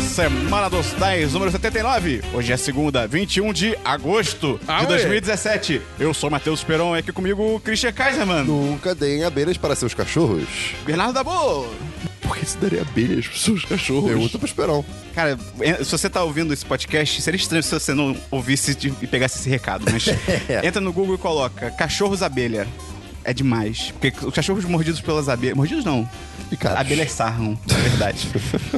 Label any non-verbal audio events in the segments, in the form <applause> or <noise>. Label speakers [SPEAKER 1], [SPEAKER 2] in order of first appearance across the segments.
[SPEAKER 1] Semana dos 10, número 79. Hoje é segunda, 21 de agosto
[SPEAKER 2] Ah,
[SPEAKER 1] de
[SPEAKER 2] ué.
[SPEAKER 1] 2017. Eu sou Matheus Peron e aqui comigo o Christian Kaiserman.
[SPEAKER 3] Nunca deem abelhas para seus cachorros.
[SPEAKER 1] Bernardo Dabu.
[SPEAKER 2] Por que se daria abelhas pros seus cachorros?
[SPEAKER 3] Pergunta pro Esperão.
[SPEAKER 1] Cara, en- se você tá ouvindo esse podcast, seria estranho se você não ouvisse de- e pegasse esse recado, mas entra no Google e coloca cachorros abelha. É demais. Porque os cachorros mordidos pelas abelhas. Mordidos não.
[SPEAKER 3] Picados.
[SPEAKER 1] Abelhas sarram, é na verdade.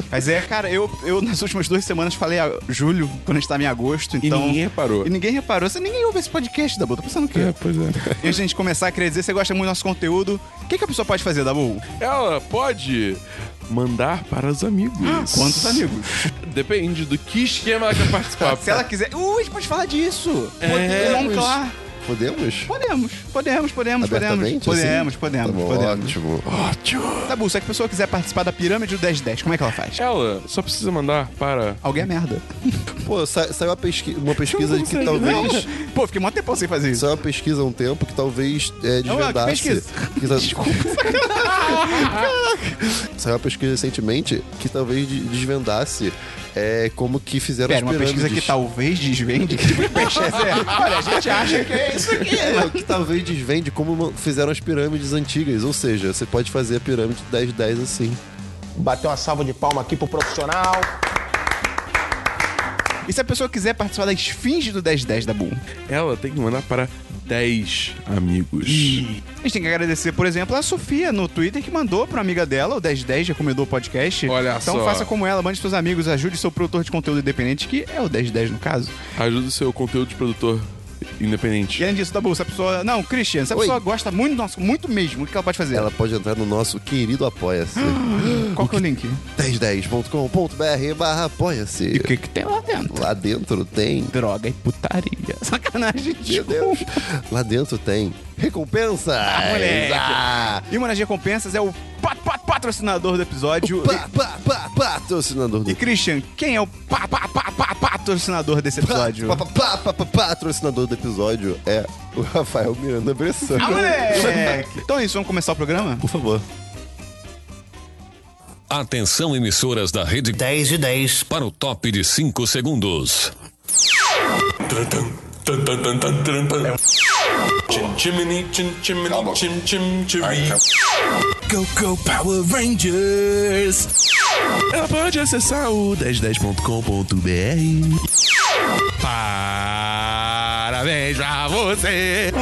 [SPEAKER 1] mas é, cara, eu, eu nas últimas duas semanas falei a julho, quando a gente tava em agosto,
[SPEAKER 2] E
[SPEAKER 1] então.
[SPEAKER 2] ninguém reparou.
[SPEAKER 1] E ninguém reparou. Você ninguém ouve esse podcast, Dabu. Tá pensando o quê?
[SPEAKER 2] É, pois é.
[SPEAKER 1] E a gente começar, queria dizer, você gosta muito do nosso conteúdo. O que, que a pessoa pode fazer, Dabu?
[SPEAKER 2] Ela pode mandar para os amigos.
[SPEAKER 1] Quantos amigos?
[SPEAKER 2] Depende do que esquema ela
[SPEAKER 1] <laughs>
[SPEAKER 2] quer participar.
[SPEAKER 1] Se ela quiser. Uh, a gente pode falar disso.
[SPEAKER 2] É.
[SPEAKER 1] Podemos. Claro.
[SPEAKER 3] Podemos?
[SPEAKER 1] Podemos, podemos, podemos, podemos.
[SPEAKER 3] Abertamente, assim?
[SPEAKER 1] Podemos, podemos,
[SPEAKER 3] Tá bom,
[SPEAKER 1] podemos.
[SPEAKER 3] Ótimo.
[SPEAKER 2] Ótimo.
[SPEAKER 1] Tabu, se a pessoa quiser participar da pirâmide do 1010, como é que ela faz?
[SPEAKER 2] Ela só precisa mandar para.
[SPEAKER 1] Alguém é merda.
[SPEAKER 3] Pô, sa- saiu a pesqui- uma pesquisa de que
[SPEAKER 2] Não consegue,
[SPEAKER 3] talvez...
[SPEAKER 1] Não, Pô, fiquei mó tempão sem fazer isso.
[SPEAKER 3] Saiu uma pesquisa há um tempo que talvez
[SPEAKER 1] Não,
[SPEAKER 3] é,
[SPEAKER 1] é, que
[SPEAKER 3] desvendasse...
[SPEAKER 1] pesquisa?
[SPEAKER 3] que sa- Saiu uma pesquisa recentemente que talvez de- desvendasse é, como que fizeram
[SPEAKER 1] Pera,
[SPEAKER 3] as
[SPEAKER 1] uma
[SPEAKER 3] pirâmides.
[SPEAKER 1] pesquisa que talvez desvende. Que tipo de pesquisa <laughs> é? Olha, a gente acha que é isso aqui.
[SPEAKER 3] É, o que talvez desvende como ma- fizeram as pirâmides antigas. Ou seja, você pode fazer a pirâmide 10-10 assim.
[SPEAKER 4] Bateu uma salva de palma aqui pro profissional.
[SPEAKER 1] E se a pessoa quiser participar da esfinge do 1010 da Boom?
[SPEAKER 2] Ela tem que mandar para 10 amigos.
[SPEAKER 1] A gente tem que agradecer, por exemplo, a Sofia no Twitter que mandou pra uma amiga dela, o 1010 recomendou o podcast.
[SPEAKER 2] Olha
[SPEAKER 1] então
[SPEAKER 2] só.
[SPEAKER 1] faça como ela, mande seus amigos, ajude seu produtor de conteúdo independente, que é o 1010 no caso.
[SPEAKER 2] Ajuda o seu conteúdo de produtor
[SPEAKER 1] E
[SPEAKER 2] independente.
[SPEAKER 1] além disso, Dabu, se a pessoa. Não, Christian, se a
[SPEAKER 3] Oi.
[SPEAKER 1] pessoa gosta muito, nossa, muito mesmo, o que ela pode fazer?
[SPEAKER 3] Ela pode entrar no nosso querido
[SPEAKER 1] <gasps>
[SPEAKER 3] Apoia-se.
[SPEAKER 1] Qual que é o link?
[SPEAKER 3] 1010.com.br barra apoia-se.
[SPEAKER 1] que, que tem lá dentro?
[SPEAKER 3] Lá dentro tem.
[SPEAKER 1] Droga e putaria. <laughs> Sacanagem,
[SPEAKER 3] Meu
[SPEAKER 1] desculpa.
[SPEAKER 3] Deus. Lá dentro tem recompensa.
[SPEAKER 1] Ah, moleque.
[SPEAKER 3] Ah,
[SPEAKER 1] E uma das recompensas é o pat, pat, patrocinador do episódio.
[SPEAKER 3] pá, pá, pá, patrocinador
[SPEAKER 1] E,
[SPEAKER 3] do.
[SPEAKER 1] e, Christian, quem é o pa, pa, pa, pa, patrocinador desse
[SPEAKER 3] Pá,
[SPEAKER 1] episódio?
[SPEAKER 3] pá, pá, pá, pá, patrocinador do episódio é o Rafael Miranda Bressan.
[SPEAKER 1] Ah, moleque! Então é isso, vamos começar o programa?
[SPEAKER 3] <laughs> Por favor.
[SPEAKER 5] Atenção emissoras da rede
[SPEAKER 4] 10 e 10.
[SPEAKER 5] para o top de 5 segundos.
[SPEAKER 6] Chim chimney, chim chimney, chim chim chimney.
[SPEAKER 2] Go, go, Power Rangers! Ela pode acessar o 1010.com.br. Parabéns pra você!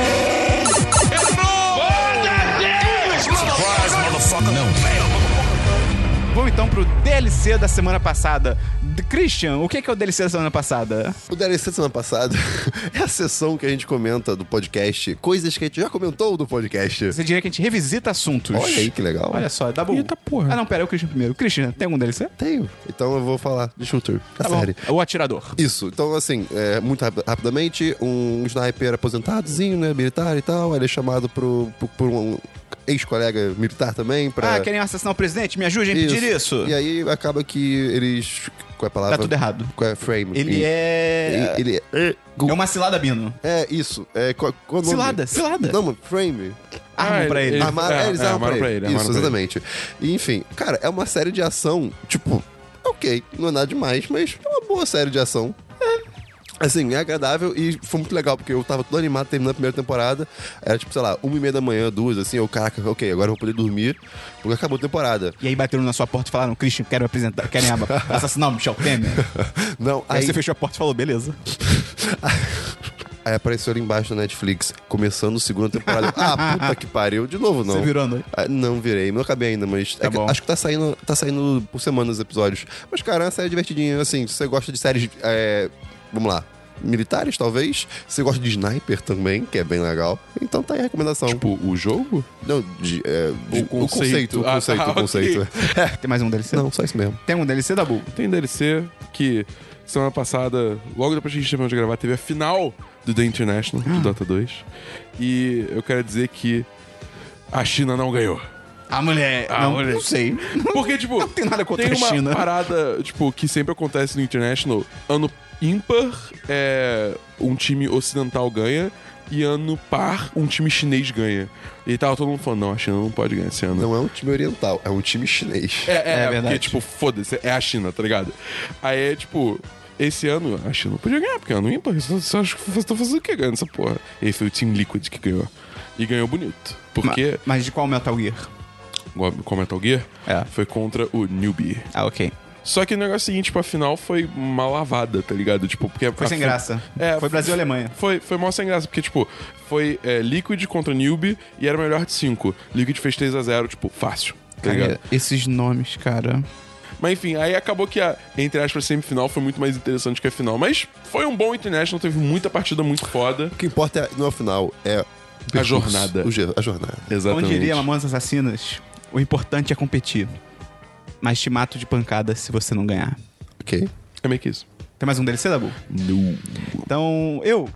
[SPEAKER 1] Vamos então pro DLC da semana passada. D- Christian, o que é, que é o DLC da semana passada?
[SPEAKER 3] O DLC da semana passada <laughs> é a sessão que a gente comenta do podcast, coisas que a gente já comentou do podcast.
[SPEAKER 1] Você diria que a gente revisita assuntos.
[SPEAKER 3] Olha aí que legal.
[SPEAKER 1] Olha só, dá bom.
[SPEAKER 2] Eita porra.
[SPEAKER 1] Ah, não, pera, é o Christian primeiro. Christian, tem algum DLC?
[SPEAKER 3] Tenho. Então eu vou falar de shooter. A
[SPEAKER 1] Tá bom.
[SPEAKER 3] série.
[SPEAKER 1] É O Atirador.
[SPEAKER 3] Isso, então assim, é, muito rap- rapidamente, um sniper aposentadozinho, né, militar e tal, ele é chamado pro, pro- por um ex-colega militar também pra...
[SPEAKER 1] Ah, querem assassinar o presidente? Me ajudem a
[SPEAKER 3] Isso.
[SPEAKER 1] impedir isso.
[SPEAKER 3] E aí acaba que eles... Qual é a palavra?
[SPEAKER 1] Tá tudo errado.
[SPEAKER 3] Qual é a frame?
[SPEAKER 1] Ele
[SPEAKER 3] E-
[SPEAKER 1] é...
[SPEAKER 3] e- Ele é...
[SPEAKER 1] É uma cilada, Bino.
[SPEAKER 3] É, isso. É, qual, qual é o nome?
[SPEAKER 1] Cilada, cilada.
[SPEAKER 3] Não, mano, frame.
[SPEAKER 1] Arma
[SPEAKER 2] Ah,
[SPEAKER 1] pra ele.
[SPEAKER 2] ele-
[SPEAKER 3] Armaram,
[SPEAKER 2] é,
[SPEAKER 3] eles
[SPEAKER 2] é,
[SPEAKER 3] armaram
[SPEAKER 2] armaram
[SPEAKER 3] pra
[SPEAKER 2] pra
[SPEAKER 3] ele.
[SPEAKER 2] ele,
[SPEAKER 3] Isso,
[SPEAKER 2] armaram pra
[SPEAKER 3] exatamente. E, enfim, cara, é uma série de ação, tipo, ok, não é nada demais, mas é uma boa série de ação. É, Assim, é agradável e foi muito legal, porque eu tava todo animado terminando a primeira temporada. Era tipo, sei lá, uma e meia da manhã, duas, assim, eu, caraca, ok, agora eu vou poder dormir, porque acabou a temporada.
[SPEAKER 1] E aí bateram na sua porta e falaram, Christian, quero apresentar, querem aba- assassinar o Michel Temer.
[SPEAKER 3] Não,
[SPEAKER 1] Aí
[SPEAKER 3] aí,
[SPEAKER 1] você fechou a porta e falou, beleza.
[SPEAKER 3] aí apareceu ali embaixo na Netflix, começando a
[SPEAKER 2] <laughs>
[SPEAKER 3] segunda temporada. ah, puta que pariu, de novo não.
[SPEAKER 1] Você virou a noite.
[SPEAKER 3] Ah, Não virei, não acabei ainda, mas é que-
[SPEAKER 1] bom.
[SPEAKER 3] acho que tá saindo, tá saindo por semana os episódios. Mas, cara, é uma série divertidinha, assim, se você gosta de séries, é, vamos lá, militares, talvez, se você gosta de sniper também, que é bem legal, então tá aí a recomendação.
[SPEAKER 2] Tipo, o jogo?
[SPEAKER 3] não, de, é, de-
[SPEAKER 2] o conceito.
[SPEAKER 3] o
[SPEAKER 2] Ah,
[SPEAKER 3] conceito,
[SPEAKER 2] <laughs> tá,
[SPEAKER 3] o conceito. é.
[SPEAKER 1] Tem mais um DLC?
[SPEAKER 3] Não, só isso mesmo.
[SPEAKER 1] Tem um DLC da Bull.
[SPEAKER 2] Tem DLC que semana passada, logo depois que a gente terminou de gravar, teve a final do The
[SPEAKER 1] Ah.
[SPEAKER 2] International, do Dota 2. E eu quero dizer que a China não ganhou.
[SPEAKER 1] A mulher.
[SPEAKER 2] A
[SPEAKER 1] não,
[SPEAKER 2] Ah, mulher.
[SPEAKER 1] não sei.
[SPEAKER 2] Porque, tipo,
[SPEAKER 1] Não tem nada contra
[SPEAKER 2] tem
[SPEAKER 1] a
[SPEAKER 2] uma
[SPEAKER 1] China.
[SPEAKER 2] parada, tipo, que sempre acontece no International. Ano ímpar, é, um time ocidental ganha. E ano par, um time chinês ganha. E tava todo mundo falando, não, a China não pode ganhar esse ano.
[SPEAKER 3] Não é um time oriental, é um time chinês.
[SPEAKER 2] É, é,
[SPEAKER 1] É
[SPEAKER 2] é
[SPEAKER 1] verdade.
[SPEAKER 2] porque, tipo, foda-se, é a China, tá ligado? Aí é tipo. Esse ano, a China não podia ganhar, porque é ano ímpar. Vocês acham que vocês estão fazendo o que ganhando essa porra? E aí foi o Team Liquid que ganhou. E ganhou bonito.
[SPEAKER 1] Ma-
[SPEAKER 2] Porque,
[SPEAKER 1] Mas de qual Metal Gear?
[SPEAKER 2] com Metal Gear,
[SPEAKER 1] É.
[SPEAKER 2] foi contra o Newbie.
[SPEAKER 1] Ah, ok.
[SPEAKER 2] Só que o negócio é o seguinte, tipo, a final foi uma lavada, tá ligado? Tipo, porque... É,
[SPEAKER 1] Foi sem graça. Ah, é, Foi Brasil e Alemanha.
[SPEAKER 2] Foi, foi mal sem graça, porque, tipo, foi é, Liquid contra Newbie e era melhor de 5. Liquid fez 3x0, tipo, fácil. Tá ligado?
[SPEAKER 1] Cara, esses nomes, cara.
[SPEAKER 2] Mas enfim, aí acabou que a, entre aspas, semifinal foi muito mais interessante que a final. Mas foi um bom International, teve muita partida muito foda.
[SPEAKER 3] O que importa é, no final é
[SPEAKER 2] A jornada.
[SPEAKER 3] o gê- a jornada.
[SPEAKER 2] Exatamente.
[SPEAKER 1] Como diria Mamonas Assassinas, o importante é competir. Mas te mato de pancada se você não ganhar.
[SPEAKER 3] Ok.
[SPEAKER 2] É meio que isso.
[SPEAKER 1] Tem mais um DLC, Dabu?
[SPEAKER 2] No.
[SPEAKER 1] Então, eu.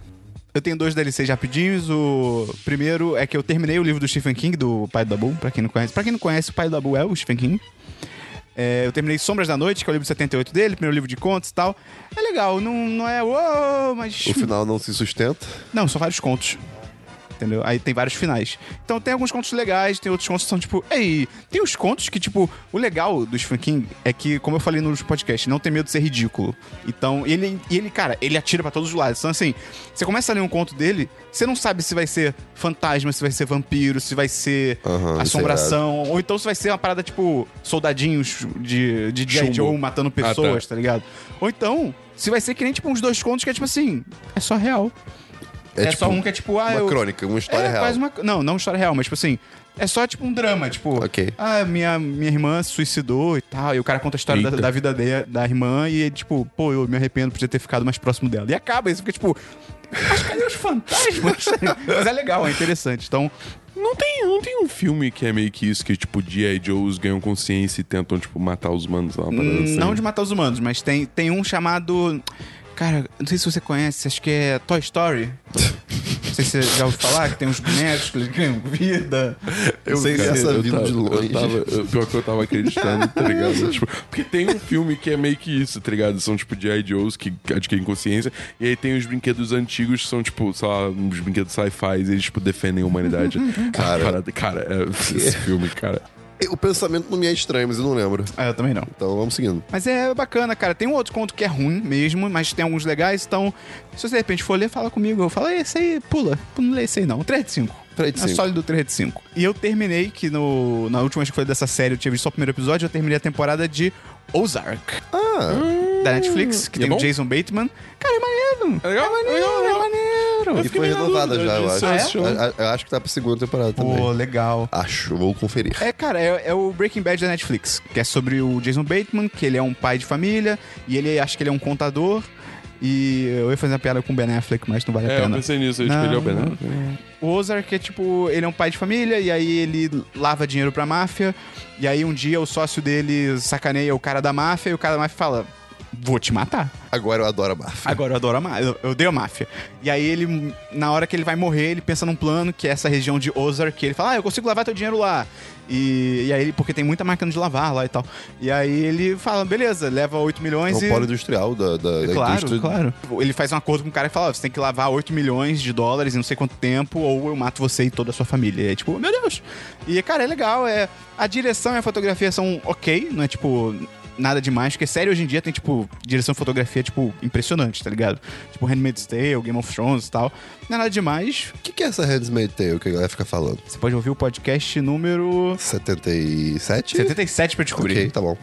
[SPEAKER 1] Eu tenho dois DLCs rapidinhos. O primeiro é que eu terminei o livro do Stephen King, do Pai do Dabu, pra quem não conhece. Pra quem não conhece, o Pai do Dabu é o Stephen King. É, eu terminei Sombras da Noite, que é o livro 78 dele, primeiro livro de contos e tal. É legal, não, não é uou, mas...
[SPEAKER 3] O final não se sustenta.
[SPEAKER 1] Não, são vários contos. Entendeu? Aí tem vários finais. Então tem alguns contos legais, tem outros contos que são tipo. Ei, tem os contos que, tipo, o legal do Stephen King é que, como eu falei nos podcasts, não tem medo de ser ridículo. Então, e ele, e ele, cara, ele atira pra todos os lados. Então, assim, você começa a ler um conto dele, você não sabe se vai ser fantasma, se vai ser vampiro, se vai ser
[SPEAKER 3] Aham, isso é
[SPEAKER 1] assombração, ou então se vai ser uma parada tipo soldadinhos de, de G.I.
[SPEAKER 2] Chumbo.
[SPEAKER 1] Joe matando
[SPEAKER 3] Ah,
[SPEAKER 1] pessoas, tá. ligado? Ou então, se vai ser que nem tipo uns dois contos que é tipo assim, é só real. É,
[SPEAKER 3] tipo
[SPEAKER 1] só um que é tipo, ah,
[SPEAKER 3] uma
[SPEAKER 1] eu...
[SPEAKER 3] crônica, uma história
[SPEAKER 1] é,
[SPEAKER 3] real.
[SPEAKER 1] quase uma... Não, não história real, mas tipo assim, é só tipo um drama, tipo...
[SPEAKER 3] Ok.
[SPEAKER 1] Ah, minha, minha irmã se suicidou e tal, e o cara conta a história da,
[SPEAKER 2] Eita.
[SPEAKER 1] da vida de, da irmã e tipo, pô, eu me arrependo, podia ter ficado mais próximo dela. E acaba isso, fica tipo... Mas cadê os
[SPEAKER 3] <laughs>
[SPEAKER 1] fantasmas? mas é legal, é interessante. Então,
[SPEAKER 2] Não tem, não tem um filme que é meio que isso, que, tipo, G.I. Joes ganham consciência e tentam, tipo, matar os manos lá. uma parada assim.
[SPEAKER 1] Hum, não de matar os humanos, mas tem, tem um chamado... Cara, não sei se você conhece, acho que é Toy
[SPEAKER 3] <laughs>
[SPEAKER 1] Story. Não sei se você já ouviu falar, que tem uns bonecos que eles ganham vida.
[SPEAKER 3] Eu sei
[SPEAKER 2] Cara,
[SPEAKER 3] essa
[SPEAKER 2] eu
[SPEAKER 3] vindo
[SPEAKER 2] tava-
[SPEAKER 3] de longe.
[SPEAKER 2] Eu tava, eu, pior que eu tava acreditando, tá ligado? tipo, porque tem um filme que é meio que isso, tá ligado? São tipo G.I. Joes que adquirem consciência. E aí tem os brinquedos antigos que são tipo, sei lá, uns brinquedos sci-fi e eles tipo defendem a humanidade. cara, parada- cara é, esse filme, cara.
[SPEAKER 3] O pensamento não me é estranho, mas eu não lembro.
[SPEAKER 1] Ah, eu também não.
[SPEAKER 3] Então vamos seguindo.
[SPEAKER 1] Mas é bacana, cara. Tem um outro conto que é ruim mesmo, mas tem alguns legais. Então, se você de repente for ler, fala comigo. Eu falo, "Ei, esse aí, pula. Não lê esse aí, não. 3 de 5.
[SPEAKER 3] 3 de
[SPEAKER 1] É
[SPEAKER 3] 5.
[SPEAKER 1] sólido 3 de 5. E eu terminei, que no, na última vez que foi dessa série, eu tinha visto só o primeiro episódio, eu terminei a temporada de Ozark. Da Netflix, que
[SPEAKER 2] Ah. E é
[SPEAKER 1] tem o
[SPEAKER 2] bom?
[SPEAKER 1] Jason Bateman. Cara, é maneiro.
[SPEAKER 2] legal?
[SPEAKER 1] É maneiro,
[SPEAKER 2] É legal,
[SPEAKER 1] é maneiro.
[SPEAKER 3] E
[SPEAKER 2] fiquei
[SPEAKER 3] foi
[SPEAKER 2] meio na
[SPEAKER 3] renovada
[SPEAKER 2] dúvida
[SPEAKER 3] já, eu
[SPEAKER 2] disso,
[SPEAKER 3] acho.
[SPEAKER 2] ah, é?
[SPEAKER 3] A- a- Eu acho que tá pra segunda temporada
[SPEAKER 1] Pô,
[SPEAKER 3] também.
[SPEAKER 1] legal.
[SPEAKER 3] Acho, vou conferir.
[SPEAKER 1] É, cara, é, é o Breaking Bad da Netflix, que é sobre o Jason Bateman, que ele é um pai de família, e ele acho que ele é um contador. E eu ia fazer uma piada com o Ben Affleck, mas não vale a
[SPEAKER 2] É, eu
[SPEAKER 1] pena.
[SPEAKER 2] pensei nisso, eu
[SPEAKER 1] Não,
[SPEAKER 2] espelhei o
[SPEAKER 1] não.
[SPEAKER 2] Bernardo.
[SPEAKER 1] O Ozark é tipo, ele é um pai de família, e aí ele lava dinheiro pra máfia, e aí um dia o sócio dele sacaneia o cara da máfia, e o cara da máfia fala: Vou te matar.
[SPEAKER 3] Agora eu adoro a máfia.
[SPEAKER 1] Agora eu adoro a máfia. Eu, eu odeio a máfia. E aí ele, na hora que ele vai morrer, ele pensa num plano que é essa região de Ozark. Ele fala, ah, eu consigo lavar teu dinheiro lá. E, e aí, ele- porque tem muita máquina de lavar lá e tal. E aí ele fala, beleza, leva 8
[SPEAKER 3] É
[SPEAKER 1] milhões
[SPEAKER 3] o
[SPEAKER 1] e...
[SPEAKER 3] polo industrial da, da, da
[SPEAKER 1] Claro,
[SPEAKER 3] indústria.
[SPEAKER 1] claro. Ele faz um acordo com o cara e fala: ó, você tem que lavar 8 milhões de dólares em não sei quanto tempo, ou eu mato você e toda a sua família. E é tipo, meu Deus. E, cara, é legal. É... A direção e a fotografia são ok, não é tipo. Nada demais, porque série hoje em dia tem, tipo, direção e fotografia, tipo, impressionante, tá ligado? Tipo, Handmaid's Tale, Game of Thrones e tal. Não é nada demais.
[SPEAKER 3] O que, que é essa Handmaid's Tale que a galera fica falando?
[SPEAKER 1] Você pode ouvir o podcast número
[SPEAKER 3] 77?
[SPEAKER 1] 77 pra descobrir.
[SPEAKER 3] Ok, tá bom.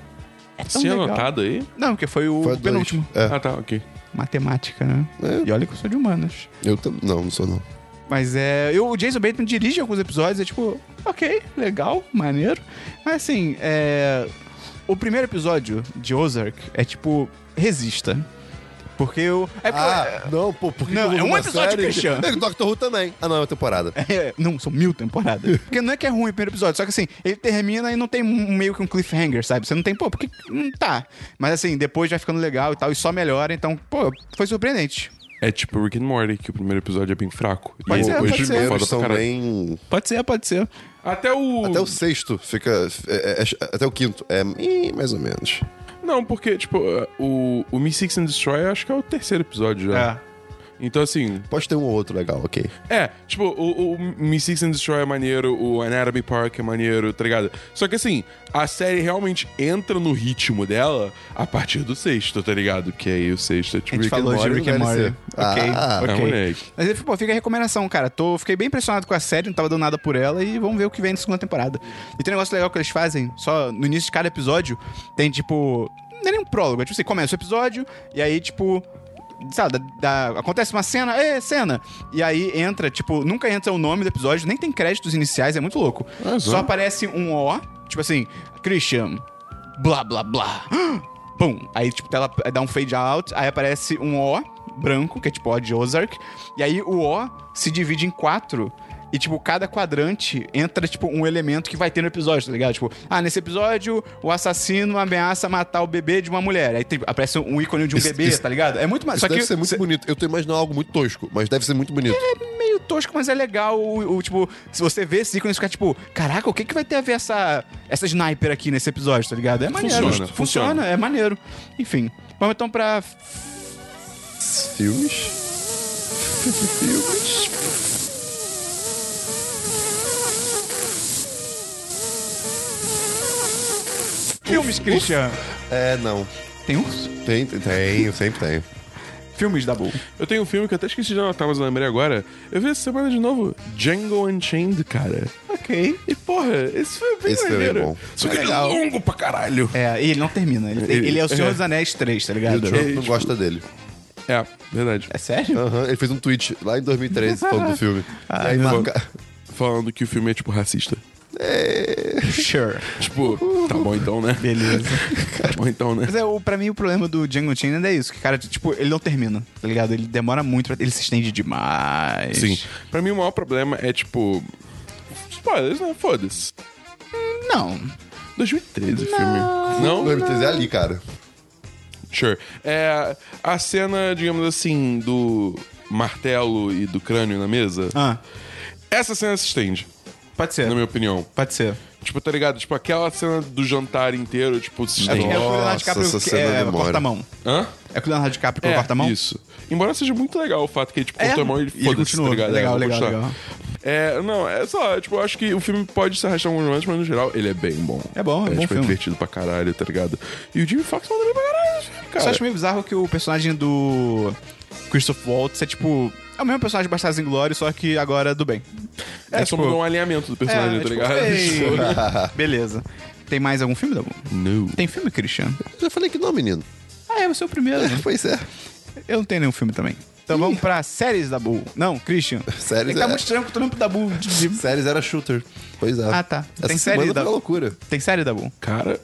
[SPEAKER 1] tão
[SPEAKER 2] Tinha
[SPEAKER 1] legal.
[SPEAKER 2] anotado aí?
[SPEAKER 1] Não, porque foi o
[SPEAKER 3] Foi a dois.
[SPEAKER 1] penúltimo.
[SPEAKER 3] É,
[SPEAKER 2] Ah, tá, ok.
[SPEAKER 1] Matemática, né?
[SPEAKER 3] É.
[SPEAKER 1] E olha que eu sou de humanas.
[SPEAKER 3] eu tam- Não, não sou não.
[SPEAKER 1] Mas é. Eu, o Jason Bateman dirige alguns episódios, é tipo, ok, legal, maneiro. Mas assim, é. O primeiro episódio de Ozark é tipo, resista. Porque eu. É porque eu-
[SPEAKER 3] Ah, não, pô, por que
[SPEAKER 1] Não,
[SPEAKER 3] que eu vou
[SPEAKER 1] é um
[SPEAKER 3] numa
[SPEAKER 1] episódio,
[SPEAKER 3] série?
[SPEAKER 1] Christian.
[SPEAKER 3] É, Doctor Who também. Ah, não, é uma temporada.
[SPEAKER 1] <laughs> É, não, são mil temporadas. Porque não é que é ruim o primeiro episódio, só que assim, ele termina e não tem um- meio que um cliffhanger, sabe? Você não tem, pô, porque. Hum, tá. Mas assim, depois vai ficando legal e tal, e só melhora, então, pô, foi surpreendente.
[SPEAKER 2] É tipo Rick and Morty, que o primeiro episódio é bem fraco.
[SPEAKER 1] Pode
[SPEAKER 2] e
[SPEAKER 1] ser,
[SPEAKER 2] o-
[SPEAKER 1] pode
[SPEAKER 2] hoje
[SPEAKER 1] ser.
[SPEAKER 2] é foda
[SPEAKER 3] Eles
[SPEAKER 2] pra
[SPEAKER 3] são
[SPEAKER 2] caralho.
[SPEAKER 3] bem.
[SPEAKER 1] Pode ser, pode ser.
[SPEAKER 2] Até o...
[SPEAKER 3] Até o sexto fica. é- é- é- até o quinto. É ih, mais ou menos.
[SPEAKER 2] Não, porque, tipo, o, o Me Six and Destroy eu acho que é o terceiro episódio já.
[SPEAKER 1] É.
[SPEAKER 2] Então, assim,
[SPEAKER 3] Pode ter um ou outro legal, ok.
[SPEAKER 2] É, tipo, o, o Me Six and Destroy é maneiro, o Anatomy Park é maneiro, tá ligado? Só que assim, a série realmente entra no ritmo dela a partir do sexto, tá ligado? Que aí o sexto é
[SPEAKER 1] A
[SPEAKER 2] tipo
[SPEAKER 1] gente
[SPEAKER 2] Rick and
[SPEAKER 1] falou
[SPEAKER 2] Morty.
[SPEAKER 1] de Rick and
[SPEAKER 3] não vai
[SPEAKER 1] Morty.
[SPEAKER 3] ser.
[SPEAKER 1] ok,
[SPEAKER 3] Ah,
[SPEAKER 2] é,
[SPEAKER 1] ok.
[SPEAKER 2] moleque.
[SPEAKER 1] Mas aí, pô, fica a recomendação, cara. Tô, fiquei bem impressionado com a série, não tava dando nada por ela e vamos ver o que vem na segunda temporada. E tem um negócio legal que eles fazem, só no início de cada episódio, tem tipo. Não é nem um prólogo, é tipo assim, começa o episódio e aí, tipo. Sabe, dá- dá- acontece uma cena, é cena. E aí entra, tipo, nunca entra o nome do episódio, nem tem créditos iniciais, é muito louco. Só aparece um O, tipo assim, Christian, blá blá blá. <gasps> Pum. Aí, tipo, ela dá um fade out, aí aparece um O branco, que é tipo O de Ozark. E aí o O se divide em quatro. E, tipo, cada quadrante entra, tipo, um elemento que vai ter no episódio, tá ligado? Tipo, ah, nesse episódio, o assassino ameaça matar o bebê de uma mulher. Aí tem- aparece um ícone de um
[SPEAKER 3] Isso-
[SPEAKER 1] bebê,
[SPEAKER 3] isso-
[SPEAKER 1] tá ligado? É muito mais.
[SPEAKER 3] Isso
[SPEAKER 1] Só
[SPEAKER 3] deve
[SPEAKER 1] que
[SPEAKER 3] ser muito
[SPEAKER 1] cê-
[SPEAKER 3] bonito. Eu tô imaginando algo muito tosco, mas deve ser muito bonito.
[SPEAKER 1] é meio tosco, mas é legal. O, o, tipo, se você vê esse ícone, você fica tipo, caraca, o que, que vai ter a ver essa, essa sniper aqui nesse episódio, tá ligado? É maneiro.
[SPEAKER 2] Funciona, funciona.
[SPEAKER 1] é maneiro. Enfim. Vamos então pra.
[SPEAKER 3] Filmes. Filmes.
[SPEAKER 1] Filmes, Christian.
[SPEAKER 3] É, não.
[SPEAKER 1] Tem urso?
[SPEAKER 3] Tem, tem, tem, eu sempre tenho.
[SPEAKER 1] Filmes da Bull.
[SPEAKER 2] Eu tenho um filme que eu até esqueci de anotar, mas eu lembrei agora. Eu vi essa semana de novo, Django Unchained, cara.
[SPEAKER 1] Ok.
[SPEAKER 2] E porra, esse filme é bem
[SPEAKER 3] Esse filme é
[SPEAKER 2] maneiro.
[SPEAKER 3] bom.
[SPEAKER 2] Só que ele é
[SPEAKER 1] Legal.
[SPEAKER 2] longo pra caralho.
[SPEAKER 1] É, e ele não termina. Ele, tem-
[SPEAKER 2] Ele-
[SPEAKER 1] ele é o Senhor
[SPEAKER 2] é.
[SPEAKER 1] dos Anéis 3, tá
[SPEAKER 3] E
[SPEAKER 1] ligado?
[SPEAKER 3] o Trump não
[SPEAKER 2] tipo-
[SPEAKER 3] gosta dele.
[SPEAKER 2] É, verdade.
[SPEAKER 1] É
[SPEAKER 3] <laughs>
[SPEAKER 1] sério?
[SPEAKER 3] Aham, ele fez um tweet lá em 2013 falando do filme.
[SPEAKER 1] Ah,
[SPEAKER 3] E aí marca...
[SPEAKER 2] Falando que o filme é, tipo, racista.
[SPEAKER 1] Sure.
[SPEAKER 2] Tipo, tá bom então, né?
[SPEAKER 1] Beleza.
[SPEAKER 2] Tá bom então, né?
[SPEAKER 1] Mas é, o, pra mim o problema do Django Unchained é isso, que, cara, tipo, ele não termina, tá ligado? Ele demora muito, pra- ele se estende demais.
[SPEAKER 2] Sim. Pra mim, o maior problema é, tipo. Spoilers, né? Foda-se.
[SPEAKER 1] Não.
[SPEAKER 2] 2013 o filme. Não?
[SPEAKER 3] 2013 é ali, cara.
[SPEAKER 2] Sure. É. A cena, digamos assim, do martelo e do crânio na mesa.
[SPEAKER 1] Ah,
[SPEAKER 2] Essa cena se estende,
[SPEAKER 1] pode ser.
[SPEAKER 2] na minha opinião.
[SPEAKER 1] Pode ser.
[SPEAKER 2] Tipo, tá ligado? Tipo, aquela cena do jantar inteiro, tipo, se estende.
[SPEAKER 1] é o que o Leonardo
[SPEAKER 3] Nossa,
[SPEAKER 1] DiCaprio
[SPEAKER 3] essa
[SPEAKER 1] que-
[SPEAKER 3] cena
[SPEAKER 1] é,
[SPEAKER 3] demora.
[SPEAKER 1] corta a mão.
[SPEAKER 2] Hã?
[SPEAKER 1] É que o Leonardo DiCaprio que corta a mão?
[SPEAKER 2] Isso. Embora seja muito legal o fato que ele, tipo,
[SPEAKER 1] É,
[SPEAKER 2] cortou a mão e ele
[SPEAKER 1] e ele
[SPEAKER 2] foda-se,
[SPEAKER 1] continuou.
[SPEAKER 2] tá ligado?
[SPEAKER 1] Legal,
[SPEAKER 2] É, vou
[SPEAKER 1] legal,
[SPEAKER 2] gostar.
[SPEAKER 1] legal.
[SPEAKER 2] É, não, é só, tipo, eu acho que o filme pode se arrastar um momento, mas no geral ele é bem bom.
[SPEAKER 1] É bom, é bom
[SPEAKER 2] tipo,
[SPEAKER 1] filme.
[SPEAKER 2] divertido pra caralho, tá ligado? E o Jimmy Fox manda bem pra caralho, nesse filme,
[SPEAKER 1] Só
[SPEAKER 2] cara.
[SPEAKER 1] acho meio bizarro que o personagem do Christoph Waltz é tipo... É o mesmo personagem de Bastardos Inglórios, só que agora do bem.
[SPEAKER 2] É, só mudou um alinhamento do personagem,
[SPEAKER 1] tipo, é,
[SPEAKER 2] tá
[SPEAKER 1] tipo,
[SPEAKER 2] ligado?
[SPEAKER 1] ei,
[SPEAKER 2] <laughs>
[SPEAKER 1] Beleza. Tem mais algum filme, Dabu?
[SPEAKER 2] Não.
[SPEAKER 1] Tem filme, Christian?
[SPEAKER 3] Eu já falei que não, menino.
[SPEAKER 1] Ah, é, você é o primeiro.
[SPEAKER 3] Pois é.
[SPEAKER 1] Eu não tenho nenhum filme também. Então vamos pra séries da Bull. Não, Christian.
[SPEAKER 3] Séries
[SPEAKER 1] é que tá
[SPEAKER 3] é-
[SPEAKER 1] muito estranho que eu tô olhando pro Dabu. de- de-
[SPEAKER 3] Séries era shooter. Pois é.
[SPEAKER 1] Ah, tá.
[SPEAKER 3] Essa
[SPEAKER 1] Tem
[SPEAKER 3] semana
[SPEAKER 1] série
[SPEAKER 3] foi
[SPEAKER 1] da
[SPEAKER 3] uma loucura.
[SPEAKER 1] Tem série da Bull?
[SPEAKER 2] Cara.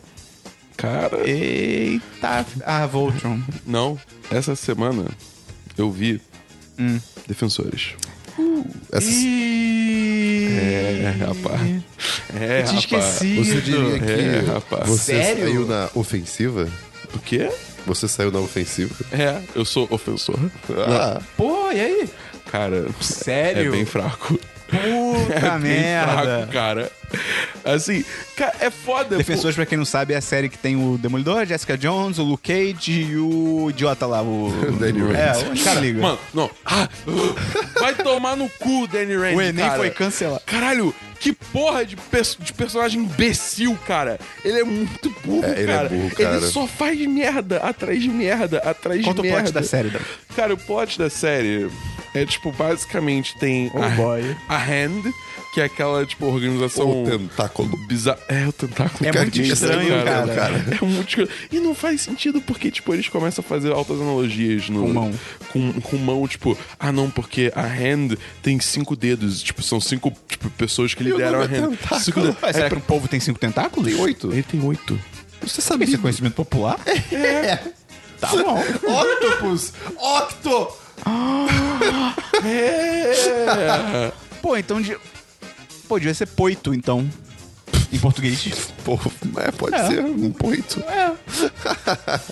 [SPEAKER 2] Cara.
[SPEAKER 1] Eita. Ah, Voltron.
[SPEAKER 2] Não. Essa semana eu vi.
[SPEAKER 1] Hum.
[SPEAKER 2] Defensores.
[SPEAKER 3] Essa...
[SPEAKER 1] E...
[SPEAKER 2] É, rapaz. É,
[SPEAKER 1] Eu tinha
[SPEAKER 2] rapaz.
[SPEAKER 1] esquecido.
[SPEAKER 3] Você diria que
[SPEAKER 2] É, rapaz.
[SPEAKER 3] você
[SPEAKER 1] Sério?
[SPEAKER 3] saiu na ofensiva?
[SPEAKER 2] O quê?
[SPEAKER 3] Você saiu na ofensiva?
[SPEAKER 2] É, eu sou ofensor.
[SPEAKER 3] Ah,
[SPEAKER 1] Pô, e aí?
[SPEAKER 2] Cara,
[SPEAKER 1] Sério?
[SPEAKER 2] é bem fraco.
[SPEAKER 1] <laughs> Puta
[SPEAKER 2] é bem
[SPEAKER 1] merda.
[SPEAKER 2] fraco, cara. Assim, cara, é foda.
[SPEAKER 1] Defensores, pra quem não sabe, é a série que tem o Demolidor, a Jessica Jones, o Luke Cage e o idiota lá, o...
[SPEAKER 3] Danny Rand.
[SPEAKER 1] é, o cara liga.
[SPEAKER 2] Mano, não. Ah, uh, vai tomar no cu, Danny Rand.
[SPEAKER 1] o Enem
[SPEAKER 2] cara.
[SPEAKER 1] foi cancelado.
[SPEAKER 2] Caralho, que porra de, perso- de personagem imbecil, cara. Ele é muito burro,
[SPEAKER 3] É, ele é
[SPEAKER 2] cara.
[SPEAKER 3] burro, cara.
[SPEAKER 2] Ele só faz merda, atrás de merda, atrás
[SPEAKER 1] Conta o
[SPEAKER 2] de
[SPEAKER 1] plot
[SPEAKER 2] merda.
[SPEAKER 1] da série, Dan.
[SPEAKER 2] Cara, o plot da série é, tipo, basicamente tem
[SPEAKER 1] Oh,
[SPEAKER 2] a,
[SPEAKER 1] boy.
[SPEAKER 2] a Hand, que é aquela, tipo, organização...
[SPEAKER 3] o tentáculo.
[SPEAKER 2] Bizarro. É, o tentáculo.
[SPEAKER 1] É
[SPEAKER 2] cara,
[SPEAKER 1] muito
[SPEAKER 2] que
[SPEAKER 1] estranho, cara.
[SPEAKER 2] <laughs> É muito estranho. E não faz sentido porque, tipo, eles começam a fazer altas analogias no...
[SPEAKER 1] Com mão.
[SPEAKER 2] Com, com mão, tipo... Ah, não, porque a hand tem cinco dedos. Tipo, são cinco tipo, pessoas que lideram a
[SPEAKER 3] nome é
[SPEAKER 2] hand.
[SPEAKER 3] tentáculo.
[SPEAKER 2] Cinco
[SPEAKER 1] <laughs>
[SPEAKER 2] dedos.
[SPEAKER 1] Ué, será que é um povo tem cinco tentáculos?
[SPEAKER 3] Tem oito?
[SPEAKER 2] Ele tem oito.
[SPEAKER 3] Você
[SPEAKER 1] Isso
[SPEAKER 3] sabia?
[SPEAKER 1] é conhecimento popular? Tá bom.
[SPEAKER 3] Octopus! Octo!
[SPEAKER 1] Pô, então... De... Pô, devia ser poito, então. Em português.
[SPEAKER 3] Pô, é, pode ser muito.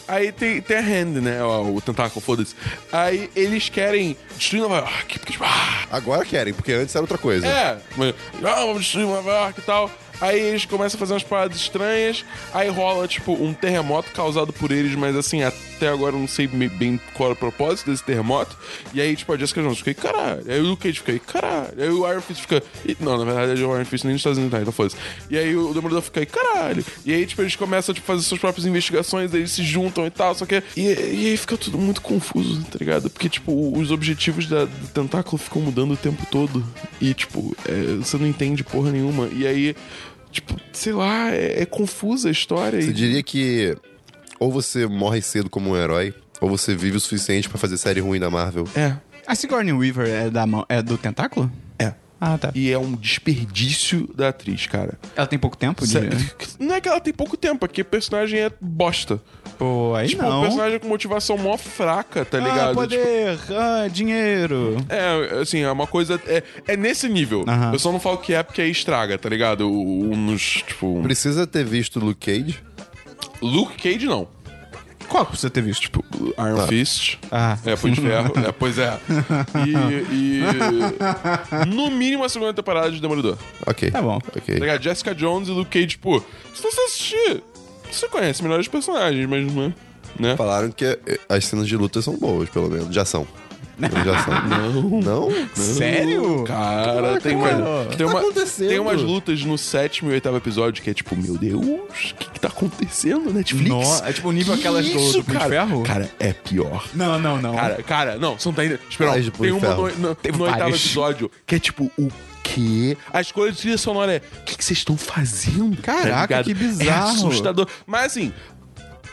[SPEAKER 2] Aí tem, tem a Hand, né? O, o tentáculo, foda-se. Aí eles querem destruir Nova York. Porque, tipo, ah,
[SPEAKER 3] Agora querem, porque antes era outra coisa.
[SPEAKER 2] é. Mas, ah, vamos destruir Nova York e tal. Aí eles começam a fazer umas paradas estranhas. Aí rola, tipo, um terremoto causado por eles, mas assim, até agora eu não sei me- bem qual era o propósito desse terremoto. E aí, tipo, a Jessica Jones fica, "Ih, caralho. Aí o Luke Cage fica, "Ih, caralho. Aí o Iron Fist fica, "Ih, não, na verdade é o Iron Fist nem nos Estados Unidos, tá? Então foda-se. E aí o Demolidor fica, "Ih, caralho. E aí, tipo, eles começam a tipo, fazer suas próprias investigações, eles se juntam e tal, só que. E, e aí fica tudo muito confuso, tá ligado? Porque, tipo, os objetivos da, do tentáculo ficam mudando o tempo todo. E, tipo, é, você não entende porra nenhuma. E aí, tipo, sei lá, é, é confusa a história.
[SPEAKER 3] Você
[SPEAKER 2] E,
[SPEAKER 3] diria que ou você morre cedo como um herói, ou você vive o suficiente pra fazer série ruim da Marvel.
[SPEAKER 2] é.
[SPEAKER 1] A Sigourney Weaver é, da, mão- é do tentáculo?
[SPEAKER 2] É.
[SPEAKER 1] Ah, tá.
[SPEAKER 2] E é um desperdício da atriz, cara.
[SPEAKER 1] Ela tem pouco tempo de...
[SPEAKER 2] Sério. <laughs> Não é que ela tem pouco tempo, é que o personagem é bosta.
[SPEAKER 1] Pô, aí
[SPEAKER 2] Tipo,
[SPEAKER 1] não.
[SPEAKER 2] um personagem com motivação mó fraca, tá ligado?
[SPEAKER 1] Ah,
[SPEAKER 2] Tipo,
[SPEAKER 1] poder, ah, dinheiro.
[SPEAKER 2] É, assim, é uma coisa. É, é nesse nível.
[SPEAKER 1] Aham.
[SPEAKER 2] Eu só não falo que é porque aí estraga, tá ligado? O- o- Uns, tipo. um-
[SPEAKER 3] Precisa ter visto Luke Cage?
[SPEAKER 2] Luke Cage, não.
[SPEAKER 1] Qual que você ter visto?
[SPEAKER 2] Tipo, Iron Fist.
[SPEAKER 1] Ah.
[SPEAKER 2] É, Punho
[SPEAKER 1] <laughs>
[SPEAKER 2] de Ferro. é, pois é. E,
[SPEAKER 1] <laughs>
[SPEAKER 2] e- No mínimo a segunda temporada de Demolidor. Tá
[SPEAKER 3] Ok.
[SPEAKER 1] Tá bom.
[SPEAKER 3] Ok.
[SPEAKER 2] ligado? Jessica Jones e Luke Cage, tipo. Se você assistir, você conhece melhores personagens, mas não é. Né?
[SPEAKER 3] Falaram que eh, as cenas de luta são boas, pelo menos. De ação. De ação. Não. Não?
[SPEAKER 1] Sério?
[SPEAKER 2] Cara, tem, uma,
[SPEAKER 1] cara.
[SPEAKER 2] tem,
[SPEAKER 3] Tá
[SPEAKER 2] uma-
[SPEAKER 3] acontecendo?
[SPEAKER 2] tem umas lutas no sétimo e oitavo episódio que é tipo, meu Deus, o que, que tá acontecendo, Netflix?
[SPEAKER 1] No- é tipo o nível
[SPEAKER 2] Que
[SPEAKER 1] aquelas do-
[SPEAKER 2] isso,
[SPEAKER 1] do Punho de
[SPEAKER 2] cara?
[SPEAKER 1] Ferro?
[SPEAKER 2] Cara, é pior.
[SPEAKER 1] Não, não, não.
[SPEAKER 2] Cara, cara, não, são ainda. Espera,
[SPEAKER 3] Mais
[SPEAKER 2] não,
[SPEAKER 3] de Punho
[SPEAKER 2] tem
[SPEAKER 3] de
[SPEAKER 2] uma no,
[SPEAKER 3] Ferro.
[SPEAKER 2] no-
[SPEAKER 1] Teve
[SPEAKER 2] no oitavo
[SPEAKER 1] várias.
[SPEAKER 2] episódio que é tipo, o quê? A escolha de trilha sonora é, o que que vocês estão fazendo? tá
[SPEAKER 1] Caraca,
[SPEAKER 2] ligado?
[SPEAKER 1] que
[SPEAKER 2] É
[SPEAKER 1] bizarro.
[SPEAKER 2] assustador. Mas assim,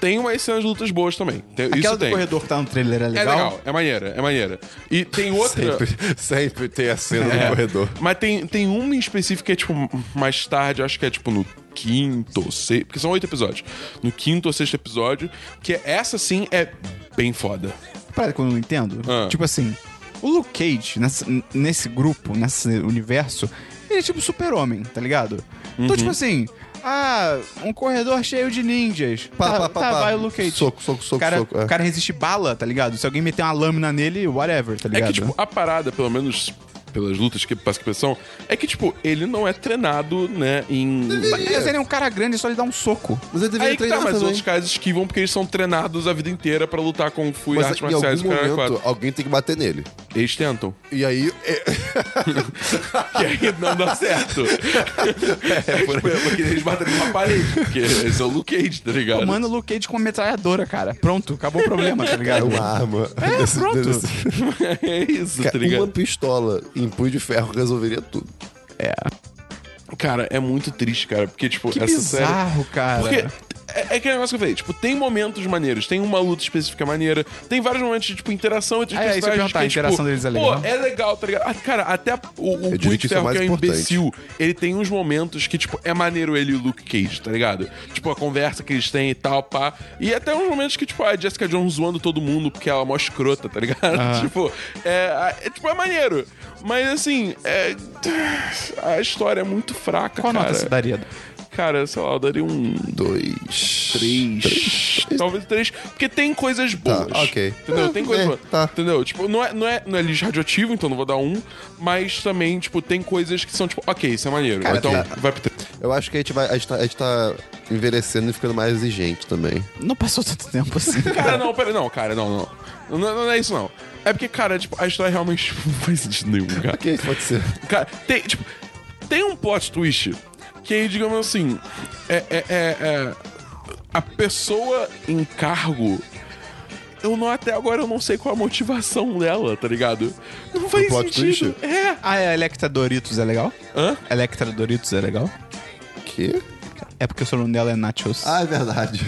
[SPEAKER 2] tem umas cenas de lutas boas também. Tem-
[SPEAKER 1] Aquela
[SPEAKER 2] isso
[SPEAKER 1] do
[SPEAKER 2] tem.
[SPEAKER 1] corredor que tá no trailer é
[SPEAKER 2] É
[SPEAKER 1] legal?
[SPEAKER 2] legal, é maneira, é maneira. E tem outra.
[SPEAKER 3] Sempre, sempre tem a cena
[SPEAKER 2] É.
[SPEAKER 3] no corredor.
[SPEAKER 2] Mas tem, tem uma em específico que é, tipo, mais tarde, acho que é, tipo, no quinto ou sexto... Porque são oito episódios. No quinto ou sexto episódio, que é- essa, sim, é bem foda.
[SPEAKER 1] Parada que eu não entendo.
[SPEAKER 2] Ah.
[SPEAKER 1] Tipo assim, o Luke Cage, nessa- n- nesse grupo, nesse universo, ele é tipo super-homem, tá ligado? Então, tipo assim, ah, um corredor cheio de ninjas.
[SPEAKER 3] Pá,
[SPEAKER 1] tá,
[SPEAKER 3] pá, pá,
[SPEAKER 1] tá,
[SPEAKER 3] pá.
[SPEAKER 1] vai o Luke Cage.
[SPEAKER 3] Soco, soco, soco,
[SPEAKER 1] o cara,
[SPEAKER 3] soco, é.
[SPEAKER 1] O cara resiste bala, tá ligado? Se alguém meter uma lâmina nele, whatever, tá
[SPEAKER 2] É
[SPEAKER 1] ligado?
[SPEAKER 2] que, tipo, a parada, pelo menos pelas lutas que passa que são, é que, tipo, ele não é treinado, né, em...
[SPEAKER 1] Mas ele é um cara grande, é só ele dar um soco.
[SPEAKER 3] Mas ele deveria
[SPEAKER 2] Aí que tá,
[SPEAKER 3] treinar
[SPEAKER 2] mas
[SPEAKER 3] também.
[SPEAKER 2] outros caras esquivam porque eles são treinados a vida inteira pra lutar com Fu e
[SPEAKER 3] Mas
[SPEAKER 2] artes
[SPEAKER 3] em
[SPEAKER 2] marciais.
[SPEAKER 3] algum
[SPEAKER 2] caralho,
[SPEAKER 3] momento,
[SPEAKER 2] quatro.
[SPEAKER 3] alguém tem que bater nele.
[SPEAKER 2] Eles tentam. <laughs>
[SPEAKER 3] E aí... é-
[SPEAKER 2] E aí não dá certo. É, por exemplo, porque eles batem numa parede. Porque eles são Luke Cage, tá ligado?
[SPEAKER 1] Pô, Manda o Luke Cage com uma metralhadora, cara. Pronto, acabou o problema, tá
[SPEAKER 3] <laughs> É
[SPEAKER 1] ligado?
[SPEAKER 3] uma arma.
[SPEAKER 1] É, pronto.
[SPEAKER 2] <laughs> É isso, tá
[SPEAKER 3] <laughs> Cara, uma
[SPEAKER 2] ligado?
[SPEAKER 3] pistola em punho de ferro resolveria tudo.
[SPEAKER 2] Cara, é muito triste, cara. Porque, tipo,
[SPEAKER 1] Que
[SPEAKER 2] essa série.
[SPEAKER 1] bizarro, cara.
[SPEAKER 2] Porque. É, é aquele negócio que eu falei, tipo, tem momentos maneiros, tem uma luta específica maneira, tem vários momentos de, tipo, interação entre os
[SPEAKER 1] Ah, é, isso que eu ia
[SPEAKER 2] personagens.
[SPEAKER 1] perguntar, a
[SPEAKER 2] tipo,
[SPEAKER 1] interação deles é legal.
[SPEAKER 2] Pô, é legal, tá ligado? Ah, cara, até o, o
[SPEAKER 3] diria
[SPEAKER 2] Punho
[SPEAKER 3] que
[SPEAKER 2] de
[SPEAKER 3] isso é o
[SPEAKER 2] Ferro, que
[SPEAKER 3] mais
[SPEAKER 2] é um
[SPEAKER 3] importante.
[SPEAKER 2] imbecil, ele tem uns momentos que, tipo, é maneiro ele e o Luke Cage, tá ligado? Tipo, a conversa que eles têm e tal, pá. E até uns momentos que, tipo, a Jessica Jones zoando todo mundo porque ela é mó escrota, tá ligado? <laughs> Tipo, é, é, tipo, é maneiro. Mas, assim, é... a história é muito fraca,
[SPEAKER 1] Qual
[SPEAKER 2] cara.
[SPEAKER 1] nota você daria?
[SPEAKER 2] Cara, sei lá, eu daria um...
[SPEAKER 3] Dois.
[SPEAKER 2] Três. Talvez três. Porque tem coisas boas.
[SPEAKER 3] Tá, ok.
[SPEAKER 2] Entendeu? Tem coisas
[SPEAKER 3] É,
[SPEAKER 2] boas.
[SPEAKER 3] tá.
[SPEAKER 2] Entendeu? Tipo, não é, não, é, não é lixo radioativo, então não vou dar um. Mas também, tipo, tem coisas que são, tipo, ok, isso é maneiro. então, vai pro três.
[SPEAKER 3] Eu acho que a gente, vai, a, gente tá, a gente tá envelhecendo e ficando mais exigente também.
[SPEAKER 1] Não passou tanto tempo
[SPEAKER 2] <laughs>
[SPEAKER 1] assim.
[SPEAKER 2] Cara, não, pera. Não, cara, não, não. Não, não, não é isso, não. É porque, cara, tipo, a história realmente <laughs> não faz sentido nenhum, cara.
[SPEAKER 3] Ok, pode ser.
[SPEAKER 2] Cara, tem, tipo, tem um plot twist que aí, digamos assim, é, é, é- é- a pessoa em cargo. Eu não, até agora eu não sei qual a motivação dela, tá ligado? Não faz
[SPEAKER 3] plot
[SPEAKER 2] sentido.
[SPEAKER 3] twist?
[SPEAKER 2] É.
[SPEAKER 1] Ah, é, a Electra Doritos é legal?
[SPEAKER 2] Hã?
[SPEAKER 1] Electra Doritos é legal?
[SPEAKER 3] Que?
[SPEAKER 1] É porque o sobrenome dela é Nachos.
[SPEAKER 3] Ah, é verdade.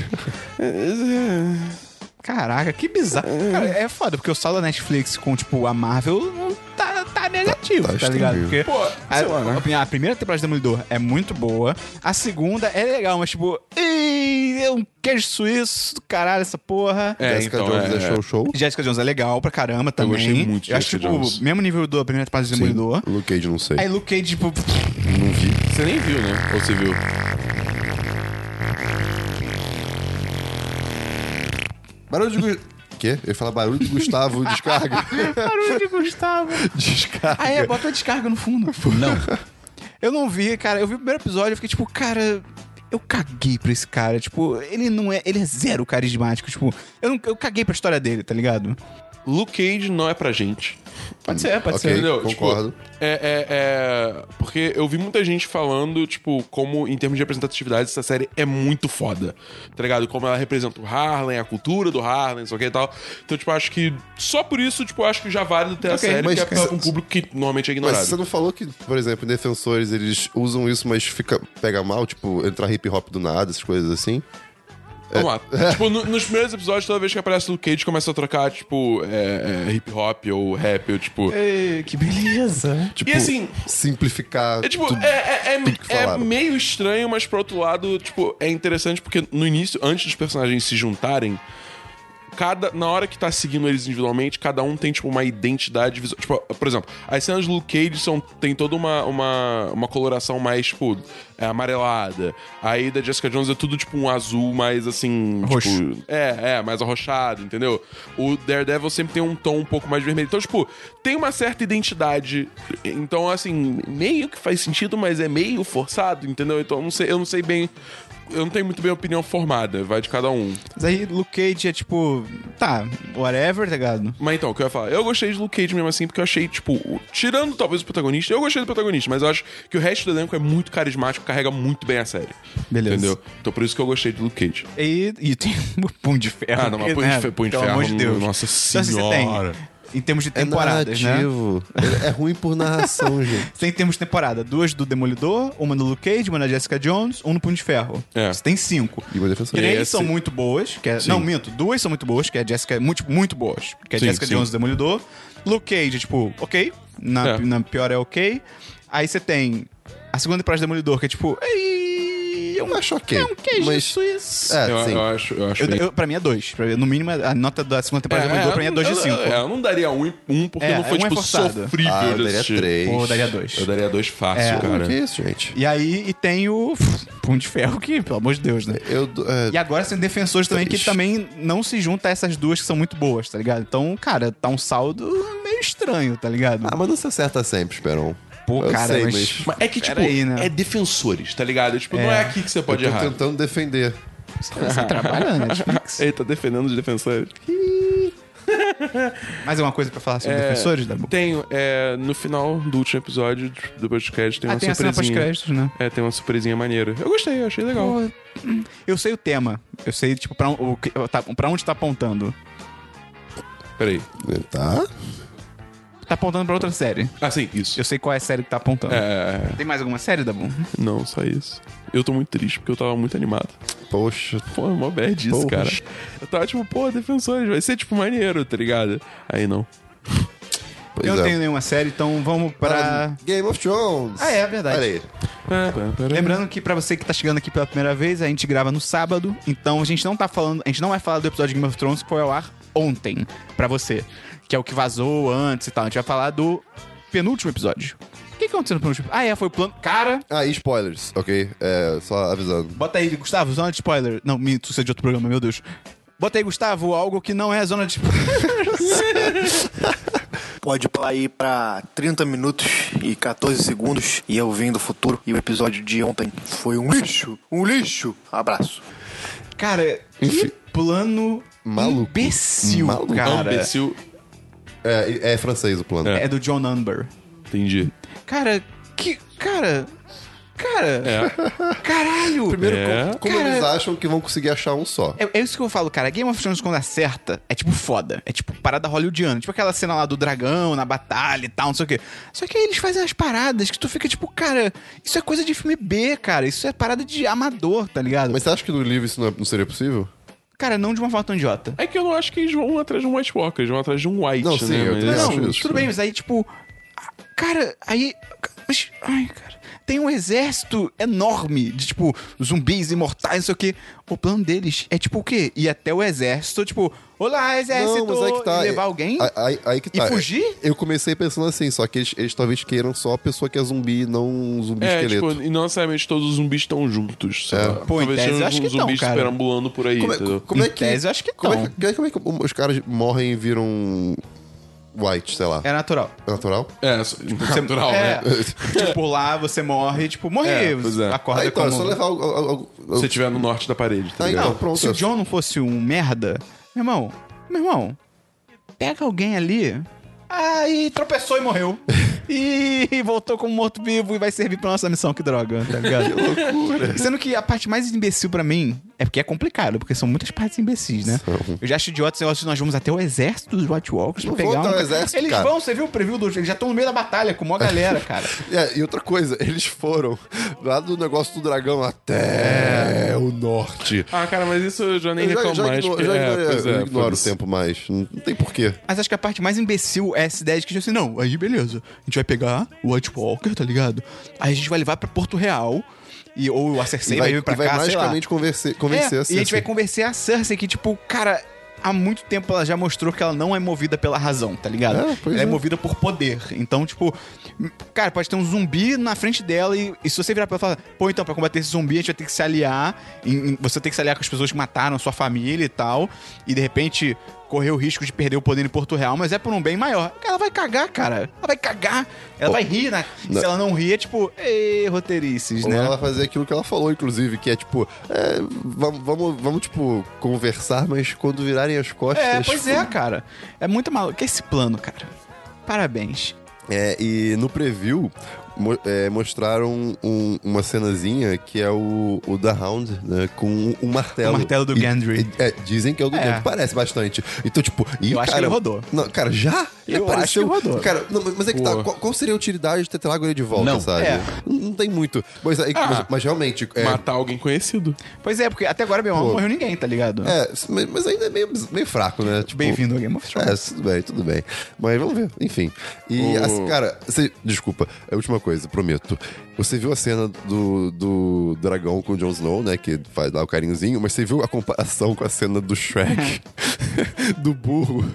[SPEAKER 1] Caraca, que bizarro. Cara, é foda, porque o saldo da Netflix com, tipo, a Marvel tá, tá negativo,
[SPEAKER 3] Tá
[SPEAKER 1] tá,
[SPEAKER 3] estranho.
[SPEAKER 1] ligado? Porque
[SPEAKER 2] Pô, né?
[SPEAKER 1] a, a- a primeira temporada de Demolidor é muito boa, a segunda é legal, mas, tipo, "Ih, é um queijo suíço do caralho essa porra.
[SPEAKER 2] É,
[SPEAKER 3] <laughs> Jessica
[SPEAKER 2] então,
[SPEAKER 3] Jones
[SPEAKER 2] é,
[SPEAKER 3] achou
[SPEAKER 2] é.
[SPEAKER 3] o show.
[SPEAKER 1] Jessica Jones é legal pra caramba também.
[SPEAKER 2] gostei muito de
[SPEAKER 1] Eu acho,
[SPEAKER 2] Jessica
[SPEAKER 1] tipo,
[SPEAKER 2] Jones.
[SPEAKER 1] mesmo nível da primeira temporada de Demolidor.
[SPEAKER 3] Luke Cage, não sei.
[SPEAKER 1] Aí Luke Cage, tipo,
[SPEAKER 3] Não vi.
[SPEAKER 2] Você nem viu, né? Ou você viu?
[SPEAKER 3] Barulho de Gustavo. Quê? Eu ia falar barulho de Gustavo, descarga.
[SPEAKER 1] <laughs>
[SPEAKER 3] <laughs>
[SPEAKER 1] Barulho de Gustavo.
[SPEAKER 3] descarga.
[SPEAKER 1] Ah, é, bota a <laughs> descarga no fundo. Não. <laughs> Eu não vi, cara. Eu vi o primeiro episódio e fiquei tipo, cara. Eu caguei pra esse cara. Tipo, ele não é. Ele é zero carismático. Tipo, eu, não, eu caguei pra história dele, tá ligado?
[SPEAKER 2] Luke Cage não é pra gente.
[SPEAKER 1] Pode ser, pode
[SPEAKER 3] Ok.
[SPEAKER 1] ser.
[SPEAKER 2] Entendeu?
[SPEAKER 3] concordo.
[SPEAKER 2] Tipo, é, é, é. Porque eu vi muita gente falando, tipo, como em termos de representatividade, essa série é muito foda. Tá ligado? Como ela representa o Harlem, a cultura do Harlem, não sei o que e tal. Então, tipo, acho que só por isso, tipo, acho que já vale ter a
[SPEAKER 3] Ok,
[SPEAKER 2] série,
[SPEAKER 3] mas,
[SPEAKER 2] que é pra
[SPEAKER 3] cara,
[SPEAKER 2] um público que normalmente é ignorado.
[SPEAKER 3] Mas você não falou que, por exemplo, em defensores eles usam isso, mas fica, pega mal, tipo, entrar hip hop do nada, essas coisas assim?
[SPEAKER 2] Vamos lá.
[SPEAKER 3] é.
[SPEAKER 2] tipo, no- nos primeiros episódios, toda vez que aparece o Luke Cage, começa a trocar, tipo, é, é, hip hop ou rap, ou tipo.
[SPEAKER 1] Ei, que beleza.
[SPEAKER 3] Tipo,
[SPEAKER 2] E assim,
[SPEAKER 3] simplificar.
[SPEAKER 2] É, tipo,
[SPEAKER 3] tudo.
[SPEAKER 2] é, é- é-
[SPEAKER 3] tudo que
[SPEAKER 2] é
[SPEAKER 3] falaram.
[SPEAKER 2] meio estranho, mas por outro lado, tipo, é interessante porque no início, antes dos personagens se juntarem, cada na hora que tá seguindo eles individualmente, cada um tem, tipo, uma identidade visual. Tipo, por exemplo, as cenas do Luke Cage são, tem toda uma, uma, uma coloração mais, tipo, é, amarelada. Aí da Jessica Jones é tudo, tipo, um azul mais, assim,
[SPEAKER 1] Roxo.
[SPEAKER 2] tipo, é, é, mais arrochado, entendeu? O Daredevil sempre tem um tom um pouco mais vermelho. Então, tipo, tem uma certa identidade. Então, assim, meio que faz sentido, mas é meio forçado, entendeu? Então, eu não sei, eu não sei bem. Eu não tenho muito bem opinião formada, vai de cada um.
[SPEAKER 1] Mas aí Luke Cage é tipo. Tá, whatever, tá ligado?
[SPEAKER 2] Mas então, o que eu ia falar? Eu gostei de Luke Cage mesmo assim, porque eu achei, tipo, o- tirando talvez o protagonista, eu gostei do protagonista, mas eu acho que o resto do elenco é muito carismático, carrega muito bem a série.
[SPEAKER 1] Beleza.
[SPEAKER 2] Entendeu? Então por isso que eu gostei de Luke Cage.
[SPEAKER 1] E, e tem o Punho de Ferro.
[SPEAKER 2] Ah, não, mas
[SPEAKER 1] que,
[SPEAKER 2] Punho de Fe- Punho de
[SPEAKER 1] pelo
[SPEAKER 2] Ferro,
[SPEAKER 1] amor de Deus.
[SPEAKER 2] nossa
[SPEAKER 1] assim, você tem,
[SPEAKER 2] senhora.
[SPEAKER 1] em termos de
[SPEAKER 3] É
[SPEAKER 1] temporadas, né?
[SPEAKER 3] narrativo. É- É ruim
[SPEAKER 1] <laughs>
[SPEAKER 3] por narração, gente.
[SPEAKER 1] Você tem termos de temporada. Duas do Demolidor, uma no Luke Cage, uma na Jessica Jones, um no Punho de Ferro.
[SPEAKER 2] É.
[SPEAKER 1] Você tem cinco.
[SPEAKER 3] E uma defensora.
[SPEAKER 1] Três
[SPEAKER 2] E esse-
[SPEAKER 1] são muito boas. Que é, não, minto. Duas são muito boas, que é a Jessica... Muito, muito boas. Que é
[SPEAKER 2] Sim,
[SPEAKER 1] Jessica
[SPEAKER 2] sim.
[SPEAKER 1] Jones, Demolidor. Luke Cage, tipo, ok. Na,
[SPEAKER 2] É.
[SPEAKER 1] na pior é ok. Aí você tem a segunda temporada de Demolidor, que é tipo... "Ei, é um-
[SPEAKER 3] Eu acho ok.
[SPEAKER 1] É um queijo
[SPEAKER 3] mas...
[SPEAKER 1] suíço.
[SPEAKER 3] É,
[SPEAKER 2] eu,
[SPEAKER 3] sim.
[SPEAKER 2] eu acho, eu acho
[SPEAKER 1] Eu,
[SPEAKER 2] bem-
[SPEAKER 1] eu- pra mim é dois. Pra- no mínimo, a nota da segunda temporada de Demolidor pra mim é dois de
[SPEAKER 2] eu-
[SPEAKER 1] cinco.
[SPEAKER 2] Eu, eu não daria um, um porque
[SPEAKER 1] É,
[SPEAKER 2] não foi,
[SPEAKER 1] um é
[SPEAKER 2] tipo,
[SPEAKER 1] forçado.
[SPEAKER 2] sofrível
[SPEAKER 3] Ah, eu
[SPEAKER 2] de
[SPEAKER 3] daria
[SPEAKER 2] assistir.
[SPEAKER 3] três.
[SPEAKER 1] Pô, eu daria dois.
[SPEAKER 2] Eu daria dois fácil,
[SPEAKER 1] É.
[SPEAKER 3] Pô,
[SPEAKER 2] cara.
[SPEAKER 3] que isso, gente?
[SPEAKER 1] E aí, e tem o <laughs> Punho de Ferro, que, pelo amor de Deus, né?
[SPEAKER 3] Eu, do- é,
[SPEAKER 1] E agora tem defensores também que
[SPEAKER 3] Três.
[SPEAKER 1] também não se junta a essas duas que são muito boas, tá ligado? Então, cara, tá um saldo meio estranho, tá ligado?
[SPEAKER 3] Ah, mas não se acerta sempre, Esperon.
[SPEAKER 1] Pô,
[SPEAKER 3] eu
[SPEAKER 1] cara,
[SPEAKER 3] sei,
[SPEAKER 1] mas-
[SPEAKER 2] Mas é que,
[SPEAKER 1] Pera
[SPEAKER 2] tipo,
[SPEAKER 1] aí, né?
[SPEAKER 2] é defensores, tá ligado? Tipo, não
[SPEAKER 1] É.
[SPEAKER 2] é aqui que você
[SPEAKER 3] Eu
[SPEAKER 2] pode
[SPEAKER 3] tô
[SPEAKER 2] errar.
[SPEAKER 3] tentando defender.
[SPEAKER 1] Você tá é trabalha na Netflix.
[SPEAKER 2] <laughs> Ele tá defendendo os defensores.
[SPEAKER 1] Mais alguma coisa pra falar
[SPEAKER 2] É.
[SPEAKER 1] sobre defensores, Dabu?
[SPEAKER 2] Tenho. É, no final do último episódio do podcast tem
[SPEAKER 1] Ah,
[SPEAKER 2] uma
[SPEAKER 1] tem a cena
[SPEAKER 2] surpresinha.
[SPEAKER 1] pós-créditos, né?
[SPEAKER 2] É, tem uma surpresinha maneira. Eu gostei, eu achei legal.
[SPEAKER 1] Pô, Eu sei o tema. Eu sei, tipo, pra, on- o que- tá- pra onde tá apontando.
[SPEAKER 2] Peraí.
[SPEAKER 3] Tá?
[SPEAKER 1] Tá apontando pra outra série.
[SPEAKER 2] Ah, sim, isso.
[SPEAKER 1] Eu sei qual é a série que tá apontando.
[SPEAKER 2] É,
[SPEAKER 1] Tem mais alguma série, Dabu?
[SPEAKER 2] não, só isso. Eu tô muito triste porque eu tava muito animado.
[SPEAKER 3] Poxa.
[SPEAKER 2] Pô, é mó bad isso,
[SPEAKER 3] Porra.
[SPEAKER 2] cara. Eu tava tipo, pô, defensores, vai ser tipo maneiro, tá ligado? Aí não.
[SPEAKER 3] Pois
[SPEAKER 1] Eu não
[SPEAKER 3] é.
[SPEAKER 1] tenho nenhuma série, então vamos pra...
[SPEAKER 3] Game of Thrones.
[SPEAKER 1] Ah, é, verdade.
[SPEAKER 3] Olha aí.
[SPEAKER 2] É,
[SPEAKER 1] Lembrando que pra você que tá chegando aqui pela primeira vez, a gente grava no sábado, então a gente não tá falando, a gente não vai falar do episódio de Game of Thrones que foi ao ar ontem pra você, que é o que vazou antes e tal. A gente vai falar do penúltimo episódio. O que que aconteceu no penúltimo? Ah, é, foi o plano. Cara,
[SPEAKER 3] Ah, e spoilers, ok? É, só avisando.
[SPEAKER 1] bota aí, Gustavo, zona de spoiler. Não, me isso é de outro programa, meu Deus. Bota aí, Gustavo, algo que não é zona de
[SPEAKER 7] Pode pular aí pra 30 minutos e 14 segundos e eu vim do futuro e o episódio de ontem foi um lixo, um lixo. Abraço.
[SPEAKER 1] <laughs> Cara, que plano
[SPEAKER 3] Maluco.
[SPEAKER 1] imbecil,
[SPEAKER 3] Maluco.
[SPEAKER 1] cara.
[SPEAKER 2] Imbecil.
[SPEAKER 3] É, é francês o plano.
[SPEAKER 1] É do John Number.
[SPEAKER 2] Entendi.
[SPEAKER 1] Cara, que. Cara. Cara. Caralho.
[SPEAKER 3] Primeiro,
[SPEAKER 2] É.
[SPEAKER 3] como, como
[SPEAKER 1] Cara-
[SPEAKER 3] eles acham que vão conseguir achar um só?
[SPEAKER 1] É, é isso que eu falo, cara. Game of Thrones, quando acerta, é tipo foda. É tipo parada hollywoodiana. Tipo aquela cena lá do dragão, na batalha e tal, não sei o quê. Só que aí eles fazem as paradas que tu fica tipo, cara, isso é coisa de filme B, cara. Isso é parada de amador, tá ligado?
[SPEAKER 3] Mas você acha que no livro isso não, é- não seria possível?
[SPEAKER 1] cara, não de uma forma tão idiota.
[SPEAKER 2] É que eu não acho que eles vão atrás de um White Walker, eles vão atrás de um White,
[SPEAKER 3] Não,
[SPEAKER 2] né?
[SPEAKER 3] sim, eu
[SPEAKER 2] Mas-
[SPEAKER 3] também
[SPEAKER 1] Não,
[SPEAKER 3] acho
[SPEAKER 1] tudo
[SPEAKER 3] isso.
[SPEAKER 1] bem, mas aí, tipo. a- Cara, aí. mas- ai, cara. Tem um exército enorme de, tipo, zumbis imortais, não sei o quê. O plano deles é, tipo, o quê? Ir até o exército, tipo, Olá, exército!
[SPEAKER 3] Não, mas aí que tá.
[SPEAKER 1] e levar alguém?
[SPEAKER 3] Aí, aí- aí que
[SPEAKER 1] E
[SPEAKER 3] tá.
[SPEAKER 1] fugir?
[SPEAKER 3] Eu comecei pensando assim, só que eles, eles talvez queiram só a pessoa que é zumbi, não um zumbi
[SPEAKER 2] É,
[SPEAKER 3] esqueleto.
[SPEAKER 2] tipo, e não necessariamente todos os zumbis estão juntos. sei
[SPEAKER 3] É.
[SPEAKER 2] lá.
[SPEAKER 1] Pô, em
[SPEAKER 2] Talvez
[SPEAKER 1] tese,
[SPEAKER 2] tenha
[SPEAKER 1] eu acho que é
[SPEAKER 2] uns zumbis
[SPEAKER 1] tão, cara.
[SPEAKER 2] perambulando por aí,
[SPEAKER 3] Como é,
[SPEAKER 2] entendeu?
[SPEAKER 3] como é
[SPEAKER 1] Em
[SPEAKER 3] que.
[SPEAKER 1] tese, eu acho que
[SPEAKER 3] como,
[SPEAKER 1] não.
[SPEAKER 3] é, que- como é que os caras morrem e viram white, sei lá?
[SPEAKER 1] É natural.
[SPEAKER 3] É natural?
[SPEAKER 2] É, só- tipo,
[SPEAKER 1] <laughs>
[SPEAKER 2] natural,
[SPEAKER 1] é.
[SPEAKER 2] né?
[SPEAKER 1] tipo, lá você morre, tipo, morri.
[SPEAKER 2] É, pois
[SPEAKER 1] você
[SPEAKER 2] é.
[SPEAKER 1] Acorda
[SPEAKER 3] ah, então, é
[SPEAKER 1] como-
[SPEAKER 3] só levar o. o- o- o-
[SPEAKER 2] Se você estiver no norte da parede, tá
[SPEAKER 3] Ah,
[SPEAKER 2] ligado?
[SPEAKER 3] então, pronto.
[SPEAKER 1] Se o John não fosse um merda, meu irmão, meu irmão, pega alguém ali. Aí tropeçou e morreu. <laughs> e voltou como morto-vivo e vai servir pra nossa missão, que droga, tá ligado? <laughs> que loucura. Sendo que a parte mais imbecil pra mim é porque é complicado, porque são muitas partes imbecis, né? Eu já acho idiota esse negócio de nós vamos até o exército dos White Walkers pra
[SPEAKER 3] Não
[SPEAKER 1] pegar
[SPEAKER 3] volta
[SPEAKER 1] um.
[SPEAKER 3] ao exército,
[SPEAKER 1] eles
[SPEAKER 3] cara.
[SPEAKER 1] vão, você viu o preview do. Eles já estão no meio da batalha com uma <laughs> galera, cara.
[SPEAKER 3] É, e outra coisa, <laughs> eles foram lá do negócio do dragão até o norte.
[SPEAKER 2] Ah, cara, mas isso eu já nem
[SPEAKER 3] Eu
[SPEAKER 2] reclamo
[SPEAKER 3] já, já
[SPEAKER 2] mais.
[SPEAKER 3] igno-
[SPEAKER 2] porque-
[SPEAKER 3] já
[SPEAKER 2] é,
[SPEAKER 3] ignorei-
[SPEAKER 2] pois é,
[SPEAKER 3] eu ignoro o
[SPEAKER 2] foda-se.
[SPEAKER 3] tempo mais. Não tem porquê.
[SPEAKER 1] Mas acho que a parte mais imbecil é essa ideia de que, assim, não, aí beleza, a gente vai pegar o White Walker, tá ligado? Aí a gente vai levar pra Porto Real, e, ou a Cersei vai, vir pra
[SPEAKER 3] e vai
[SPEAKER 1] cá, sei lá.
[SPEAKER 3] magicamente convencer,
[SPEAKER 1] É,
[SPEAKER 3] convencer assim, tipo,
[SPEAKER 1] E a gente
[SPEAKER 3] Cersei.
[SPEAKER 1] vai convencer a Cersei que, tipo, cara, há muito tempo ela já mostrou que ela não é movida pela razão, tá ligado?
[SPEAKER 3] É, pois
[SPEAKER 1] ela é.
[SPEAKER 3] é.
[SPEAKER 1] movida por poder. Então, tipo, cara, pode ter um zumbi na frente dela e, e se você virar pra ela e falar, pô, então, pra combater esse zumbi a gente vai ter que se aliar, em- em- você tem que se aliar com as pessoas que mataram sua família e tal, e de repente correr o risco de perder o poder em Porto Real, mas é por um bem maior. Cara, Ela vai cagar, cara. Ela vai cagar. Ela vai rir, né? Se ela não rir, é tipo, ei, roteirices,
[SPEAKER 3] Ou
[SPEAKER 1] né?
[SPEAKER 3] ela vai fazer aquilo que ela falou, inclusive, que é tipo, é, vamos, vamos, vamos, tipo, conversar, mas quando virarem as costas.
[SPEAKER 1] É, pois é, cara. É muito maluco. Que esse plano, cara. Parabéns.
[SPEAKER 3] É, e no preview mo- é, mostraram um- uma cenazinha que é o, o The Hound, né? Com um martelo.
[SPEAKER 1] O martelo do
[SPEAKER 3] E-
[SPEAKER 1] Gendry.
[SPEAKER 3] e- é, dizem que é o do
[SPEAKER 1] É.
[SPEAKER 3] Gendry. Parece bastante. Então, tipo, e,
[SPEAKER 1] Eu acho que
[SPEAKER 3] cara,
[SPEAKER 1] ele rodou.
[SPEAKER 3] Não, cara, já?
[SPEAKER 1] Eu acho que rodou.
[SPEAKER 3] Cara, não, mas- mas é que tá.
[SPEAKER 2] Pô.
[SPEAKER 3] Qual, qual seria a utilidade de ter trago ele de volta,
[SPEAKER 2] Não.
[SPEAKER 3] sabe?
[SPEAKER 1] É. Ah.
[SPEAKER 3] Não, não tem muito. Pois é, mas, mas realmente. é,
[SPEAKER 2] Matar alguém conhecido.
[SPEAKER 1] Pois é, porque até agora, meu irmão, não morreu ninguém, tá ligado?
[SPEAKER 3] é, mas- mas ainda é meio, meio fraco, né? Tipo,
[SPEAKER 1] Bem-vindo ao Game of
[SPEAKER 3] É,
[SPEAKER 1] Thrones.
[SPEAKER 3] tudo bem, tudo bem. Mas vamos ver, enfim. E,
[SPEAKER 2] O-
[SPEAKER 3] assim, cara, você- desculpa, é a última coisa, prometo. Você viu a cena do, do dragão com o Jon Snow, né? Que faz lá o carinhozinho, mas você viu a comparação com a cena do Shrek, <laughs> do burro.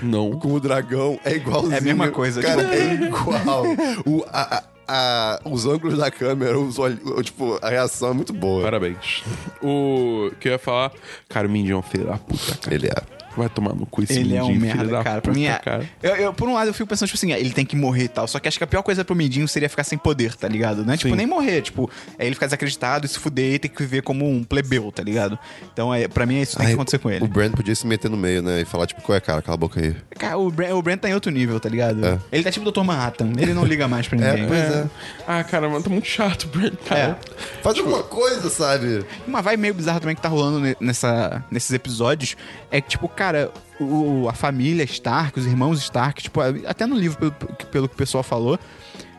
[SPEAKER 2] Não.
[SPEAKER 3] Com o dragão é igualzinho.
[SPEAKER 1] É a mesma coisa,
[SPEAKER 3] Cara,
[SPEAKER 1] tipo-
[SPEAKER 3] é igual. O- a- a- a- os ângulos da câmera, os olhos. Tipo, a reação é muito boa.
[SPEAKER 2] Parabéns. O que eu ia falar. Cara, o Mindinho é um filho da puta, cara.
[SPEAKER 3] Ele é.
[SPEAKER 2] Vai tomar no cu esse
[SPEAKER 1] Ele é
[SPEAKER 2] Mindinho,
[SPEAKER 1] um
[SPEAKER 2] filho
[SPEAKER 1] merda,
[SPEAKER 2] da
[SPEAKER 1] cara. pra
[SPEAKER 2] puta,
[SPEAKER 1] mim é.
[SPEAKER 2] cara.
[SPEAKER 1] Eu, eu, por um lado, eu fico pensando, tipo assim, ah, ele tem que morrer e tal. Só que acho que a pior coisa pro Mindinho seria ficar sem poder, tá ligado? Não é tipo
[SPEAKER 2] Sim.
[SPEAKER 1] nem morrer, tipo, é ele ficar desacreditado e se fuder e ter que viver como um plebeu, tá ligado? Então, é, pra mim, isso tem
[SPEAKER 3] Ai,
[SPEAKER 1] que acontecer com ele.
[SPEAKER 3] O Brand podia se meter no meio, né? E falar, tipo, qual é, cara? Cala a boca aí.
[SPEAKER 1] Cara, o Brent, o Brent tá em outro nível, tá ligado? Ele tá tipo o Dr. Manhattan. Ele não liga mais pra ninguém.
[SPEAKER 3] pois <laughs> é.
[SPEAKER 2] Ah, cara, mas tá muito chato, Brent,
[SPEAKER 1] É.
[SPEAKER 2] cara.
[SPEAKER 3] Faz
[SPEAKER 1] Tipo
[SPEAKER 3] alguma coisa, sabe?
[SPEAKER 1] Uma vibe meio bizarra também que tá rolando ne- nessa, nesses episódios é que, tipo, cara, o, a família Stark, os irmãos Stark, tipo, até no livro, pelo, pelo que o pessoal falou,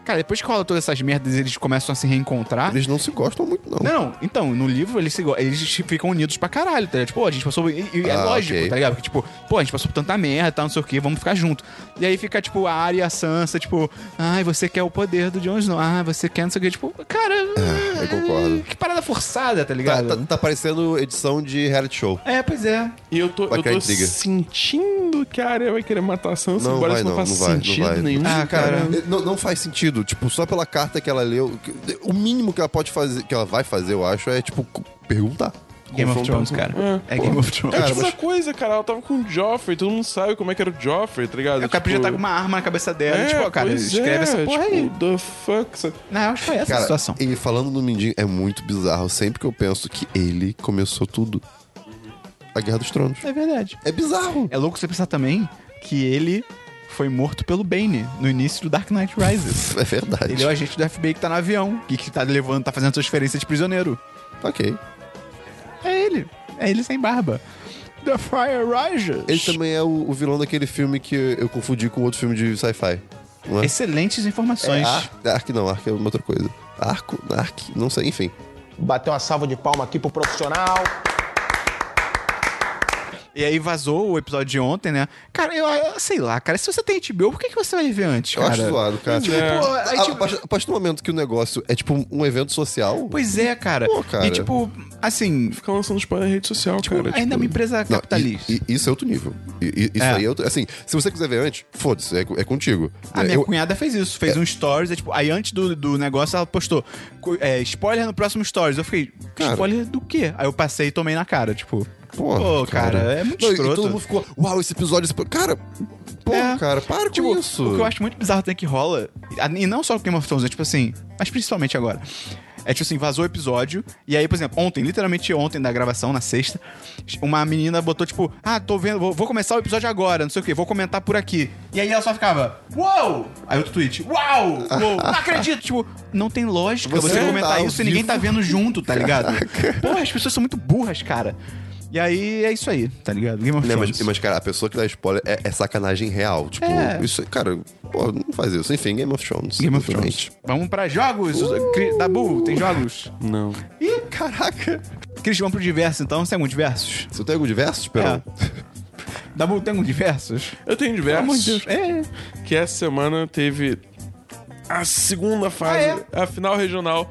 [SPEAKER 1] cara, depois que rola todas essas merdas eles começam a se reencontrar.
[SPEAKER 3] Eles não se gostam muito, não.
[SPEAKER 1] Não, não, então, no livro eles, se go- eles ficam unidos pra caralho, tá ligado? Tipo, pô, a gente passou. E, e é
[SPEAKER 3] Ah,
[SPEAKER 1] lógico,
[SPEAKER 3] ok.
[SPEAKER 1] tá ligado? Porque, tipo, pô, a gente passou por tanta merda, tá, não sei o quê, vamos ficar junto. E aí fica, tipo, a Arya e a Sansa, tipo, ai, você quer o poder do Jon Snow, ah, você quer não sei o quê, tipo, cara.
[SPEAKER 3] É, eu concordo.
[SPEAKER 1] Que parada forçada, tá
[SPEAKER 3] Tá,
[SPEAKER 1] ligado?
[SPEAKER 3] tá, tá parecendo edição de reality show.
[SPEAKER 1] É, pois é.
[SPEAKER 2] E eu tô,
[SPEAKER 3] Vai
[SPEAKER 2] eu
[SPEAKER 3] cair
[SPEAKER 2] tô
[SPEAKER 3] intriga.
[SPEAKER 2] sentindo que a área vai querer matar a Sansa,
[SPEAKER 3] Não
[SPEAKER 2] embora
[SPEAKER 3] vai,
[SPEAKER 2] isso não,
[SPEAKER 3] não,
[SPEAKER 2] faça
[SPEAKER 3] não vai, não
[SPEAKER 2] sentido
[SPEAKER 3] vai.
[SPEAKER 2] nenhum.
[SPEAKER 1] Ah, cara.
[SPEAKER 3] Não, não faz sentido. Tipo, só pela carta que ela leu. que- O mínimo que ela pode fazer, que ela vai fazer, eu acho, é, tipo, cu- perguntar.
[SPEAKER 1] Game of Thrones, cara. É, Game of Thrones.
[SPEAKER 2] É
[SPEAKER 3] Cara,
[SPEAKER 2] tipo
[SPEAKER 3] mas-
[SPEAKER 2] essa coisa, cara. Ela tava com o Joffrey, todo mundo sabe como é que era o Joffrey, tá ligado?
[SPEAKER 1] É, o cara podia estar com uma arma na cabeça dela.
[SPEAKER 2] É,
[SPEAKER 1] tipo, ó, cara,
[SPEAKER 2] pois
[SPEAKER 1] escreve
[SPEAKER 2] é,
[SPEAKER 1] essa porra
[SPEAKER 2] tipo,
[SPEAKER 1] aí.
[SPEAKER 2] The fuck? tá sabe?
[SPEAKER 1] Não, acho que foi essa a
[SPEAKER 3] Cara,
[SPEAKER 1] situação.
[SPEAKER 3] e falando no Mindinho, é muito bizarro. Sempre que eu penso que ele começou tudo. A Guerra dos Tronos.
[SPEAKER 1] É verdade.
[SPEAKER 3] É bizarro.
[SPEAKER 1] É louco você pensar também que ele foi morto pelo Bane no início do Dark Knight Rises.
[SPEAKER 3] É verdade.
[SPEAKER 1] Ele é o agente do FBI que tá no avião e que tá levando, tá fazendo transferência de prisioneiro.
[SPEAKER 3] Ok.
[SPEAKER 1] É ele. É ele sem barba. The Fire Rises.
[SPEAKER 3] Ele também é o, o vilão daquele filme que eu confundi com outro filme de sci-fi. não é?
[SPEAKER 1] Excelentes
[SPEAKER 3] É,
[SPEAKER 1] informações.
[SPEAKER 3] Ark, Ark não, Ark é uma outra coisa. Arco, Ark, não sei, enfim.
[SPEAKER 4] Bateu uma salva de palma aqui pro profissional.
[SPEAKER 1] E aí vazou o episódio de ontem, né? Cara, eu, eu sei lá, cara. Se você tem HBO, por que, que você vai ver antes,
[SPEAKER 3] Eu
[SPEAKER 1] cara?
[SPEAKER 3] acho zoado, cara.
[SPEAKER 1] Tipo, pô, aí,
[SPEAKER 3] a,
[SPEAKER 1] tipo-
[SPEAKER 3] a partir- a partir do momento que o negócio é tipo um evento social.
[SPEAKER 1] Pois é, cara.
[SPEAKER 3] Pô, cara.
[SPEAKER 1] E tipo, assim,
[SPEAKER 2] Ficar lançando spoiler na rede social,
[SPEAKER 1] tipo,
[SPEAKER 2] cara.
[SPEAKER 1] ainda é
[SPEAKER 2] tipo,
[SPEAKER 1] uma empresa
[SPEAKER 3] Não,
[SPEAKER 1] capitalista.
[SPEAKER 3] i- i- isso é outro nível. I- i- isso
[SPEAKER 1] É.
[SPEAKER 3] aí é outro. Assim, se você quiser ver antes, foda-se, é, co- é contigo.
[SPEAKER 1] A
[SPEAKER 3] É,
[SPEAKER 1] minha
[SPEAKER 3] eu-
[SPEAKER 1] cunhada fez isso, fez um stories, é, tipo, aí antes do, do negócio ela postou co- é, spoiler no próximo stories. Eu fiquei,
[SPEAKER 3] Cara.
[SPEAKER 1] spoiler do quê? Aí eu passei e tomei na cara, tipo,
[SPEAKER 3] Pô,
[SPEAKER 1] pô, cara,
[SPEAKER 3] cara.
[SPEAKER 1] é muito
[SPEAKER 3] Não, e- e
[SPEAKER 1] escroto.
[SPEAKER 3] todo mundo ficou, uau, esse episódio. esse- Cara, pô,
[SPEAKER 1] É.
[SPEAKER 3] cara, para
[SPEAKER 1] Tipo,
[SPEAKER 3] com isso.
[SPEAKER 1] o que eu acho muito bizarro também que rola, e não só com Game of Thrones, é tipo assim, mas principalmente agora. É tipo assim, vazou o episódio, e aí, por exemplo, ontem, literalmente ontem da gravação, na sexta, uma menina botou tipo, ah, tô vendo, vou, vou começar o episódio agora, não sei o quê, vou comentar por aqui. E aí ela só ficava, uou! Aí outro tweet, uau!
[SPEAKER 3] <laughs>
[SPEAKER 1] uou, não acredito! tipo, não tem lógica
[SPEAKER 3] Você
[SPEAKER 1] você,
[SPEAKER 3] não
[SPEAKER 1] comentar
[SPEAKER 3] tá ao
[SPEAKER 1] isso e ninguém
[SPEAKER 3] vivo.
[SPEAKER 1] tá vendo junto, tá ligado? Porra, as pessoas são muito burras, cara. E aí é isso aí, tá ligado? Game of
[SPEAKER 3] Né,
[SPEAKER 1] Thrones.
[SPEAKER 3] mas, mas, cara, a pessoa que dá spoiler é, é sacanagem real. Tipo,
[SPEAKER 1] É.
[SPEAKER 3] isso, cara, pô, não faz isso. Enfim, Game of Thrones.
[SPEAKER 1] Game of
[SPEAKER 3] exatamente.
[SPEAKER 1] Thrones. Vamos pra jogos. Cri- Dabu, tem jogos?
[SPEAKER 2] Não.
[SPEAKER 1] Ih, caraca. Cris, vamos pro diverso então. Você tem algum diversos?
[SPEAKER 3] Você tem algum diverso, Esperão?
[SPEAKER 1] É. Dabu, tem algum diversos?
[SPEAKER 2] Eu tenho
[SPEAKER 1] Pelo amor
[SPEAKER 2] diversos.
[SPEAKER 1] de Deus. É.
[SPEAKER 2] que essa semana teve a segunda
[SPEAKER 1] Ah,
[SPEAKER 2] fase,
[SPEAKER 1] é?
[SPEAKER 2] a final regional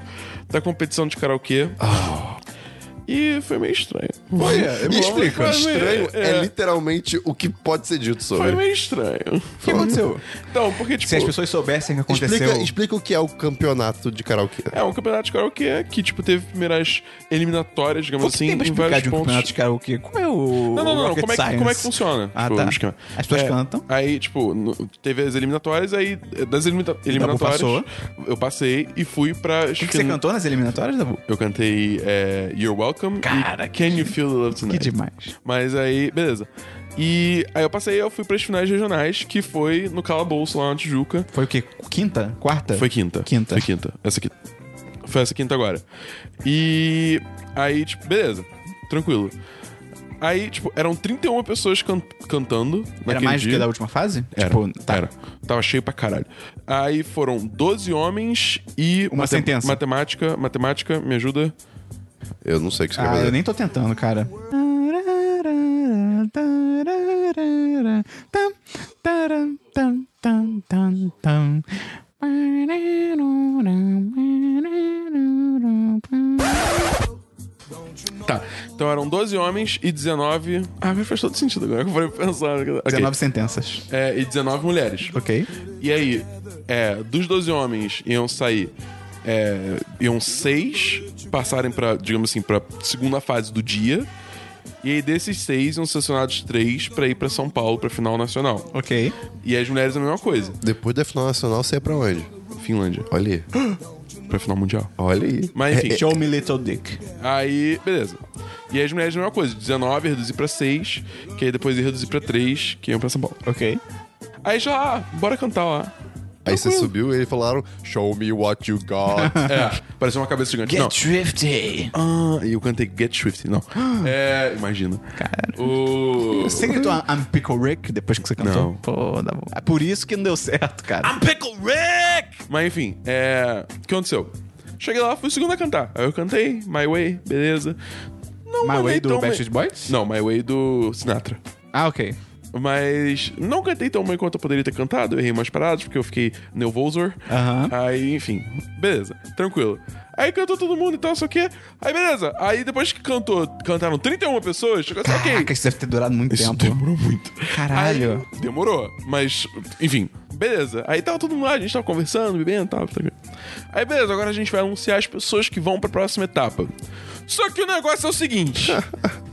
[SPEAKER 2] da competição de karaokê.
[SPEAKER 3] Ah.
[SPEAKER 2] E foi meio estranho.
[SPEAKER 1] é,
[SPEAKER 3] <laughs> Me explica.
[SPEAKER 2] Foi meio-
[SPEAKER 3] Estranho é.
[SPEAKER 2] é,
[SPEAKER 3] literalmente o que pode ser dito
[SPEAKER 2] Foi
[SPEAKER 3] sobre.
[SPEAKER 2] meio estranho.
[SPEAKER 1] O que aconteceu?
[SPEAKER 2] Então, porque, tipo...
[SPEAKER 1] Se as pessoas soubessem o que aconteceu.
[SPEAKER 3] Explica, explica o que é o campeonato de karaokê.
[SPEAKER 2] É um campeonato de karaokê que, tipo, teve primeiras eliminatórias, digamos
[SPEAKER 1] O que tem
[SPEAKER 2] assim,
[SPEAKER 1] pra
[SPEAKER 2] em
[SPEAKER 1] explicar
[SPEAKER 2] vários
[SPEAKER 1] de um
[SPEAKER 2] pontos.
[SPEAKER 1] campeonato de karaokê? Como é o.
[SPEAKER 2] Não, não, não.
[SPEAKER 1] rocket
[SPEAKER 2] Como é, que,
[SPEAKER 1] science?
[SPEAKER 2] como é que funciona?
[SPEAKER 1] Ah,
[SPEAKER 2] tipo,
[SPEAKER 1] tá.
[SPEAKER 2] o esquema?
[SPEAKER 1] As pessoas
[SPEAKER 2] É,
[SPEAKER 1] cantam.
[SPEAKER 2] Aí, tipo, no- teve as eliminatórias, aí eh, das elimina eliminatórias.
[SPEAKER 1] passou.
[SPEAKER 2] Eu passei e fui pra.
[SPEAKER 1] O que, que você cantou nas eliminatórias, Dabu?
[SPEAKER 2] Eu cantei eh, You're Welcome.
[SPEAKER 1] Cara,
[SPEAKER 2] e Can You Feel the Love
[SPEAKER 1] Que
[SPEAKER 2] Tonight?
[SPEAKER 1] demais.
[SPEAKER 2] Mas aí, beleza. E aí eu passei, eu fui pras finais regionais, que foi no Calabouço, lá na Tijuca.
[SPEAKER 1] Foi o quê? Quinta? Quarta?
[SPEAKER 2] Foi quinta.
[SPEAKER 1] É. Quinta.
[SPEAKER 2] Foi quinta. Essa aqui. Foi essa quinta agora. E aí, tipo, beleza. Tranquilo. Aí, tipo, eram 31 pessoas can- cantando.
[SPEAKER 1] Era
[SPEAKER 2] naquele
[SPEAKER 1] mais do
[SPEAKER 2] dia.
[SPEAKER 1] que da última fase?
[SPEAKER 2] Era,
[SPEAKER 1] Tipo, tá.
[SPEAKER 2] era. Tava cheio pra caralho. Aí foram 12 homens e.
[SPEAKER 1] Uma sentença.
[SPEAKER 2] Matemática, matemática, me ajuda.
[SPEAKER 3] Eu não sei o que você quer
[SPEAKER 1] Ah, eu
[SPEAKER 3] fazer.
[SPEAKER 1] nem tô tentando, cara.
[SPEAKER 2] Tá. Então eram 12 homens e 19. Ah, mas faz todo sentido agora que eu parei pra pensar. Ok.
[SPEAKER 1] 19 sentenças.
[SPEAKER 2] É, e 19 mulheres.
[SPEAKER 1] Ok.
[SPEAKER 2] E aí, é, dos 12 homens iam sair. É, iam seis passarem pra, digamos assim, pra segunda fase do dia. E aí, desses seis, iam selecionados três pra ir pra São Paulo, pra final nacional.
[SPEAKER 1] Ok.
[SPEAKER 2] E as mulheres a mesma coisa.
[SPEAKER 3] Depois da final nacional, você ia pra onde?
[SPEAKER 2] Finlândia,
[SPEAKER 3] Olha aí.
[SPEAKER 2] pra final mundial.
[SPEAKER 3] Olha aí. É,
[SPEAKER 2] Mas enfim,
[SPEAKER 1] Show me little dick.
[SPEAKER 2] aí, beleza. E as mulheres a mesma coisa, 19, reduzir pra seis que aí depois ia reduzir pra três que iam pra São Paulo.
[SPEAKER 1] Ok.
[SPEAKER 2] Aí já, ah, bora cantar lá.
[SPEAKER 3] Aí você subiu e eles falaram: Show me what you
[SPEAKER 1] <laughs>
[SPEAKER 3] got.
[SPEAKER 2] É, parecia uma cabeça gigante. Não.
[SPEAKER 1] Drifty.
[SPEAKER 2] Ah, e eu cantei Get Swifty, não. É, imagina. O...
[SPEAKER 1] Você gritou I'm Pickle Rick depois que você cantou?
[SPEAKER 2] Não.
[SPEAKER 1] Pô, dá bom. É por isso que não deu certo, cara.
[SPEAKER 2] Pickle Rick! Mas enfim, é... o que aconteceu? Cheguei lá, fui o segundo a cantar. Aí eu cantei My Way, beleza. Não
[SPEAKER 1] My Way
[SPEAKER 2] mandei
[SPEAKER 1] do
[SPEAKER 2] tão
[SPEAKER 1] Backstreet
[SPEAKER 2] bem-
[SPEAKER 1] Boys?
[SPEAKER 2] Não, My Way do Sinatra.
[SPEAKER 1] Ah, ok.
[SPEAKER 2] Mas não cantei tão bem quanto eu poderia ter cantado. Eu errei umas paradas porque eu fiquei nervoso.
[SPEAKER 1] Aham.
[SPEAKER 2] Aí, enfim, beleza, tranquilo. Aí cantou todo mundo e tal, não sei o quê. Aí, beleza. Aí depois que cantou, cantaram 31 pessoas, chegou assim, ok.
[SPEAKER 1] Caraca, isso deve ter durado muito
[SPEAKER 2] Isso
[SPEAKER 1] tempo.
[SPEAKER 2] demorou muito.
[SPEAKER 1] Caralho.
[SPEAKER 2] Aí, demorou, mas, enfim, beleza. Aí tava todo mundo lá, a gente tava conversando, bebendo, tava tranquilo. Aí, beleza, agora a gente vai anunciar as pessoas que vão pra próxima etapa. Só que o negócio é
[SPEAKER 1] <laughs>
[SPEAKER 2] o seguinte: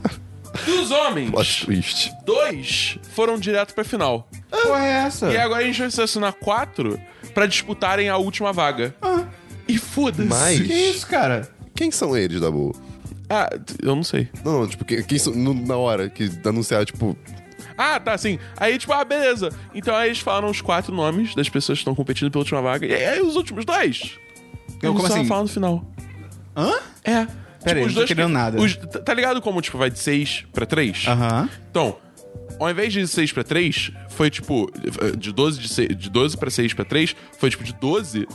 [SPEAKER 2] dos
[SPEAKER 3] Plot
[SPEAKER 2] homens,
[SPEAKER 3] twist.
[SPEAKER 2] dois foram direto pra final.
[SPEAKER 1] Porra é essa?
[SPEAKER 2] E agora a gente vai selecionar quatro pra disputarem a última vaga.
[SPEAKER 1] Ah.
[SPEAKER 2] E foda-se.
[SPEAKER 3] Mas-
[SPEAKER 1] Que isso, cara?
[SPEAKER 3] Quem são eles, Dabu?
[SPEAKER 2] Ah, t- eu não sei.
[SPEAKER 3] Não, não, tipo, quem, quem são. no- na hora que anunciaram, tipo.
[SPEAKER 2] Ah, tá, sim. Aí, tipo, ah, beleza. Então aí eles falaram os quatro nomes das pessoas que estão competindo pela última vaga. E aí os últimos dois?
[SPEAKER 1] Eu,
[SPEAKER 2] eles
[SPEAKER 1] como
[SPEAKER 2] só
[SPEAKER 1] assim?
[SPEAKER 2] falam no final.
[SPEAKER 1] Hã?
[SPEAKER 2] É.
[SPEAKER 1] Pera aí, não tô
[SPEAKER 2] dois
[SPEAKER 1] entendendo
[SPEAKER 2] que-
[SPEAKER 1] nada.
[SPEAKER 2] os- tá- tá ligado como, tipo, vai de seis pra três?
[SPEAKER 1] Aham.
[SPEAKER 2] Então, Ao invés de 6 pra 3, foi tipo. De 12, de se- de 12 pra 6 pra 3, foi tipo de 12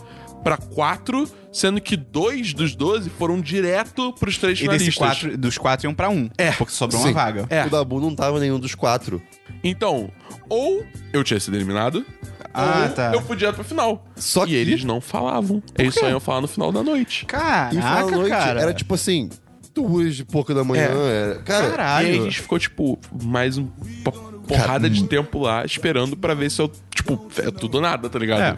[SPEAKER 2] pra 4, sendo que dois dos 12 foram direto pros três
[SPEAKER 1] E desses
[SPEAKER 2] finalistas.
[SPEAKER 1] quatro, dos quatro iam pra um. É. Porque sobrou uma
[SPEAKER 3] sim.
[SPEAKER 1] vaga.
[SPEAKER 2] É.
[SPEAKER 3] O Dabu não tava nenhum dos quatro.
[SPEAKER 2] Então, ou eu tinha sido eliminado,
[SPEAKER 1] Ah,
[SPEAKER 2] ou
[SPEAKER 1] tá.
[SPEAKER 2] Então, eu fui direto pra final.
[SPEAKER 3] Só
[SPEAKER 2] e
[SPEAKER 3] que-
[SPEAKER 2] eles não falavam. Eles só iam falar no final da noite.
[SPEAKER 3] E final da
[SPEAKER 1] Caraca,
[SPEAKER 3] noite
[SPEAKER 1] cara. É.
[SPEAKER 3] era tipo assim, duas e pouca da manhã. Era, cara,
[SPEAKER 1] Caralho.
[SPEAKER 2] E aí a gente ficou, tipo, mais um po- porrada
[SPEAKER 1] hum.
[SPEAKER 2] de tempo lá, esperando pra ver se eu, tipo, é tudo ou nada, tá ligado?
[SPEAKER 1] É.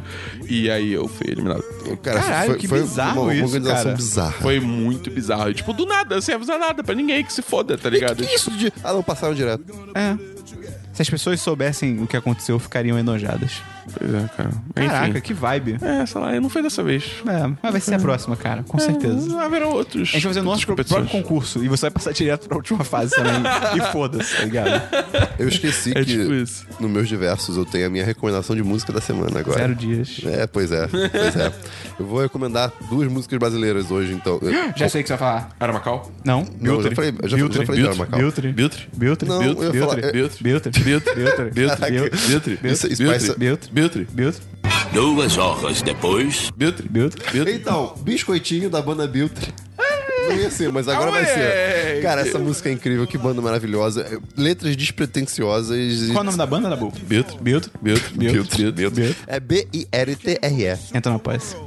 [SPEAKER 2] E aí eu fui eliminado.
[SPEAKER 1] Tá.
[SPEAKER 3] cara,
[SPEAKER 1] Caralho,
[SPEAKER 3] foi,
[SPEAKER 1] que
[SPEAKER 3] foi
[SPEAKER 1] bizarro
[SPEAKER 3] uma, uma
[SPEAKER 1] isso,
[SPEAKER 3] organização
[SPEAKER 1] cara.
[SPEAKER 3] bizarra.
[SPEAKER 2] Foi muito bizarro. E, tipo, do nada, sem avisar nada pra ninguém que se foda, tá
[SPEAKER 3] E que,
[SPEAKER 2] ligado?
[SPEAKER 3] que é isso de... Ah, não, passaram direto.
[SPEAKER 1] É. Se as pessoas soubessem o que aconteceu, ficariam enojadas.
[SPEAKER 2] Pois é, cara.
[SPEAKER 1] Caraca,
[SPEAKER 2] Enfim.
[SPEAKER 1] que vibe.
[SPEAKER 2] É, sei lá, não foi dessa vez. É,
[SPEAKER 1] É, mas vai ser a próxima, cara, com certeza.
[SPEAKER 2] Haverão outros.
[SPEAKER 1] A gente vai fazer o nosso
[SPEAKER 2] Tipo
[SPEAKER 1] pro- próprio concurso e você vai passar direto pra última fase também. e foda-se, tá ligado?
[SPEAKER 3] Eu esqueci
[SPEAKER 2] <laughs> É
[SPEAKER 3] que
[SPEAKER 2] tipo isso.
[SPEAKER 3] no meus diversos eu tenho a minha recomendação de música da semana agora.
[SPEAKER 1] Zero dias.
[SPEAKER 3] É, pois é,
[SPEAKER 2] <laughs>
[SPEAKER 3] pois é. Eu vou recomendar duas músicas brasileiras hoje, então.
[SPEAKER 1] Já sei o que você vai falar.
[SPEAKER 2] Era Macau?
[SPEAKER 1] Não?
[SPEAKER 3] Não, eu já falei, eu já, eu já falei de Arma, calma.
[SPEAKER 1] Biltre.
[SPEAKER 2] Biltre?
[SPEAKER 1] Biltre.
[SPEAKER 3] Não, eu ia falar-
[SPEAKER 1] Biltre.
[SPEAKER 3] é-
[SPEAKER 2] Biltre?
[SPEAKER 1] Biltre. Biltre. Biltre.
[SPEAKER 2] Biltre?
[SPEAKER 1] Biltre.
[SPEAKER 2] Biltre?
[SPEAKER 3] Isso- isso
[SPEAKER 2] Biltre?
[SPEAKER 3] parece-
[SPEAKER 2] Biltre? Biltre?
[SPEAKER 1] Biltre.
[SPEAKER 5] Duas horas depois.
[SPEAKER 2] Biltre?
[SPEAKER 1] Biltre.
[SPEAKER 2] Biltre?
[SPEAKER 3] <gasps> Então, biscoitinho da banda Biltre. Não ia ser, mas agora
[SPEAKER 2] Ah,
[SPEAKER 3] vai
[SPEAKER 2] moleque!
[SPEAKER 3] ser. Cara, essa música é incrível, que banda maravilhosa. É, Letras despretensiosas. e-
[SPEAKER 1] Qual é o nome da banda, Dabu?
[SPEAKER 2] Biltre?
[SPEAKER 1] Biltre.
[SPEAKER 2] Biltre? Biltre? Biltre?
[SPEAKER 3] É B-I-R-T-R-E.
[SPEAKER 1] Entra na paz.
[SPEAKER 3] <laughs>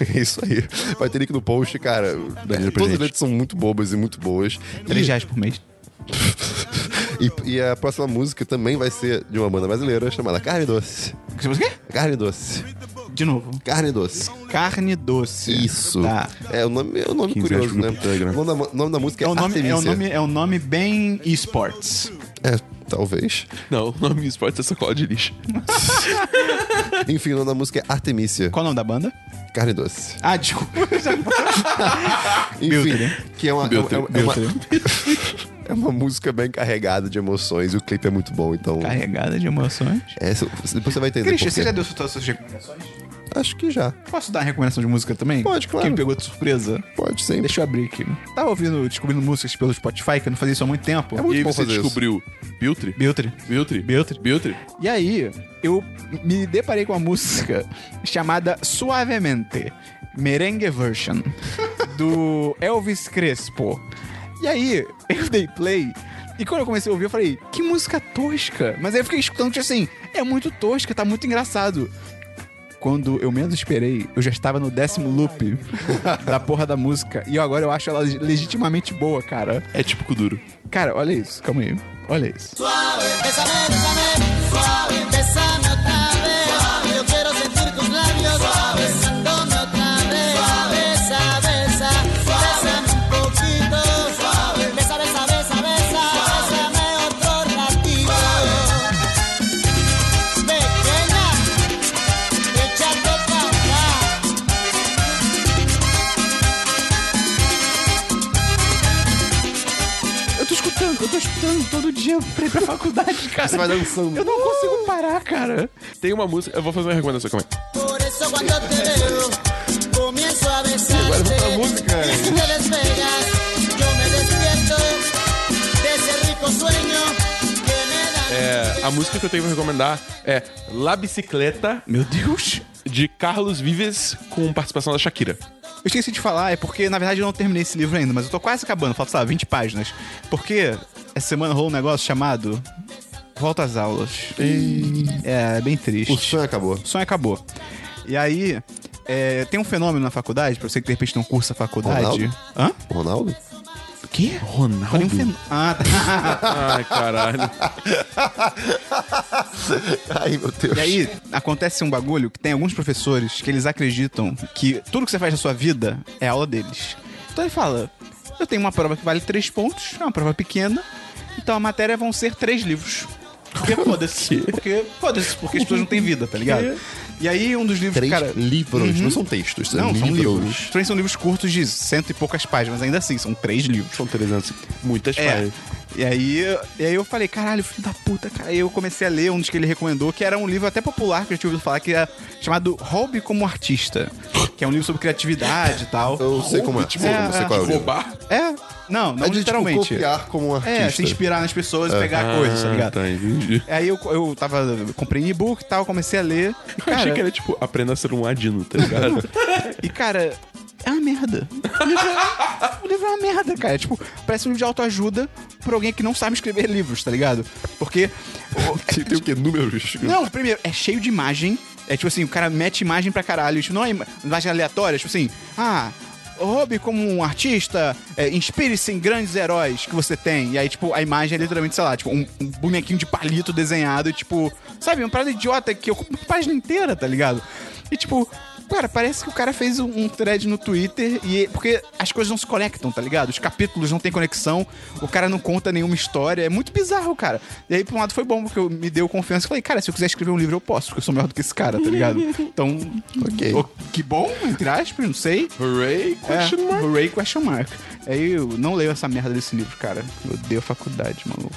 [SPEAKER 3] É isso aí. Vai ter link no post, cara.
[SPEAKER 2] Daniel
[SPEAKER 3] Todas
[SPEAKER 2] Presente.
[SPEAKER 3] as letras são muito bobas e muito boas.
[SPEAKER 1] Três reais por mês.
[SPEAKER 3] E, e a próxima música também vai ser de uma banda brasileira chamada Carne Doce.
[SPEAKER 1] Você faz o quê?
[SPEAKER 3] Carne Doce.
[SPEAKER 1] De novo.
[SPEAKER 3] Carne Doce.
[SPEAKER 1] Carne doce.
[SPEAKER 3] Isso.
[SPEAKER 1] Tá.
[SPEAKER 3] É o nome, é o nome
[SPEAKER 2] 15
[SPEAKER 3] curioso,
[SPEAKER 2] reais
[SPEAKER 3] né?
[SPEAKER 2] pro Telegram.
[SPEAKER 3] O nome, da, o nome da música
[SPEAKER 1] É
[SPEAKER 3] é,
[SPEAKER 1] um nome, é um
[SPEAKER 3] Artemisia.
[SPEAKER 1] nome, é um nome bem esportes.
[SPEAKER 3] É, talvez.
[SPEAKER 2] Não, o nome do esporte é sacola de lixo.
[SPEAKER 3] Enfim, o nome da música é Artemisia.
[SPEAKER 1] Qual o nome da banda?
[SPEAKER 3] Carne Doce.
[SPEAKER 1] Ah, desculpa.
[SPEAKER 3] Enfim,
[SPEAKER 1] Biltre.
[SPEAKER 3] que é uma, é, uma- é uma- é uma,
[SPEAKER 1] Biltre.
[SPEAKER 3] <laughs> é uma música bem carregada de emoções e o clipe é muito bom,
[SPEAKER 1] <laughs>
[SPEAKER 3] então...
[SPEAKER 1] Carregada de emoções.
[SPEAKER 3] Essa, depois você vai entender
[SPEAKER 1] Christian,
[SPEAKER 3] por
[SPEAKER 1] você
[SPEAKER 3] quê.
[SPEAKER 1] já deu suas suas recomendações?
[SPEAKER 3] Acho que já.
[SPEAKER 1] Posso dar uma recomendação de música também?
[SPEAKER 3] Pode, claro.
[SPEAKER 1] Que me pegou de surpresa.
[SPEAKER 3] Pode sempre.
[SPEAKER 1] Deixa eu abrir aqui. Tava ouvindo, descobrindo músicas pelo Spotify, que eu não fazia isso há muito tempo.
[SPEAKER 3] É muito
[SPEAKER 2] e aí
[SPEAKER 3] bom
[SPEAKER 2] você
[SPEAKER 3] fazer isso.
[SPEAKER 2] descobriu Biltre?
[SPEAKER 1] Biltre.
[SPEAKER 2] Biltre?
[SPEAKER 1] Biltre.
[SPEAKER 2] Biltre?
[SPEAKER 1] E aí, eu me deparei com uma música chamada Suavemente, Merengue Version, do Elvis Crespo. E aí, eu dei play, e quando eu comecei a ouvir, eu falei, que música tosca. Mas aí eu fiquei escutando, tipo assim, é muito tosca, tá muito engraçado. Quando eu menos esperei, eu já estava no décimo loop da porra da música. E agora eu acho ela legitimamente boa, cara.
[SPEAKER 2] É tipo Kuduro.
[SPEAKER 1] Cara, olha isso, calma aí. Olha isso. Eu tô escutando, eu tô escutando todo dia pra ir pra faculdade, cara.
[SPEAKER 3] Você vai dançando.
[SPEAKER 1] Eu não consigo parar, cara.
[SPEAKER 2] Tem uma música. Eu vou fazer uma recomendação, calma aí.
[SPEAKER 3] Agora vamos pra música.
[SPEAKER 2] É, Eh, a música que eu tenho pra recomendar é La Bicicleta,
[SPEAKER 1] Meu Deus.
[SPEAKER 2] de Carlos Vives, com participação da Shakira.
[SPEAKER 1] Eu esqueci de falar, é porque, na verdade, eu não terminei esse livro ainda, mas eu tô quase acabando, falta, sei lá, 20 páginas. Porque essa semana rolou um negócio chamado Volta às Aulas. É, é bem triste.
[SPEAKER 3] O sonho acabou.
[SPEAKER 1] O sonho acabou. E aí, é, tem um fenômeno na faculdade, pra você que de repente não cursa a faculdade.
[SPEAKER 3] Ronaldo?
[SPEAKER 1] Hã?
[SPEAKER 3] Ronaldo?
[SPEAKER 1] O quê? Falei um
[SPEAKER 2] Ronaldo?
[SPEAKER 1] fenômeno. Ah, tá.
[SPEAKER 2] Ai, <laughs> caralho.
[SPEAKER 3] Ai, meu Deus.
[SPEAKER 1] E aí, acontece um bagulho que tem alguns professores que eles acreditam que tudo que você faz na sua vida é aula deles. Então ele fala: eu tenho uma prova que vale três pontos, é uma prova pequena, então a matéria vão ser três livros. Porque foda-se. Porque foda-se, porque as pessoas não têm vida, tá ligado? E aí, um dos livros,
[SPEAKER 3] Três
[SPEAKER 1] cara. uhum.
[SPEAKER 3] livros. Não são textos, são
[SPEAKER 1] Não,
[SPEAKER 3] livros.
[SPEAKER 1] são livros. Três são livros curtos de cento e poucas páginas, ainda assim, são três livros.
[SPEAKER 2] São 300. Muitas
[SPEAKER 1] É.
[SPEAKER 2] falhas.
[SPEAKER 1] E aí, e aí eu falei, caralho, filho da puta, cara. Aí eu comecei a ler um dos que ele recomendou, que era um livro até popular que eu tinha ouvido falar, que era chamado Hobby como Artista. Que é um livro sobre criatividade e tal.
[SPEAKER 3] Eu sei como é.
[SPEAKER 1] É,
[SPEAKER 3] eu sei qual é o livro.
[SPEAKER 2] Roubar?
[SPEAKER 1] É, Não, não
[SPEAKER 3] a gente,
[SPEAKER 1] literalmente.
[SPEAKER 3] Tipo, copiar como um artista.
[SPEAKER 1] É, se inspirar nas pessoas e pegar
[SPEAKER 2] Ah,
[SPEAKER 1] coisas, tá ligado?
[SPEAKER 2] Tá, entendi.
[SPEAKER 1] Aí eu, eu tava. Comprei um e-book e tal, comecei a ler. E,
[SPEAKER 2] Eu achei
[SPEAKER 1] cara,
[SPEAKER 2] que era tipo, aprenda a ser um ladino, tá ligado?
[SPEAKER 1] e, cara, é uma merda. O livro, é- o livro é uma merda, cara. Tipo, parece um livro de autoajuda pra alguém que não sabe escrever livros, tá ligado? Porque.
[SPEAKER 3] <laughs> Tem, tem o quê? Números?
[SPEAKER 1] Não, primeiro, é cheio de imagem. É tipo assim, o cara mete imagem pra caralho. Tipo, não é ima- imagem aleatória, tipo assim, ah. Hobby como um artista, é, inspire-se em grandes heróis que você tem. E aí, tipo, a imagem é literalmente, sei lá, tipo, um, um bonequinho de palito desenhado, e, tipo, sabe, uma parada idiota que ocupa uma página inteira, tá ligado? E tipo, cara, parece que o cara fez um, um thread no Twitter e. Porque as coisas não se conectam, tá ligado? Os capítulos não têm conexão, o cara não conta nenhuma história. É muito bizarro, cara. E aí, por um lado, foi bom, porque eu me deu confiança e falei, cara, se eu quiser escrever um livro, eu posso, porque eu sou melhor do que esse cara, tá ligado? Então.
[SPEAKER 3] Ok.
[SPEAKER 1] o- que bom, entre aspas, não sei.
[SPEAKER 2] Hooray, question
[SPEAKER 1] É,
[SPEAKER 2] mark.
[SPEAKER 1] hooray, question mark. Aí eu não leio essa merda desse livro, cara. Eu odeio a faculdade, maluco.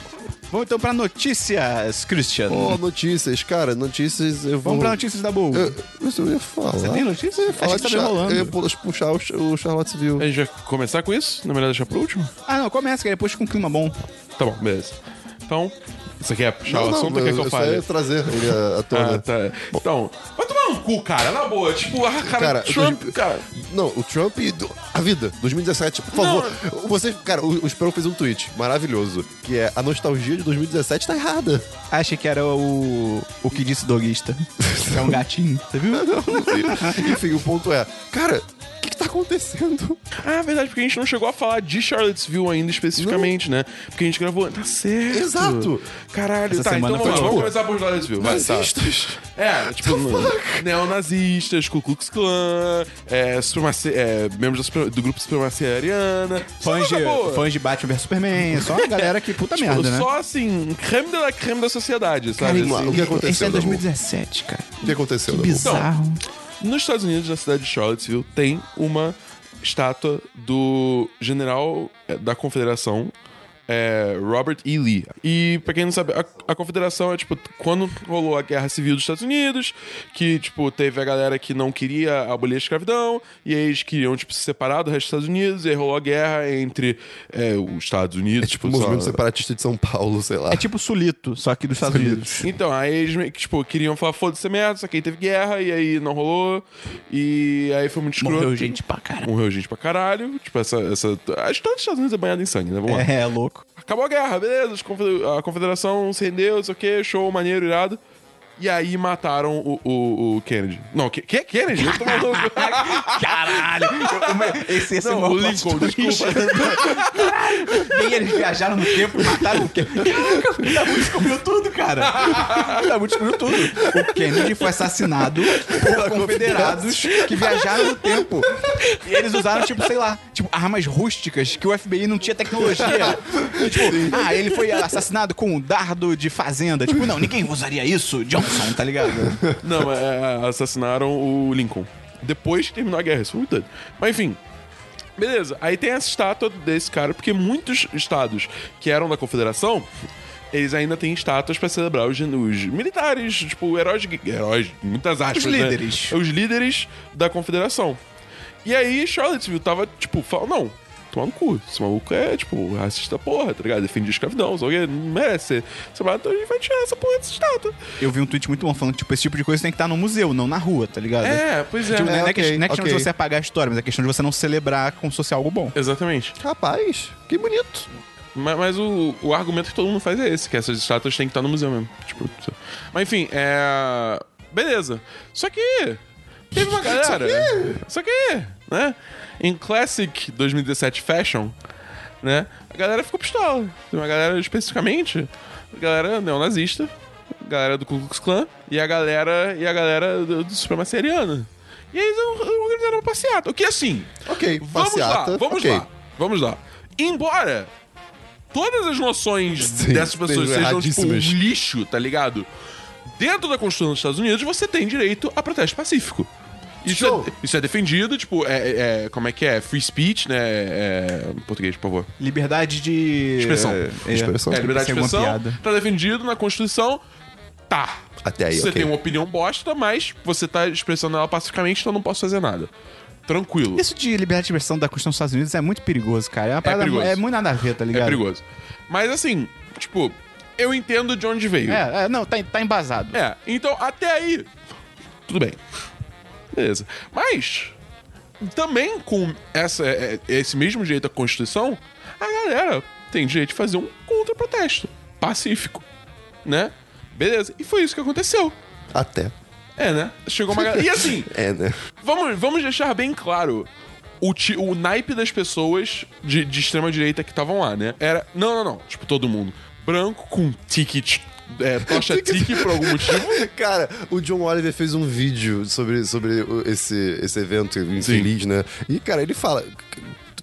[SPEAKER 1] Vamos então pra notícias, Christian.
[SPEAKER 3] Pô, notícias, cara, notícias eu vou.
[SPEAKER 1] Vamos pra notícias da Bull.
[SPEAKER 3] Eu, isso eu ia falar. Você
[SPEAKER 1] tem notícias?
[SPEAKER 3] Eu ia falar
[SPEAKER 1] Acho que
[SPEAKER 3] de
[SPEAKER 1] tá É,
[SPEAKER 3] Char-
[SPEAKER 1] enrolando.
[SPEAKER 3] Eu ia pu- puxar o, Ch- o Charlottesville.
[SPEAKER 2] A gente vai começar com isso? Na verdade, deixar pro último?
[SPEAKER 1] Ah, não, começa, que depois com um clima bom.
[SPEAKER 2] Tá bom, beleza. Então, você quer puxar
[SPEAKER 3] Não,
[SPEAKER 2] o
[SPEAKER 3] não,
[SPEAKER 2] assunto? ou
[SPEAKER 1] é
[SPEAKER 2] quer que eu
[SPEAKER 3] só ia
[SPEAKER 2] fale?
[SPEAKER 3] trazer ele à, à tona.
[SPEAKER 2] Ah, tá. Então, vai tomar um cu, cara, na boa. Tipo, ah, cara,
[SPEAKER 3] Cara,
[SPEAKER 2] Trump,
[SPEAKER 3] dois-
[SPEAKER 2] cara.
[SPEAKER 3] Não, o Trump e do- a vida, 2017, por favor. Você, cara, o, o Esperão fez um tweet maravilhoso, que é a nostalgia de 2017
[SPEAKER 1] <laughs>
[SPEAKER 3] tá errada.
[SPEAKER 1] Achei que era o. O que disse doguista. <laughs> é um gatinho. Você viu?
[SPEAKER 3] Enfim, o ponto é, cara, o que, que tá acontecendo?
[SPEAKER 2] Ah, é verdade, porque a gente não chegou a falar de Charlottesville ainda especificamente, né? Porque a gente gravou. Tá certo.
[SPEAKER 3] Exato.
[SPEAKER 2] Caralho,
[SPEAKER 1] Essa
[SPEAKER 2] tá, então
[SPEAKER 1] semana
[SPEAKER 2] vamos,
[SPEAKER 1] foi,
[SPEAKER 2] lá,
[SPEAKER 1] tipo,
[SPEAKER 2] vamos começar por Charlottesville. Vai, tá.
[SPEAKER 3] Nazistas.
[SPEAKER 2] É, tipo, neonazistas, Ku Klux Klan, é, supremacia, é, membros da super- do grupo Supremacia Ariana. Só
[SPEAKER 1] <laughs> Fãs de,
[SPEAKER 2] coisa boa.
[SPEAKER 1] fãs de Batman vs Superman. É só a galera que puta
[SPEAKER 2] Tipo,
[SPEAKER 1] merda, né?
[SPEAKER 2] Só assim, creme da creme da sociedade, sabe?
[SPEAKER 3] Vamos lá,
[SPEAKER 2] assim.
[SPEAKER 3] o que aconteceu,
[SPEAKER 1] Isso é
[SPEAKER 3] Dabu?
[SPEAKER 1] 2017, cara.
[SPEAKER 3] O que aconteceu,
[SPEAKER 1] Que
[SPEAKER 3] Dabu?
[SPEAKER 1] bizarro.
[SPEAKER 2] Nos Estados Unidos, na cidade de Charlottesville, tem uma estátua do general eh, da Confederação. eh, Robert E. Lee. E pra quem não sabe, a, a Confederação é tipo, quando rolou a Guerra Civil dos Estados Unidos, que tipo, teve a galera que não queria abolir a escravidão, e aí eles queriam tipo, se separar do resto dos Estados Unidos, e aí rolou a guerra entre eh, os Estados Unidos.
[SPEAKER 3] Tipo, o movimento
[SPEAKER 2] só-
[SPEAKER 3] separatista de São Paulo, sei lá.
[SPEAKER 1] É tipo Sulito, só que dos Estados Unidos.
[SPEAKER 2] Então, aí eles, meio que, tipo, queriam falar, foda-se essa merda, só que aí teve guerra, e aí não rolou, e aí foi muito escroto.
[SPEAKER 1] Morreu gente pra caralho.
[SPEAKER 2] Morreu gente pra caralho. Tipo, essa... essa... Acho que todos os Estados Unidos é banhado em sangue, né? Vamos lá.
[SPEAKER 1] É, é louco.
[SPEAKER 2] Acabou a guerra, beleza. os confe- A confederação se rendeu, não sei o quê, show, maneiro, irado. E aí mataram o, o, o Kennedy. Não, que, que Kennedy? Eu tô maluco.
[SPEAKER 1] Caralho! Esse, esse
[SPEAKER 2] Não,
[SPEAKER 1] é o
[SPEAKER 2] o
[SPEAKER 1] maior
[SPEAKER 2] Lincoln,
[SPEAKER 1] plot twist. <laughs> Caralho! E eles viajaram no tempo e mataram o Kennedy. Caraca, o Dabu descobriu tudo, cara. O Dabu descobriu tudo. O Kennedy foi assassinado por confederados que viajaram no tempo. E eles usaram, tipo, sei lá, tipo, armas rústicas que o FBI não tinha tecnologia. E, tipo, ah, ele foi assassinado com um dardo de fazenda. Tipo, não, ninguém usaria isso. Johnson, tá ligado?
[SPEAKER 2] Não, é, é, assassinaram o Lincoln. Depois que terminou a guerra, isso foi muito doido. Mas enfim. Beleza, aí tem essa estátua desse cara, porque muitos estados que eram da Confederação, eles ainda têm estátuas pra celebrar os, gen- os militares, tipo, heróis, de gue- heróis, muitas aspas,
[SPEAKER 1] Os
[SPEAKER 2] né?
[SPEAKER 1] líderes.
[SPEAKER 2] Os líderes da Confederação. E aí Charlottesville tava, tipo, falando, não, toma no cu, esse maluco é, tipo, racista porra, tá ligado? Defende a escravidão, só que não merece ser, separado, então a gente vai tirar essa porra dessa estátua.
[SPEAKER 1] Eu vi um tweet muito bom falando que, tipo, esse tipo de coisa tem que estar no museu, não na rua, tá ligado?
[SPEAKER 2] É, pois é.
[SPEAKER 1] Tipo, não, é,
[SPEAKER 3] ok,
[SPEAKER 1] que- não é questão
[SPEAKER 3] ok.
[SPEAKER 1] de você apagar a história, mas é questão de você não celebrar como se fosse algo bom.
[SPEAKER 2] Exatamente.
[SPEAKER 3] Rapaz, que bonito.
[SPEAKER 2] Mas, mas o, o argumento que todo mundo faz é esse, que essas estátuas têm que estar no museu mesmo. Tipo, só- mas enfim, é. Beleza. Só que. Teve uma galera. Só que, né? Em Classic 2017 Fashion, né? A galera ficou pistola. Tem uma galera especificamente. A galera neonazista, a galera do Ku Klux Klan e a galera. E a galera do, do Supremacia Ariana. E eles organizaram uma passeata. O que assim.
[SPEAKER 3] Ok,
[SPEAKER 2] Vamos
[SPEAKER 3] passeata.
[SPEAKER 2] lá, vamos
[SPEAKER 3] ok.
[SPEAKER 2] lá, vamos lá. Embora todas as noções
[SPEAKER 3] Sim,
[SPEAKER 2] dessas pessoas
[SPEAKER 3] sejam
[SPEAKER 2] sejam tipo, um
[SPEAKER 3] erradíssimas.
[SPEAKER 2] lixo, tá ligado? Dentro da Constituição dos Estados Unidos, você tem direito a protesto pacífico. Isso, é, isso é defendido, tipo, é, é- como é que é? Free speech, né? É, em português, por favor.
[SPEAKER 1] Liberdade de.
[SPEAKER 2] Expressão.
[SPEAKER 1] É,
[SPEAKER 3] Expressão.
[SPEAKER 2] É, liberdade de
[SPEAKER 1] Isso é uma
[SPEAKER 2] expressão.
[SPEAKER 1] piada.
[SPEAKER 2] Tá defendido na Constituição. Tá.
[SPEAKER 3] Até aí,
[SPEAKER 2] Você
[SPEAKER 3] ok.
[SPEAKER 2] tem uma opinião bosta, mas você tá expressando ela pacificamente, então eu não posso fazer nada. Tranquilo.
[SPEAKER 1] Isso de liberdade de expressão da Constituição dos Estados Unidos é muito perigoso, cara. É, uma parada-
[SPEAKER 2] perigoso.
[SPEAKER 1] é muito nada a ver, tá
[SPEAKER 2] é
[SPEAKER 1] ligado?
[SPEAKER 2] perigoso. Mas assim, tipo, eu entendo de onde veio.
[SPEAKER 1] É, é, não, tá, tá embasado.
[SPEAKER 2] É, então até aí. Tudo bem. Beleza. Mas. Também com essa, é- é- esse mesmo direito à Constituição, a galera tem direito de fazer um contra-protesto pacífico. Né? Beleza. E foi isso que aconteceu.
[SPEAKER 3] Até.
[SPEAKER 2] É, né? Chegou uma galera. E assim,
[SPEAKER 3] É, né? <laughs>
[SPEAKER 2] vamos, vamos deixar bem claro. O, ti, o naipe das pessoas de, de extrema direita que estavam lá, né? Era. Não, não, não. Tipo, todo mundo. Branco com ticket. É, tocha tique por algum motivo.
[SPEAKER 3] Cara, o John Oliver fez um vídeo sobre, sobre o- esse, esse evento infeliz, né? E, cara, ele fala.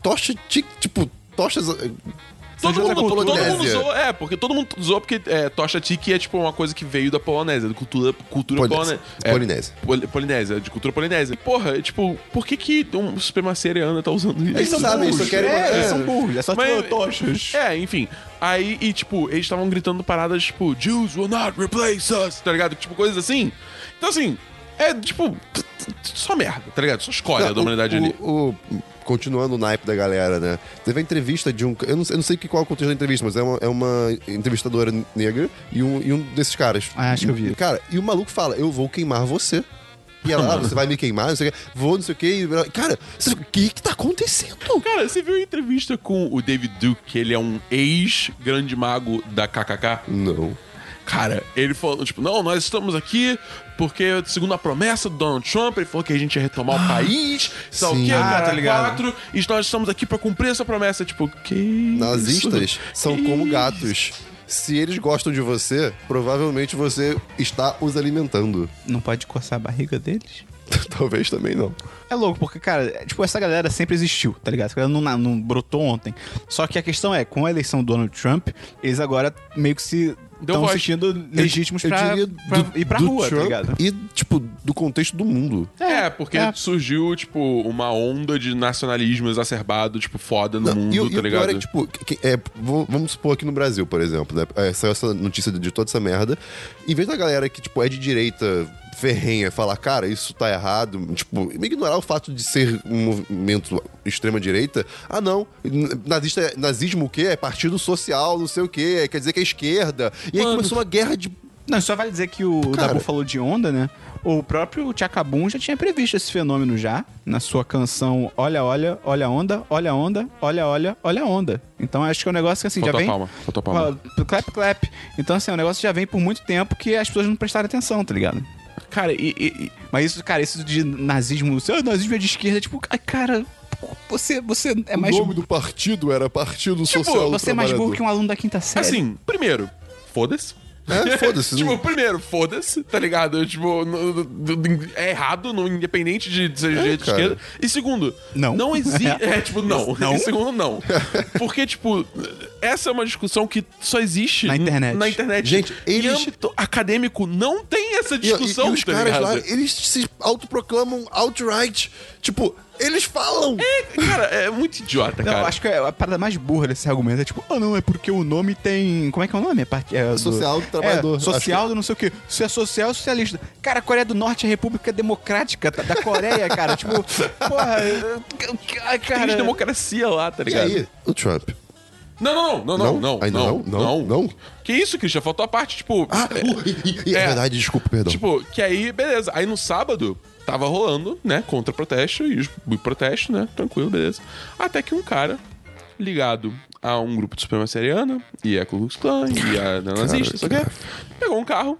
[SPEAKER 3] Tocha, ti- tipo, tochas.
[SPEAKER 2] Todo
[SPEAKER 3] Seja
[SPEAKER 2] mundo,
[SPEAKER 3] da
[SPEAKER 2] todo
[SPEAKER 3] Polonésia.
[SPEAKER 2] mundo zoou, é, porque todo mundo zoou porque é, tocha tiki é tipo uma coisa que veio da Polonésia, da cultura, cultura
[SPEAKER 3] Polinésia.
[SPEAKER 2] polone- é,
[SPEAKER 3] Polinésia.
[SPEAKER 2] poli- polinésia, de cultura polinésia. E, porra, é, tipo, por que que um supremacia ariana tá usando isso?
[SPEAKER 3] Eles são sabem, eles só querem-
[SPEAKER 1] É,
[SPEAKER 3] é.
[SPEAKER 1] eles são burros, é só
[SPEAKER 2] Mas-
[SPEAKER 1] tipo tochos.
[SPEAKER 2] É, enfim. Aí, e tipo, eles estavam gritando paradas tipo, Jews will not replace us, tá ligado? Tipo, coisas assim. Então, assim, é tipo, t- t- só merda, tá ligado? Só escolha
[SPEAKER 3] Não,
[SPEAKER 2] da humanidade
[SPEAKER 3] o-
[SPEAKER 2] ali.
[SPEAKER 3] o- o- continuando o naipe da galera, né? Teve a entrevista de um. Eu não, eu não sei que- qual é o contexto da entrevista, mas é uma, é uma entrevistadora negra e um, e um desses caras.
[SPEAKER 1] Ah, acho que eu vi.
[SPEAKER 3] Cara, e o maluco fala: Eu vou queimar você. E ela, ah, você vai me queimar, não sei o que, vou, não sei o que. Cara, você- o que que tá acontecendo?
[SPEAKER 2] Cara, você viu a entrevista com o David Duke, que ele é um ex-grande mago da KKK?
[SPEAKER 3] Não.
[SPEAKER 2] Cara, ele falou, tipo, não, nós estamos aqui porque, segundo a promessa do Donald Trump, ele falou que a gente ia retomar o país, sei lá o
[SPEAKER 3] Ah, Sim.
[SPEAKER 2] quê,
[SPEAKER 3] Ah,
[SPEAKER 2] cara,
[SPEAKER 1] tá ligado.
[SPEAKER 2] quatro, e nós estamos aqui pra cumprir essa promessa. Tipo, que isso?
[SPEAKER 3] Nazistas são
[SPEAKER 2] Que
[SPEAKER 3] como
[SPEAKER 2] isso?
[SPEAKER 3] gatos. Se eles gostam de você, provavelmente você está os alimentando. <laughs>
[SPEAKER 1] Não pode coçar a barriga deles?
[SPEAKER 3] Talvez também não.
[SPEAKER 1] É louco, porque, cara, é, tipo, essa galera sempre existiu, tá ligado? Essa galera não, na- não brotou ontem. Só que a questão é, com a eleição do Donald Trump, eles agora meio que se
[SPEAKER 2] Deu
[SPEAKER 1] estão
[SPEAKER 2] voz.
[SPEAKER 1] sentindo legítimos
[SPEAKER 3] Eu
[SPEAKER 1] pra,
[SPEAKER 3] diria
[SPEAKER 1] pra
[SPEAKER 3] do-
[SPEAKER 1] ir pra
[SPEAKER 3] do
[SPEAKER 1] rua,
[SPEAKER 3] Trump
[SPEAKER 1] tá ligado?
[SPEAKER 3] E, tipo, do contexto do mundo.
[SPEAKER 2] É, porque surgiu, tipo, uma onda de nacionalismo exacerbado, tipo, foda no
[SPEAKER 3] Não,
[SPEAKER 2] mundo,
[SPEAKER 3] e, o- e
[SPEAKER 2] tá
[SPEAKER 3] o pior
[SPEAKER 2] ligado?
[SPEAKER 3] é que, tipo, que- que- é, vou- vamos supor aqui no Brasil, por exemplo, né? É, saiu essa notícia de, de toda essa merda. Em vez da galera que, tipo, é de direita ferrenha falar, cara, isso tá errado, tipo, ignorar o fato de ser um movimento extrema-direita, ah, não, n- nazista, é- nazismo o quê? É partido social, não sei o quê, quer dizer que é esquerda. E aí
[SPEAKER 2] Mano.
[SPEAKER 3] começou uma guerra de...
[SPEAKER 1] Não, só vale dizer que o
[SPEAKER 3] Cara.
[SPEAKER 1] Dabu falou de onda, né? O próprio Tchacabum já tinha previsto esse fenômeno já, na sua canção Olha, Olha, Olha a Onda, Olha a Onda, Olha, Olha, Olha a Onda. Então acho que é um negócio que assim,
[SPEAKER 2] Faltou
[SPEAKER 1] já
[SPEAKER 2] a
[SPEAKER 1] vem...
[SPEAKER 2] palma, faltou a palma.
[SPEAKER 1] Ah, Clap, clap. Então assim, é um negócio que já vem por muito tempo que as pessoas não prestaram atenção, tá ligado?
[SPEAKER 2] Cara, e- e- e
[SPEAKER 1] Mas isso, cara, isso de nazismo, "Ah, nazismo é de esquerda, tipo, "Ai, cara, você, você é mais...
[SPEAKER 3] O nome do partido era Partido Social do
[SPEAKER 1] você é mais burro
[SPEAKER 3] Trabalhador.
[SPEAKER 1] que um aluno da quinta série.
[SPEAKER 2] Assim, primeiro, foda-se.
[SPEAKER 1] <laughs>
[SPEAKER 3] É,
[SPEAKER 2] <laughs>
[SPEAKER 3] foda-se.
[SPEAKER 2] tipo,
[SPEAKER 3] não-
[SPEAKER 2] primeiro, foda-se, tá ligado? Tipo, no- no- no- é errado, no, independente de de ser direita ou
[SPEAKER 3] É, cara.
[SPEAKER 2] esquerda. E segundo,
[SPEAKER 1] Não.
[SPEAKER 2] Não
[SPEAKER 3] <laughs>
[SPEAKER 2] existe. É, tipo, não. E segundo, não. Porque, tipo, essa é uma discussão que só existe
[SPEAKER 1] Na internet.
[SPEAKER 2] Na internet.
[SPEAKER 3] Gente,
[SPEAKER 2] Em
[SPEAKER 3] eles-
[SPEAKER 2] âmbito acadêmico não tem essa
[SPEAKER 3] E- e-
[SPEAKER 2] discussão,
[SPEAKER 3] e, os
[SPEAKER 2] tá
[SPEAKER 3] caras
[SPEAKER 2] ligado?
[SPEAKER 3] lá, eles se autoproclamam outright. Tipo, eles falam.
[SPEAKER 2] É, cara, é muito idiota,
[SPEAKER 1] Não,
[SPEAKER 2] cara.
[SPEAKER 1] acho que é a parada mais burra desse argumento é tipo, ah não, é porque o nome tem. Como é que é o nome? É, part... é do-
[SPEAKER 3] Social do trabalhador,
[SPEAKER 1] É, social do não sei o quê. Se é social, é socialista. Cara, a Coreia do Norte é a República Democrática da- da Coreia, cara.
[SPEAKER 2] <laughs>
[SPEAKER 1] tipo, porra. é- Ai,
[SPEAKER 2] Tem
[SPEAKER 1] cara.
[SPEAKER 2] democracia lá, tá
[SPEAKER 3] E
[SPEAKER 2] ligado?
[SPEAKER 3] aí, o Trump.
[SPEAKER 2] Não, não, não, não,
[SPEAKER 3] Não?
[SPEAKER 2] não, não,
[SPEAKER 3] Ainda
[SPEAKER 2] não,
[SPEAKER 3] não? Não? Não?
[SPEAKER 2] Que isso, Christian? Faltou a parte, tipo...
[SPEAKER 3] Ah,
[SPEAKER 2] é-
[SPEAKER 3] uh, e- e- é,
[SPEAKER 2] é.
[SPEAKER 3] verdade, desculpa, perdão.
[SPEAKER 2] Tipo, que aí, beleza. Aí no sábado, tava rolando, né? Contra protesto e os- e protesto, né? Tranquilo, beleza. Até que um cara ligado a um grupo de supremacia ariana e a Ku Klux Klan e é a nazista, só que é, pegou um carro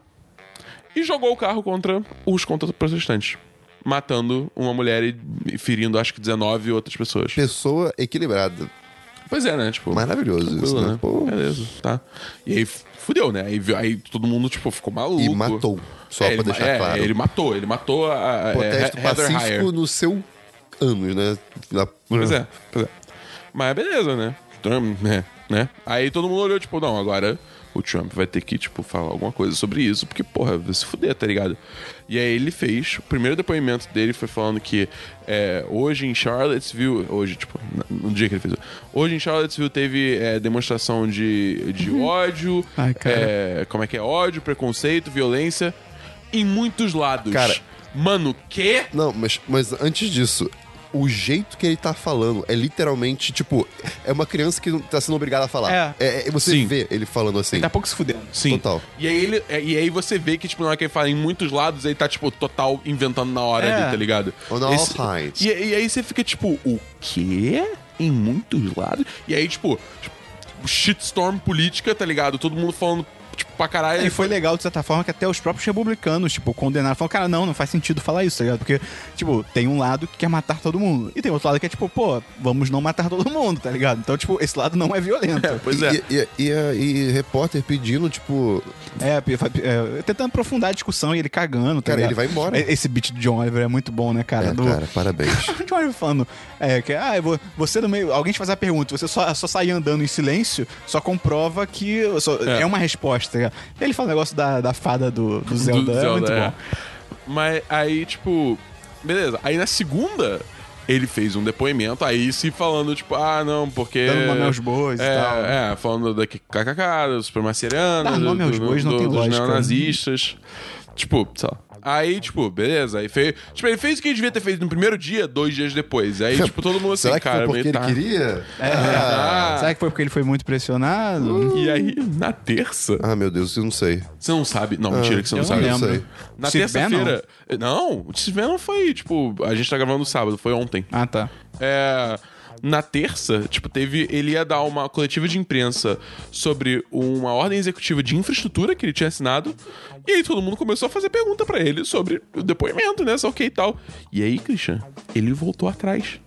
[SPEAKER 2] e jogou o carro contra os contra-protestantes. Matando uma mulher e- e ferindo, acho que 19 outras pessoas.
[SPEAKER 3] Pessoa equilibrada.
[SPEAKER 2] Pois é, né? Tipo,
[SPEAKER 3] Maravilhoso isso,
[SPEAKER 2] tranquilo,
[SPEAKER 3] né? Pô.
[SPEAKER 2] Beleza, tá. E aí f- fudeu, né? Aí, vi- aí todo mundo, tipo, ficou maluco. É,
[SPEAKER 3] E matou, só pra
[SPEAKER 2] ele ma-
[SPEAKER 3] deixar claro.
[SPEAKER 2] Ele matou, ele matou a, a
[SPEAKER 3] Protesto
[SPEAKER 2] é, He- Heather
[SPEAKER 3] pacífico
[SPEAKER 2] Heyer.
[SPEAKER 3] no seu anos, né? Na-
[SPEAKER 2] Pois é, pois é. Mas beleza, né? Trump, né? né? Aí todo mundo olhou, tipo, não, agora o Trump vai ter que, tipo, falar alguma coisa sobre isso, porque, porra, vai se fuder, tá ligado? E aí ele fez, o primeiro depoimento dele foi falando que é, hoje em Charlottesville, hoje, tipo, na- no dia que ele fez, hoje em Charlottesville teve é, demonstração de, de ódio,
[SPEAKER 1] Ai, cara.
[SPEAKER 2] é, como é que é? Ódio, preconceito, violência, em muitos lados.
[SPEAKER 3] Cara.
[SPEAKER 2] Mano, que?
[SPEAKER 3] Não, mas, mas antes disso, o jeito que ele tá falando é literalmente, tipo, é uma criança que não- tá sendo obrigada a falar. É. é- você
[SPEAKER 2] Sim.
[SPEAKER 3] vê ele falando assim.
[SPEAKER 1] Daqui a pouco se fudendo.
[SPEAKER 2] Sim.
[SPEAKER 3] Total.
[SPEAKER 2] E aí, ele, é- e aí você vê que, tipo, na hora que ele fala em muitos lados, ele tá, tipo, total inventando na hora
[SPEAKER 1] É.
[SPEAKER 2] ali, tá ligado?
[SPEAKER 3] On all sides.
[SPEAKER 2] E, e aí você fica, tipo, o quê? Em muitos lados? E aí, tipo, tipo, shitstorm política, tá ligado? Todo mundo falando, tipo, pra caralho.
[SPEAKER 1] É, E foi legal, de certa forma, que até os próprios republicanos, tipo, condenaram. Falaram, cara, não, não faz sentido falar isso, tá ligado? Porque, tipo, tem um lado que quer matar todo mundo. E tem outro lado que é, tipo, pô, vamos não matar todo mundo, tá ligado? Então, tipo, esse lado não é violento.
[SPEAKER 2] Pois é.
[SPEAKER 3] E, e- e- e repórter pedindo, tipo,
[SPEAKER 1] É, p- fa- é, tentando aprofundar a discussão e ele cagando, tá
[SPEAKER 3] Cara,
[SPEAKER 1] ligado?
[SPEAKER 3] ele vai embora.
[SPEAKER 1] E- Esse beat de John Oliver é muito bom, né,
[SPEAKER 2] Tá
[SPEAKER 1] cara?
[SPEAKER 3] é,
[SPEAKER 1] Do-
[SPEAKER 3] cara, parabéns.
[SPEAKER 1] O <laughs> John Oliver falando, é, que, ah, eu vou- você no meio, alguém te faz a pergunta, você só, só sair andando em silêncio, só comprova que só- é.
[SPEAKER 2] É.
[SPEAKER 1] uma resposta. tá ligado? Ele fala o negócio da, da fada do, do Zelda,
[SPEAKER 2] do
[SPEAKER 1] é muito
[SPEAKER 2] é.
[SPEAKER 1] bom.
[SPEAKER 2] Mas aí, tipo, beleza. Aí na segunda, ele fez um depoimento, aí se falando, tipo, ah, não, porque.
[SPEAKER 1] Dando nome aos bois e
[SPEAKER 2] é,
[SPEAKER 1] tal.
[SPEAKER 2] É, falando da KKK, da supremacia irana,
[SPEAKER 1] Dar nome aos bois não tem
[SPEAKER 2] dos
[SPEAKER 1] lógica. né?
[SPEAKER 2] neonazistas. Tipo, sei lá. Aí, tipo, beleza. Aí fez. Tipo, ele fez o que ele devia ter feito no primeiro dia, dois dias
[SPEAKER 1] <laughs>
[SPEAKER 2] depois. Aí, tipo, todo mundo assim,
[SPEAKER 3] Será que
[SPEAKER 2] cara,
[SPEAKER 3] foi porque
[SPEAKER 2] meio
[SPEAKER 3] ele
[SPEAKER 2] tá-
[SPEAKER 3] queria?
[SPEAKER 2] Ah.
[SPEAKER 1] Será que foi porque ele foi muito pressionado?
[SPEAKER 2] E aí, na terça,
[SPEAKER 3] Ah, meu Deus, eu não sei.
[SPEAKER 2] você não sabe. Não, mentira que você
[SPEAKER 1] Ah, eu
[SPEAKER 2] não
[SPEAKER 1] não
[SPEAKER 2] sabe.
[SPEAKER 1] lembro.
[SPEAKER 3] sei.
[SPEAKER 2] Na
[SPEAKER 1] Steve
[SPEAKER 2] terça-feira. Não, o Steve Bannon foi, tipo, a gente tá gravando no sábado, foi ontem.
[SPEAKER 1] Ah, tá.
[SPEAKER 2] É, na terça, tipo, teve. Ele ia dar uma coletiva de imprensa sobre uma ordem executiva de infraestrutura que ele tinha assinado. E aí todo mundo começou a fazer pergunta pra ele sobre o depoimento, né? Só que e tal. E aí, Christian, ele voltou atrás.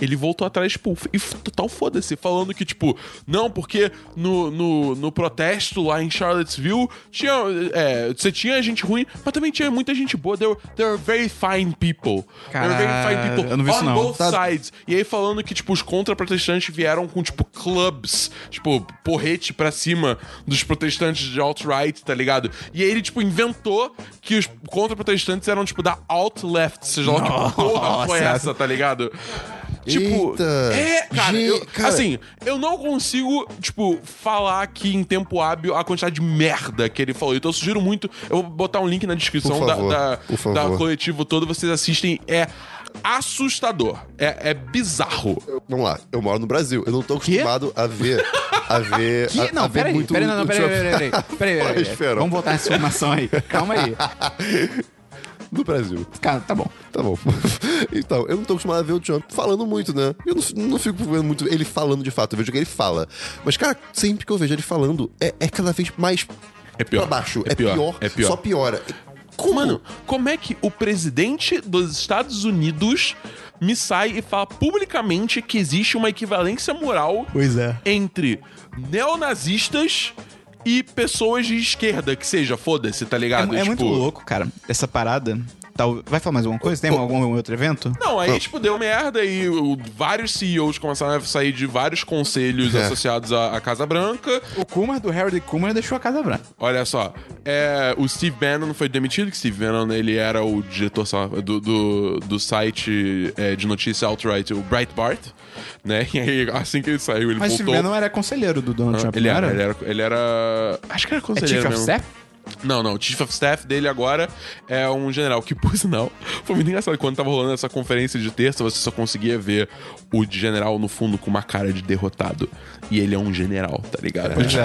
[SPEAKER 2] Ele voltou atrás, tipo, e f- total foda-se, falando que, tipo, não, porque no, no, no protesto lá em Charlottesville tinha, é, você tinha gente ruim, mas também tinha muita gente boa. There, there are very fine people. there are very fine
[SPEAKER 1] Cara,
[SPEAKER 2] people
[SPEAKER 1] eu não vi isso
[SPEAKER 2] on
[SPEAKER 1] não.
[SPEAKER 2] both
[SPEAKER 3] Tá-
[SPEAKER 2] sides. E aí falando que, tipo, os contra-protestantes vieram com, tipo, clubs, tipo, porrete pra cima dos protestantes de alt-right, tá ligado? E aí ele, tipo, inventou que os contra-protestantes eram, tipo, da alt-left. Seja lá que porra foi
[SPEAKER 1] Nossa.
[SPEAKER 2] essa, tá ligado? Tipo,
[SPEAKER 3] Eita.
[SPEAKER 2] é, cara,
[SPEAKER 3] Gente,
[SPEAKER 2] eu-
[SPEAKER 3] cara.
[SPEAKER 2] assim, eu não consigo, tipo, falar aqui em tempo hábil a quantidade de merda que ele falou. Então eu sugiro muito, eu vou botar um link na descrição
[SPEAKER 3] Por
[SPEAKER 2] da,
[SPEAKER 3] favor,
[SPEAKER 2] da,
[SPEAKER 3] por favor.
[SPEAKER 2] da coletivo todo, vocês assistem, é assustador, é, é bizarro.
[SPEAKER 3] Vamos lá, eu moro no Brasil, eu não tô acostumado a ver. A ver.
[SPEAKER 1] Que?
[SPEAKER 3] a, a
[SPEAKER 1] não,
[SPEAKER 3] ver
[SPEAKER 1] peraí,
[SPEAKER 3] muito
[SPEAKER 1] peraí, não, não,
[SPEAKER 3] o
[SPEAKER 1] peraí,
[SPEAKER 3] Trump
[SPEAKER 1] peraí, peraí,
[SPEAKER 3] <laughs>
[SPEAKER 1] peraí, peraí, peraí.
[SPEAKER 3] Esferon.
[SPEAKER 1] Vamos voltar nessa informação aí. Calma aí.
[SPEAKER 3] no Brasil.
[SPEAKER 1] Cara, tá bom.
[SPEAKER 3] Tá bom. <laughs> Então, eu não tô acostumado a ver o Trump falando muito, né? Eu não, não fico vendo muito ele falando de fato, eu vejo o que ele fala. Mas, cara, sempre que eu vejo ele falando, é, é cada vez mais
[SPEAKER 2] É pior,
[SPEAKER 3] pra baixo.
[SPEAKER 2] é
[SPEAKER 3] É,
[SPEAKER 2] pior,
[SPEAKER 3] pior,
[SPEAKER 2] é pior.
[SPEAKER 3] Só piora.
[SPEAKER 2] Como? Mano, como é que o presidente dos Estados Unidos me sai e fala publicamente que existe uma equivalência moral
[SPEAKER 1] Pois é.
[SPEAKER 2] entre neonazistas e pessoas de esquerda, que seja, foda-se, tá
[SPEAKER 1] É,
[SPEAKER 2] ligado?
[SPEAKER 1] é muito louco, cara, essa parada. Tal- Vai falar mais alguma coisa? Tem algum outro evento?
[SPEAKER 2] Não, aí, tipo, deu merda e o- vários CEOs começaram a sair de vários conselhos
[SPEAKER 3] É.
[SPEAKER 2] associados à, à Casa Branca.
[SPEAKER 1] O Kumar do Harold Kumar deixou a casa branca.
[SPEAKER 2] Olha só, é, o Steve Bannon foi demitido, que Steve Bannon, ele era o diretor sei lá, do, do, do site é, de notícia alt-right, o Breitbart, né? <laughs> E aí, assim que ele saiu, ele
[SPEAKER 1] Mas
[SPEAKER 2] voltou...
[SPEAKER 1] Steve Bannon é né? era conselheiro do Donald Ah, Trump,
[SPEAKER 2] ele,
[SPEAKER 1] não
[SPEAKER 2] era, ele era, ele era- Acho que era
[SPEAKER 1] É
[SPEAKER 2] conselheiro
[SPEAKER 1] Chief of
[SPEAKER 2] mesmo.
[SPEAKER 1] Staff?
[SPEAKER 2] Não, não. O Chief of Staff dele agora é um general que, por sinal, foi muito engraçado. Quando tava rolando essa conferência de terça, você só conseguia ver o general no fundo com uma cara de derrotado. E ele é um general, tá ligado? Tipo,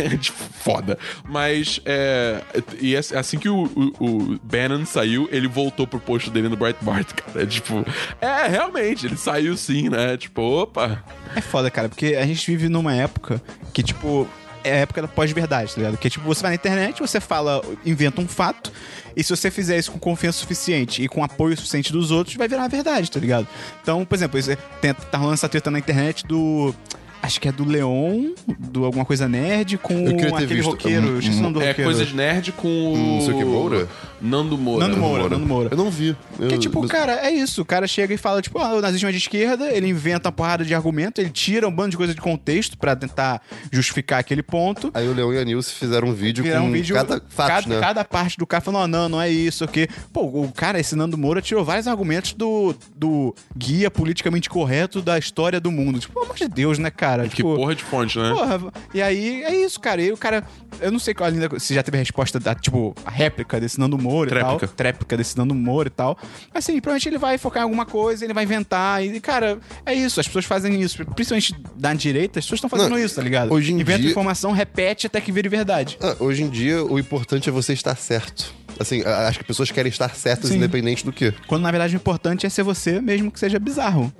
[SPEAKER 2] <laughs> é, tipo, foda. Mas, é, e é- assim que o, o, o Bannon saiu, ele voltou pro posto dele no Breitbart, <laughs> cara. É, Tipo, é, realmente, ele saiu sim, né? Tipo, opa.
[SPEAKER 1] É foda, cara, porque a gente vive numa época que, tipo, é a época da pós-verdade, tá ligado? Que, tipo, você vai na internet, você fala, inventa um fato, e se você fizer isso com confiança suficiente e com apoio suficiente dos outros, vai virar a verdade, tá ligado? Então, por exemplo, você tenta, tá rolando essa treta na internet do. Acho que é do Leon, do Alguma Coisa Nerd, com
[SPEAKER 3] Eu queria ter
[SPEAKER 1] aquele
[SPEAKER 3] visto. Uhum.
[SPEAKER 1] roqueiro. eu esqueci o né? nome do
[SPEAKER 2] É
[SPEAKER 1] roqueiro.
[SPEAKER 2] coisa de nerd com o.
[SPEAKER 3] Não sei o que, Moura?
[SPEAKER 2] Nando Moura.
[SPEAKER 1] Nando Moura, Nando Moura.
[SPEAKER 3] Eu não vi. Eu,
[SPEAKER 1] Que é tipo,
[SPEAKER 3] mas-
[SPEAKER 1] cara, é isso. O cara chega e fala, tipo, ah, o nazismo é de esquerda, ele inventa uma porrada de argumento, ele tira um bando de coisa de contexto pra tentar justificar aquele ponto.
[SPEAKER 3] Aí o Leão e a Nilce fizeram um vídeo
[SPEAKER 1] Virar
[SPEAKER 3] com
[SPEAKER 1] um vídeo.
[SPEAKER 3] cada fato,
[SPEAKER 1] cada,
[SPEAKER 3] né?
[SPEAKER 1] cada parte do cara falando, "Ah, não, não é isso, ok. Pô, o cara, esse Nando Moura, tirou vários argumentos do, do guia politicamente correto da história do mundo. Tipo, pelo amor de Deus, né, cara?
[SPEAKER 2] Que
[SPEAKER 1] tipo,
[SPEAKER 2] porra de fonte, né?
[SPEAKER 1] Porra, e aí é isso, cara. E aí o cara. Eu não sei qual ainda. Se já teve a resposta da, tipo, a réplica desse Nando Moura e
[SPEAKER 2] Tréplica.
[SPEAKER 1] tal. Tréplica desse Nando Moura e tal. Assim, provavelmente ele vai focar em alguma coisa, ele vai inventar. E, cara, é isso. As pessoas fazem isso. Principalmente da direita, as pessoas estão fazendo
[SPEAKER 3] Não,
[SPEAKER 1] isso, tá ligado?
[SPEAKER 3] hoje em
[SPEAKER 1] Inventa
[SPEAKER 3] dia-
[SPEAKER 1] informação, repete até que vire verdade.
[SPEAKER 3] Ah, hoje em dia, o importante é você estar certo. Assim, a- acho que pessoas querem estar certas
[SPEAKER 1] Sim.
[SPEAKER 3] independente do que.
[SPEAKER 1] Quando, na verdade, o importante é ser você, mesmo que seja bizarro.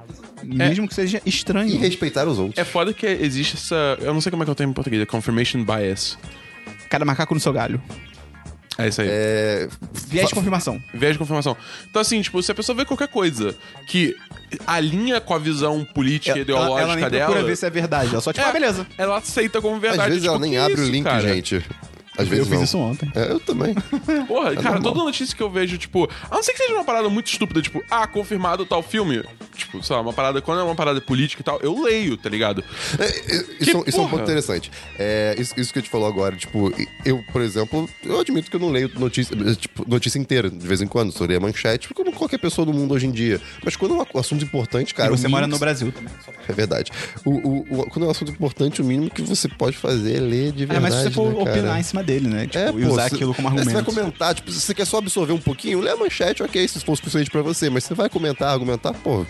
[SPEAKER 1] Mesmo que seja
[SPEAKER 3] E
[SPEAKER 1] estranho.
[SPEAKER 3] respeitar os outros.
[SPEAKER 2] É foda que existe essa. Eu não sei como é que eu tenho em português, é confirmation bias.
[SPEAKER 1] Cada macaco no seu galho.
[SPEAKER 2] É isso aí.
[SPEAKER 1] Viés de confirmação.
[SPEAKER 2] Viés de confirmação. Então, assim, tipo, se a pessoa vê qualquer coisa que alinha com a visão política e ideológica
[SPEAKER 1] ela nem
[SPEAKER 2] dela.
[SPEAKER 1] procura ver se é verdade. Ela só tipo,
[SPEAKER 2] É,
[SPEAKER 1] ah, beleza.
[SPEAKER 2] Ela aceita como
[SPEAKER 3] Às
[SPEAKER 2] verdade.
[SPEAKER 3] vezes
[SPEAKER 2] Tipo,
[SPEAKER 3] ela nem
[SPEAKER 2] que
[SPEAKER 3] abre
[SPEAKER 2] isso,
[SPEAKER 3] o link,
[SPEAKER 2] cara?
[SPEAKER 3] gente. Às vezes
[SPEAKER 1] Eu fiz
[SPEAKER 3] não.
[SPEAKER 1] isso ontem.
[SPEAKER 3] É,
[SPEAKER 1] <laughs>
[SPEAKER 3] eu também.
[SPEAKER 2] Porra, cara,
[SPEAKER 3] normal.
[SPEAKER 2] toda notícia que eu vejo, tipo, a não ser que seja uma parada muito estúpida, tipo, ah, confirmado tal filme. Tipo, sei lá, uma parada, quando é uma parada política e tal, eu leio, tá ligado?
[SPEAKER 3] É, é, isso, é um- isso é um
[SPEAKER 2] porra.
[SPEAKER 3] ponto interessante. É, isso, isso que a gente falou agora, tipo, eu, por exemplo, eu admito que eu não leio notícia, eh, tipo, notícia inteira, de vez em quando, só leio a manchete, tipo, como qualquer pessoa do mundo hoje em dia. Mas quando é um assunto importante,
[SPEAKER 1] e
[SPEAKER 3] cara.
[SPEAKER 1] você
[SPEAKER 3] o mínimo
[SPEAKER 1] mora
[SPEAKER 3] que
[SPEAKER 1] no Brasil também.
[SPEAKER 3] É verdade. O, o- o- quando é um assunto importante, o mínimo que você pode fazer é ler de
[SPEAKER 1] É,
[SPEAKER 3] verdade.
[SPEAKER 1] mas se você for
[SPEAKER 3] né, cara?
[SPEAKER 1] opinar em cima dele, né? Tipo,
[SPEAKER 3] É,
[SPEAKER 1] e
[SPEAKER 3] pô,
[SPEAKER 1] usar
[SPEAKER 3] cê-
[SPEAKER 1] aquilo como
[SPEAKER 3] é,
[SPEAKER 1] argumento.
[SPEAKER 3] Você vai comentar, tipo, se você quer só absorver um pouquinho, lê a manchete, ok, se isso for suficiente pra você, mas você vai comentar, argumentar, pô.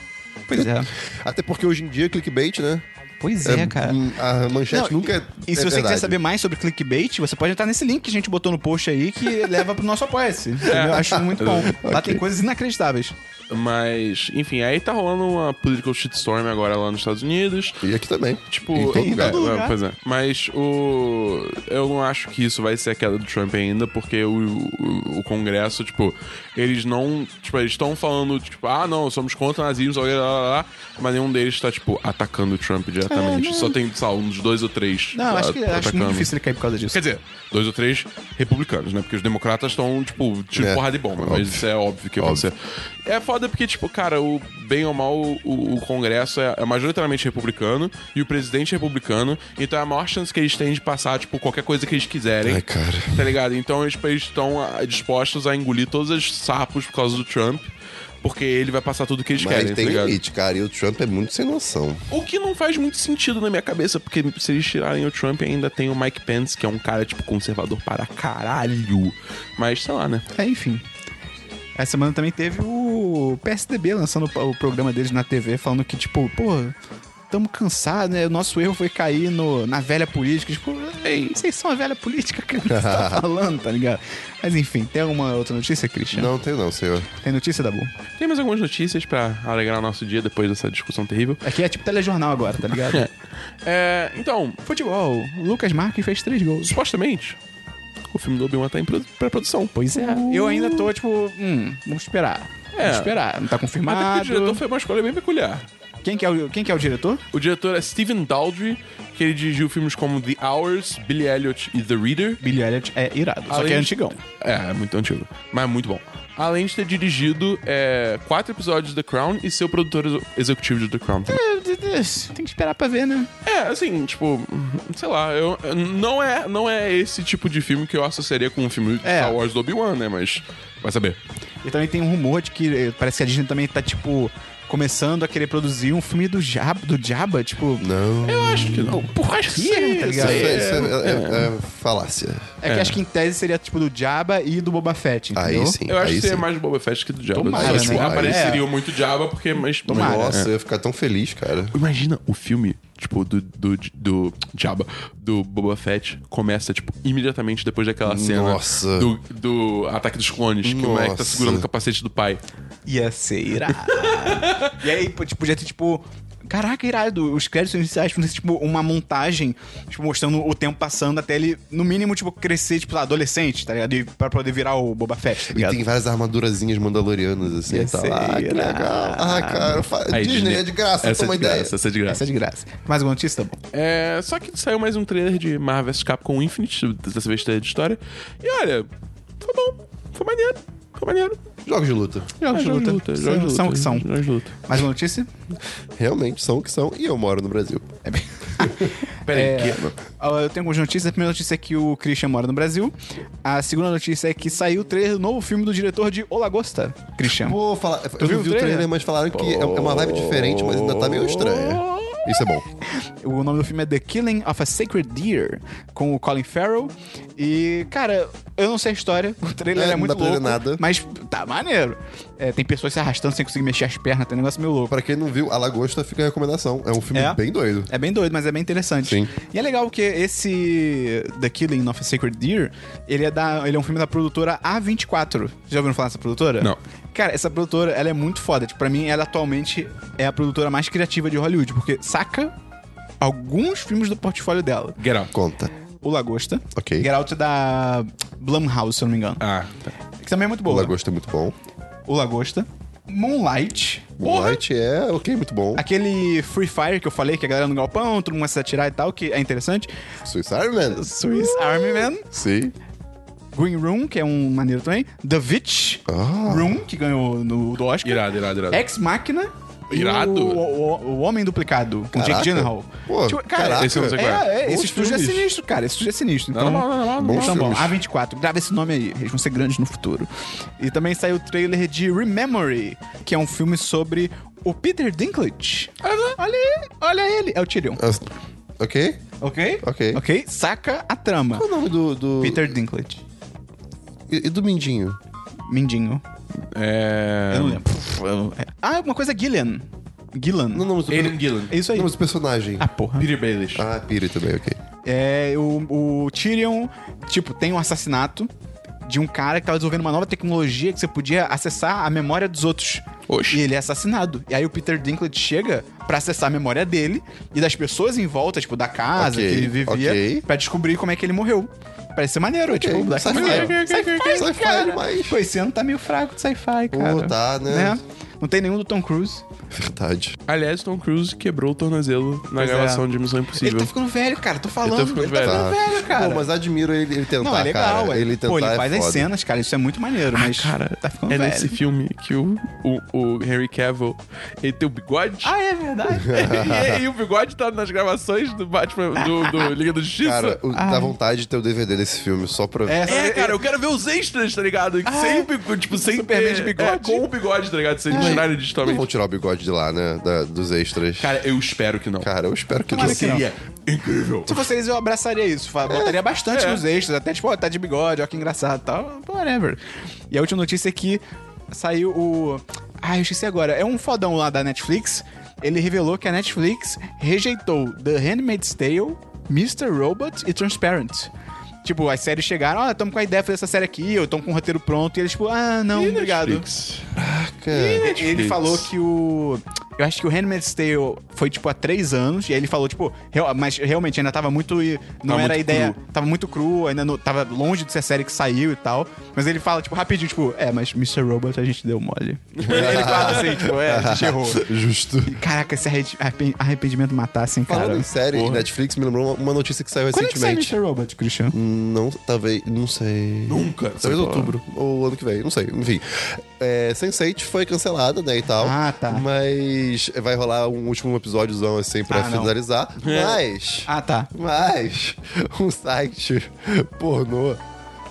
[SPEAKER 1] Pois é.
[SPEAKER 3] <laughs> Até porque hoje em dia, clickbait, né?
[SPEAKER 1] Pois é, cara.
[SPEAKER 3] hum, A manchete
[SPEAKER 1] Não,
[SPEAKER 3] nunca é.
[SPEAKER 1] E se
[SPEAKER 3] é
[SPEAKER 1] você
[SPEAKER 3] verdade.
[SPEAKER 1] quiser saber mais sobre clickbait, você pode entrar nesse link que a gente botou no post aí que <laughs> leva pro nosso apoia-se. entendeu? Acho muito
[SPEAKER 3] <laughs>
[SPEAKER 1] bom. Lá tem coisas inacreditáveis.
[SPEAKER 2] Mas, enfim, aí tá rolando uma political shitstorm agora lá nos Estados Unidos.
[SPEAKER 3] E aqui também.
[SPEAKER 2] Tipo,
[SPEAKER 3] Em todo
[SPEAKER 2] é,
[SPEAKER 3] lugar.
[SPEAKER 1] todo
[SPEAKER 2] é,
[SPEAKER 1] lugar.
[SPEAKER 2] Pois é. Mas o. Eu não acho que isso vai ser a queda do Trump ainda, porque o, o, o Congresso, tipo, eles não. Tipo, eles estão falando, tipo, ah, não, somos contra nazismo, blá, blá, blá, blá, mas nenhum deles tá, tipo, atacando o Trump diretamente. Só tem, sei lá, uns dois ou três.
[SPEAKER 1] É, Não,
[SPEAKER 2] tá,
[SPEAKER 1] acho que acho
[SPEAKER 2] atacando.
[SPEAKER 1] muito difícil ele cair por causa disso.
[SPEAKER 2] Quer dizer, dois ou três republicanos, né? Porque os democratas estão, tipo, tiro
[SPEAKER 3] É,
[SPEAKER 2] porrada de bomba.
[SPEAKER 3] óbvio.
[SPEAKER 2] Mas isso é óbvio que ia acontecer. É foda porque, tipo, cara, o bem ou mal, o, o Congresso é, é majoritariamente republicano e o presidente é republicano. Então é a maior chance que eles têm de passar, tipo, qualquer coisa que eles quiserem.
[SPEAKER 3] Ai, cara.
[SPEAKER 2] Tá ligado? Então eles eles estão ah, dispostos a engolir todos os sapos por causa do Trump. Porque ele vai passar tudo que eles
[SPEAKER 3] Mas
[SPEAKER 2] querem,
[SPEAKER 3] tem
[SPEAKER 2] tá ligado?
[SPEAKER 3] limite, cara. E o Trump é muito sem noção.
[SPEAKER 2] O que não faz muito sentido na minha cabeça, porque se eles tirarem o Trump, ainda tem o Mike Pence, que é um cara, tipo, conservador para caralho. Mas, sei lá, né?
[SPEAKER 1] É, enfim. Essa semana também teve o PSDB lançando o o programa deles na TV, falando que, tipo, pô, tamo cansados, né? O nosso erro foi cair no, na velha política. Tipo, ei, vocês são a velha política que você
[SPEAKER 2] <laughs>
[SPEAKER 1] tá falando, tá ligado? Mas enfim, tem alguma outra notícia, Christian?
[SPEAKER 3] Não tem, não, senhor.
[SPEAKER 1] Tem notícia, Dabu?
[SPEAKER 2] Tem mais algumas notícias pra alegrar o nosso dia depois dessa discussão terrível.
[SPEAKER 1] Aqui é tipo telejornal agora, tá
[SPEAKER 2] <laughs>
[SPEAKER 1] ligado?
[SPEAKER 2] É, então,
[SPEAKER 1] Futebol, Lucas Marques fez três gols.
[SPEAKER 2] supostamente, o filme do Obi-Wan tá em pro- pré-produção.
[SPEAKER 1] Pois é. Eu ainda tô, tipo, hum, vamos esperar.
[SPEAKER 2] É.
[SPEAKER 1] Vamos esperar. Não tá
[SPEAKER 2] Mas até que o diretor
[SPEAKER 1] confirmado.
[SPEAKER 2] foi uma escolha bem peculiar.
[SPEAKER 1] Quem que, é o, quem que é o diretor?
[SPEAKER 2] O diretor é Steven Daldry, que ele dirigiu filmes como The Hours, Billy Elliot e The Reader.
[SPEAKER 1] Billy Elliot é irado, só
[SPEAKER 2] Além
[SPEAKER 1] que é
[SPEAKER 2] de-
[SPEAKER 1] antigão.
[SPEAKER 2] É, é muito antigo. Mas é muito bom. Além de ter dirigido é, quatro episódios de The Crown e ser o produtor ex- executivo de The Crown. também.
[SPEAKER 1] Tem que esperar pra ver, né?
[SPEAKER 2] É, assim, tipo, sei lá, eu, não, é, não é esse tipo de filme que eu associaria com um filme
[SPEAKER 1] É.
[SPEAKER 2] Star Wars do Obi-Wan, né? Mas vai saber.
[SPEAKER 1] E também tem um rumor de que eh, parece que a Disney também tá, tipo, começando a querer produzir um filme do Jabba, do Jabba tipo...
[SPEAKER 3] Não.
[SPEAKER 2] Eu acho que não. Por acho que
[SPEAKER 1] sim, tá ligado?
[SPEAKER 3] Isso é, isso é- é- é falácia.
[SPEAKER 1] É que acho que em tese seria, tipo, do Jabba e do Boba Fett, entendeu?
[SPEAKER 3] Aí sim.
[SPEAKER 2] Eu acho
[SPEAKER 3] aí
[SPEAKER 2] que seria
[SPEAKER 3] sim. É.
[SPEAKER 2] mais do Boba Fett que do Jabba.
[SPEAKER 1] Tomara,
[SPEAKER 2] Mas, tipo,
[SPEAKER 1] né?
[SPEAKER 2] Apareceria muito Jabba, porque... Mas,
[SPEAKER 1] Tomara.
[SPEAKER 2] É.
[SPEAKER 3] Nossa, eu ia ficar tão feliz, cara.
[SPEAKER 2] Imagina o filme, tipo, do, do, do Jabba, do Boba Fett, começa, tipo, imediatamente depois daquela cena
[SPEAKER 3] Nossa.
[SPEAKER 2] Do, do Ataque dos Clones, que o moleque tá
[SPEAKER 3] Nossa.
[SPEAKER 2] segurando o capacete do pai.
[SPEAKER 1] Ia ser irado. <laughs> e aí, pô, tipo, podia ter, tipo... Caraca, irado. Os créditos iniciais podiam ser, tipo, uma montagem, tipo, mostrando o tempo passando até ele, no mínimo, tipo, crescer, tipo, adolescente, tá ligado? E pra poder virar o Boba Fett, tá
[SPEAKER 3] E
[SPEAKER 1] ligado?
[SPEAKER 3] tem várias armadurazinhas mandalorianas, assim,
[SPEAKER 1] Ia
[SPEAKER 3] e tal.
[SPEAKER 1] ser
[SPEAKER 3] Ah, que
[SPEAKER 1] irado.
[SPEAKER 3] legal. Ah, cara, fa-
[SPEAKER 2] Aí,
[SPEAKER 3] Disney, é de graça,
[SPEAKER 2] essa
[SPEAKER 3] toma
[SPEAKER 2] é de graça,
[SPEAKER 3] ideia.
[SPEAKER 2] Essa é de graça.
[SPEAKER 1] Essa é de graça. Mais alguma notícia, tá bom?
[SPEAKER 2] É, só que saiu mais um trailer de Marvel vs Capcom Infinite, dessa vez trailer de história. E olha, foi bom, foi maneiro, foi maneiro.
[SPEAKER 3] Jogos de luta.
[SPEAKER 1] Jogos
[SPEAKER 2] É,
[SPEAKER 1] de luta. São-
[SPEAKER 2] jogos de
[SPEAKER 1] São o
[SPEAKER 2] luta,
[SPEAKER 1] que são.
[SPEAKER 2] Jogos de luta.
[SPEAKER 1] Mais uma notícia?
[SPEAKER 3] Realmente são o que são. E eu moro no Brasil. <laughs>
[SPEAKER 2] Peraí,
[SPEAKER 1] É,
[SPEAKER 2] que-
[SPEAKER 1] ó, eu tenho algumas notícias. A primeira notícia é que o Christian mora no Brasil. A segunda notícia é que saiu o trailer do novo filme do diretor de O Lagosta, Christian.
[SPEAKER 3] Vou falar. eu
[SPEAKER 1] viu
[SPEAKER 3] não
[SPEAKER 1] o
[SPEAKER 3] vi o trailer,
[SPEAKER 1] trailer,
[SPEAKER 3] mas falaram que é é uma vibe diferente, mas ainda tá meio estranha. Isso é bom.
[SPEAKER 1] O nome do filme é The Killing of a Sacred Deer, com o Colin Farrell. E, cara, eu não sei a história, o trailer
[SPEAKER 3] É,
[SPEAKER 1] é,
[SPEAKER 3] não
[SPEAKER 1] muito
[SPEAKER 3] dá pra ler
[SPEAKER 1] louco,
[SPEAKER 3] nada.
[SPEAKER 1] mas tá maneiro. É, tem pessoas se arrastando sem conseguir mexer as pernas, tem um negócio meio louco.
[SPEAKER 3] Pra quem não viu, A Lagosta fica a recomendação. É um filme
[SPEAKER 1] É?
[SPEAKER 3] bem doido.
[SPEAKER 1] É bem doido, mas é bem interessante.
[SPEAKER 3] Sim.
[SPEAKER 1] E é legal porque esse The Killing of a Sacred Deer, ele é, da, ele é um filme da produtora A24. Vocês Já ouviram falar dessa produtora?
[SPEAKER 2] Não.
[SPEAKER 1] Cara, essa produtora, ela é muito foda. Tipo, pra mim, ela atualmente é a produtora mais criativa de Hollywood, porque saca alguns filmes do portfólio dela.
[SPEAKER 2] Get Out.
[SPEAKER 3] Conta.
[SPEAKER 1] O Lagosta.
[SPEAKER 3] Ok.
[SPEAKER 1] Get Out é da Blumhouse, se eu não me engano.
[SPEAKER 2] Ah, tá.
[SPEAKER 1] Que também é muito
[SPEAKER 3] O
[SPEAKER 1] boa.
[SPEAKER 3] Lagosta é muito bom.
[SPEAKER 1] O Lagosta. Moonlight.
[SPEAKER 3] O
[SPEAKER 1] Porra!
[SPEAKER 3] Light é ok, muito bom.
[SPEAKER 1] Aquele Free Fire que eu falei, que a galera no galpão, todo mundo começa a atirar e tal, que é interessante.
[SPEAKER 3] Swiss Army Man.
[SPEAKER 1] Swiss Army Man.
[SPEAKER 3] Sim.
[SPEAKER 1] Green Room, que é um maneiro também. The Witch
[SPEAKER 3] Ah.
[SPEAKER 1] Room, que ganhou no do Oscar.
[SPEAKER 2] Irado, irado, irado.
[SPEAKER 1] Ex Machina. e
[SPEAKER 2] Irado.
[SPEAKER 1] O, o- o Homem Duplicado, com
[SPEAKER 3] Caraca.
[SPEAKER 1] Jake Gyllenhaal.
[SPEAKER 3] Pô, caraca.
[SPEAKER 2] Esse eu não sei
[SPEAKER 1] é,
[SPEAKER 2] qual é.
[SPEAKER 1] é, esse
[SPEAKER 2] Bons
[SPEAKER 1] estúdio é
[SPEAKER 2] filmes.
[SPEAKER 1] sinistro, cara. Esse estúdio é sinistro. Então,
[SPEAKER 2] Não, não, não, não, não.
[SPEAKER 1] então bom,
[SPEAKER 3] filmes.
[SPEAKER 1] A24, grava esse nome aí. Eles vão ser grandes no futuro. E também saiu o trailer de Rememory, que é um filme sobre o Peter Dinklage. Olha ele, olha ele. É o Tyrion,
[SPEAKER 3] Ah, Ok?
[SPEAKER 1] ok?
[SPEAKER 3] Ok.
[SPEAKER 1] Ok? Saca a trama.
[SPEAKER 3] Qual é o nome do. do...
[SPEAKER 1] Peter Dinklage.
[SPEAKER 3] E, e do Mindinho?
[SPEAKER 1] Mindinho.
[SPEAKER 2] É...
[SPEAKER 1] Eu não lembro. Ah, uma coisa é Gillian. Gillan.
[SPEAKER 3] Não, não, mas o
[SPEAKER 2] Aidan Gillen.
[SPEAKER 1] É isso aí.
[SPEAKER 3] Não, mas o personagem.
[SPEAKER 1] Ah, porra.
[SPEAKER 2] Peter Baelish.
[SPEAKER 3] Ah, Piri também, ok.
[SPEAKER 1] É, o, o Tyrion, tipo, tem um assassinato de um cara que tava desenvolvendo uma nova tecnologia que você podia acessar a memória dos outros.
[SPEAKER 2] Oxi.
[SPEAKER 1] E ele é assassinado. E aí o Peter Dinklage chega pra acessar a memória dele e das pessoas em volta, tipo, da casa
[SPEAKER 3] Ok,
[SPEAKER 1] que ele vivia,
[SPEAKER 3] ok.
[SPEAKER 1] pra descobrir como é que ele morreu. Parece ser maneiro,
[SPEAKER 3] Ok,
[SPEAKER 1] tipo, Black
[SPEAKER 3] sci-fi.
[SPEAKER 1] Mirror.
[SPEAKER 3] Sci-fi
[SPEAKER 1] Sci-fi, cara.
[SPEAKER 3] demais.
[SPEAKER 1] Pô, esse ano tá meio fraco de sci-fi,
[SPEAKER 3] Pô,
[SPEAKER 1] cara.
[SPEAKER 3] tá, né?
[SPEAKER 1] Não tem nenhum do Tom Cruise.
[SPEAKER 3] Verdade.
[SPEAKER 2] Aliás, Tom Cruise quebrou o tornozelo na
[SPEAKER 1] Pois é.
[SPEAKER 2] gravação de Missão
[SPEAKER 1] Ele
[SPEAKER 2] Impossível.
[SPEAKER 1] tá ficando velho, cara. Tô falando.
[SPEAKER 2] Ele tá ficando
[SPEAKER 1] ele tá
[SPEAKER 2] velho.
[SPEAKER 1] ficando velho, cara.
[SPEAKER 3] Pô, mas admiro ele, ele tentar,
[SPEAKER 1] Não, é legal,
[SPEAKER 3] cara.
[SPEAKER 1] é.
[SPEAKER 3] Ele tentar
[SPEAKER 1] Pô, ele
[SPEAKER 3] é
[SPEAKER 1] faz
[SPEAKER 3] foda.
[SPEAKER 1] as cenas, cara. Isso é muito maneiro, mas.
[SPEAKER 2] Cara,
[SPEAKER 1] tá ficando
[SPEAKER 2] é
[SPEAKER 1] velho.
[SPEAKER 2] nesse filme que o, o, o Henry Cavill ele tem o bigode.
[SPEAKER 1] Ah, é verdade?
[SPEAKER 2] e,
[SPEAKER 3] <laughs>
[SPEAKER 2] e o bigode tá nas gravações do Batman, do, do Liga da Justiça.
[SPEAKER 3] Cara, o- dá vontade de ter o DVD desse filme só pra ver.
[SPEAKER 1] Ah. É, só-
[SPEAKER 2] é, cara, eu quero ver os extras, tá ligado? sem o bigode, tipo, sem
[SPEAKER 1] Superman
[SPEAKER 2] ter-
[SPEAKER 1] de bigode.
[SPEAKER 2] é, com o bigode, tá ligado? Sem tirar ele
[SPEAKER 3] Não vão
[SPEAKER 2] digitalmente.
[SPEAKER 3] tirar o bigode de lá, né? da- dos extras. Cara,
[SPEAKER 2] Cara, eu espero que não.
[SPEAKER 3] eu espero que
[SPEAKER 1] Tomara
[SPEAKER 3] não.
[SPEAKER 1] que não.
[SPEAKER 2] Seria incrível.
[SPEAKER 1] Se vocês, eu abraçaria isso. fa-
[SPEAKER 2] É.
[SPEAKER 1] Botaria bastante nos extras. Até tipo, ó, tá de bigode, ó, que engraçado e tal. Whatever. E a última notícia é que saiu o. Ah, eu esqueci agora. É um fodão lá da Netflix. Ele revelou que a Netflix rejeitou The Handmaid's Tale, Mr. Robot e Transparent. Tipo, as séries chegaram, ó, tamo com a ideia de fazer essa série aqui, ou tamo com o roteiro pronto, e eles, tipo, ah, não,
[SPEAKER 2] E
[SPEAKER 1] obrigado.
[SPEAKER 2] Netflix?
[SPEAKER 3] Cara,
[SPEAKER 1] E Ele falou que o. Eu acho que o Handmaid's Tale foi, tipo, há três anos. E aí ele falou, tipo, real- mas realmente ainda tava muito. e Não
[SPEAKER 2] Tava
[SPEAKER 1] era a
[SPEAKER 2] muito
[SPEAKER 1] ideia.
[SPEAKER 2] cru.
[SPEAKER 1] Tava muito cru, ainda não, tava longe de ser a série que saiu e tal. Mas ele fala, tipo, rapidinho, tipo, é, mas Mr. Robot a gente deu mole. <laughs> ele fala assim, tipo, é, a <laughs> gente errou.
[SPEAKER 3] Justo.
[SPEAKER 1] E, Caraca, esse arre- arrepen- arrependimento matasse, hein, cara.
[SPEAKER 3] Falando em série, Netflix me lembrou uma, uma notícia que saiu
[SPEAKER 1] Quando é que sai
[SPEAKER 3] recentemente. Hum.
[SPEAKER 1] Mr. Robot, Christian?
[SPEAKER 3] Não, talvez. Não sei.
[SPEAKER 2] Nunca. Sei
[SPEAKER 3] Talvez
[SPEAKER 2] lá.
[SPEAKER 3] outubro. Ou ano que vem, não sei. Enfim. É, Sense8 foi cancelada, né? E tal.
[SPEAKER 1] Ah, tá.
[SPEAKER 3] Mas vai rolar um último episódiozão assim pra
[SPEAKER 1] Ah, não.
[SPEAKER 3] finalizar. Mas.
[SPEAKER 1] Ah, tá.
[SPEAKER 3] Mas um site pornô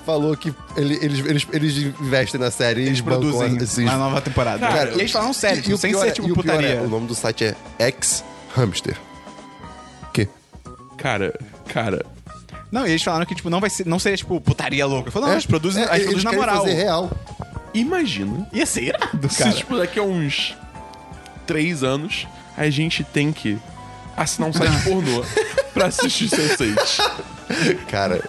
[SPEAKER 3] falou que ele- eles, eles, eles investem na série, eles,
[SPEAKER 1] Eles
[SPEAKER 3] bancam
[SPEAKER 1] produzem
[SPEAKER 3] um esses-
[SPEAKER 1] na nova temporada.
[SPEAKER 3] Cara,
[SPEAKER 1] e eles falam sério,
[SPEAKER 3] e
[SPEAKER 1] tipo,
[SPEAKER 3] o
[SPEAKER 1] sem
[SPEAKER 3] pior
[SPEAKER 1] ser
[SPEAKER 3] é-
[SPEAKER 1] tipo
[SPEAKER 3] e o pior
[SPEAKER 1] putaria.
[SPEAKER 3] É, o nome do site é Ex Hamster. Que?
[SPEAKER 2] Cara, cara.
[SPEAKER 1] Não, e eles falaram que, tipo, não vai ser, não seria, tipo, putaria louca. Eu falei, não, eles produzem, eles
[SPEAKER 3] é? eles
[SPEAKER 1] produzem na
[SPEAKER 3] querem
[SPEAKER 1] moral.
[SPEAKER 3] fazer real.
[SPEAKER 2] Imagina
[SPEAKER 1] Ia ser irado,
[SPEAKER 2] se,
[SPEAKER 1] cara.
[SPEAKER 2] tipo, daqui a uns três anos, a gente tem que assinar um site pornô pra assistir Sense8.
[SPEAKER 3] Cara,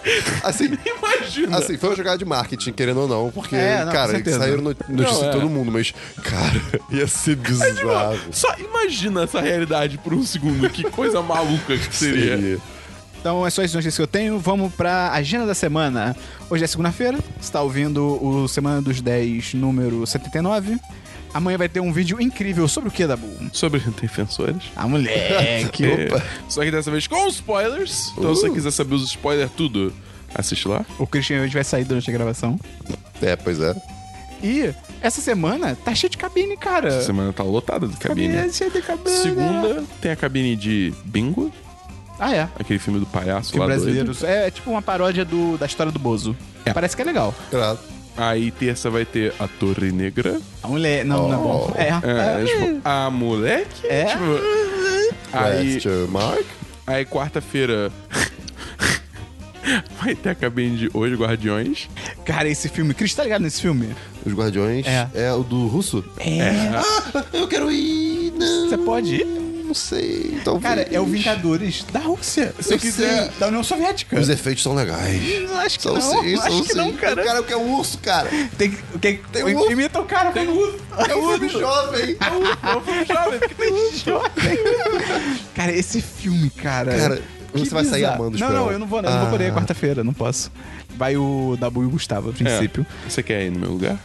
[SPEAKER 3] assim,
[SPEAKER 2] Imagina.
[SPEAKER 3] assim, foi uma jogada de marketing, querendo ou não, porque,
[SPEAKER 1] É, não, É com
[SPEAKER 3] cara,
[SPEAKER 1] certeza.
[SPEAKER 3] saíram no- notícias
[SPEAKER 2] Não, é.
[SPEAKER 3] de todo mundo, mas, cara, ia ser bizarro.
[SPEAKER 2] Só imagina essa realidade por um segundo. Que coisa maluca que seria.
[SPEAKER 1] Então, é só as notícias que eu tenho. Vamos pra agenda da semana. Hoje é segunda-feira, você tá ouvindo o Semana dos 10, número 79. Amanhã vai ter um vídeo incrível sobre o que, Dabu?
[SPEAKER 2] Sobre defensores.
[SPEAKER 1] Ah, moleque.
[SPEAKER 2] <laughs> É, só que dessa vez com spoilers. Então, se você quiser saber os spoilers, tudo, assiste lá.
[SPEAKER 1] o Christian hoje vai sair durante a gravação.
[SPEAKER 3] É, pois é.
[SPEAKER 1] E essa semana tá cheio de cabine, cara.
[SPEAKER 2] Essa semana tá lotada de cabine.
[SPEAKER 1] é cheio de cabine.
[SPEAKER 2] Segunda tem a cabine de Bingo,
[SPEAKER 1] Ah, é.
[SPEAKER 2] aquele filme do palhaço
[SPEAKER 1] Filme
[SPEAKER 2] lá
[SPEAKER 1] brasileiro.
[SPEAKER 2] doido.
[SPEAKER 1] É, é tipo uma paródia do, da história do Bozo.
[SPEAKER 2] É.
[SPEAKER 1] Parece que é legal.
[SPEAKER 3] Claro.
[SPEAKER 2] Aí terça vai ter a Torre Negra.
[SPEAKER 1] Ah,
[SPEAKER 2] Oh.
[SPEAKER 1] A mulher. Não, não é bom. É.
[SPEAKER 2] É, tipo, a moleque.
[SPEAKER 1] É.
[SPEAKER 2] Tipo, Aí,
[SPEAKER 3] Question mark?
[SPEAKER 2] aí quarta-feira. <laughs> Vai ter a cabine de Os Guardiões.
[SPEAKER 1] Cara, esse filme. Cris, tá ligado nesse filme?
[SPEAKER 3] Os Guardiões
[SPEAKER 1] É.
[SPEAKER 3] é, o do russo?
[SPEAKER 1] é.
[SPEAKER 3] Ah, eu quero ir! Não.
[SPEAKER 1] Você pode ir?
[SPEAKER 3] Não sei, talvez.
[SPEAKER 1] Cara, é o Vingadores da Rússia. Se
[SPEAKER 3] Eu
[SPEAKER 1] eu quiser,
[SPEAKER 3] sei.
[SPEAKER 1] da União Soviética.
[SPEAKER 3] Os efeitos são legais.
[SPEAKER 1] Não, Acho que
[SPEAKER 3] São
[SPEAKER 1] não,
[SPEAKER 3] sim,
[SPEAKER 1] acho
[SPEAKER 3] são
[SPEAKER 1] que não,
[SPEAKER 3] sim.
[SPEAKER 1] cara.
[SPEAKER 3] O cara quer um urso, cara.
[SPEAKER 1] Tem, que- tem, tem
[SPEAKER 3] um urso.
[SPEAKER 1] imita o cara com o urso.
[SPEAKER 3] É um filme jovem.
[SPEAKER 1] <laughs> jovem, porque tem <laughs> jovem. Cara, esse filme, cara.
[SPEAKER 3] Cara,
[SPEAKER 1] que
[SPEAKER 3] você vai sair
[SPEAKER 1] bizarro.
[SPEAKER 3] amando,
[SPEAKER 1] Não,
[SPEAKER 3] Esperão.
[SPEAKER 1] não, eu não vou, não. Eu não
[SPEAKER 3] Ah.
[SPEAKER 1] vou poder quarta-feira, não posso. Vai o Dabu e o Gustavo, a princípio.
[SPEAKER 2] É. Você quer ir no meu lugar?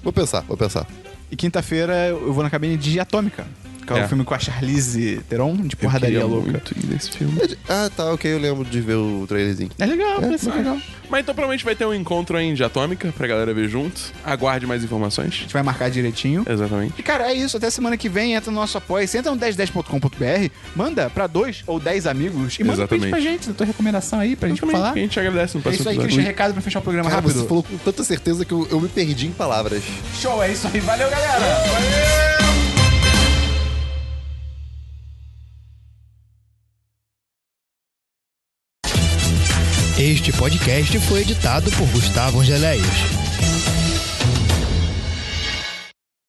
[SPEAKER 3] Vou pensar, vou pensar.
[SPEAKER 1] E quinta-feira eu vou na cabine de Atômica. Que é,
[SPEAKER 2] É.
[SPEAKER 1] o filme com a Charlize Theron, de porradaria
[SPEAKER 2] Queria
[SPEAKER 1] louca.
[SPEAKER 2] muito ir nesse filme.
[SPEAKER 3] Ah, tá, ok, eu lembro de ver o trailerzinho.
[SPEAKER 1] É legal, parece ser legal. A
[SPEAKER 2] Mas então provavelmente vai ter um encontro aí de Atômica pra galera ver junto. Aguarde mais informações.
[SPEAKER 1] gente vai marcar direitinho.
[SPEAKER 2] Exatamente.
[SPEAKER 1] E, cara, é isso. Até semana que vem, entra no nosso apoio. Você entra no 1010.com.br, manda pra dois ou dez amigos e manda um
[SPEAKER 2] Exatamente.
[SPEAKER 1] print pra gente, da tua recomendação aí, pra gente
[SPEAKER 2] Exatamente.
[SPEAKER 1] falar.
[SPEAKER 2] Então, A gente agradece no
[SPEAKER 1] É
[SPEAKER 2] próximo
[SPEAKER 1] isso aí,
[SPEAKER 2] episódio.
[SPEAKER 1] Christian, recado pra fechar o programa
[SPEAKER 3] Cara,
[SPEAKER 1] rápido.
[SPEAKER 3] você falou com tanta certeza que eu, eu me perdi em palavras.
[SPEAKER 1] Show, é isso aí. Valeu, galera!
[SPEAKER 8] Este podcast foi editado por Gustavo Angeléias.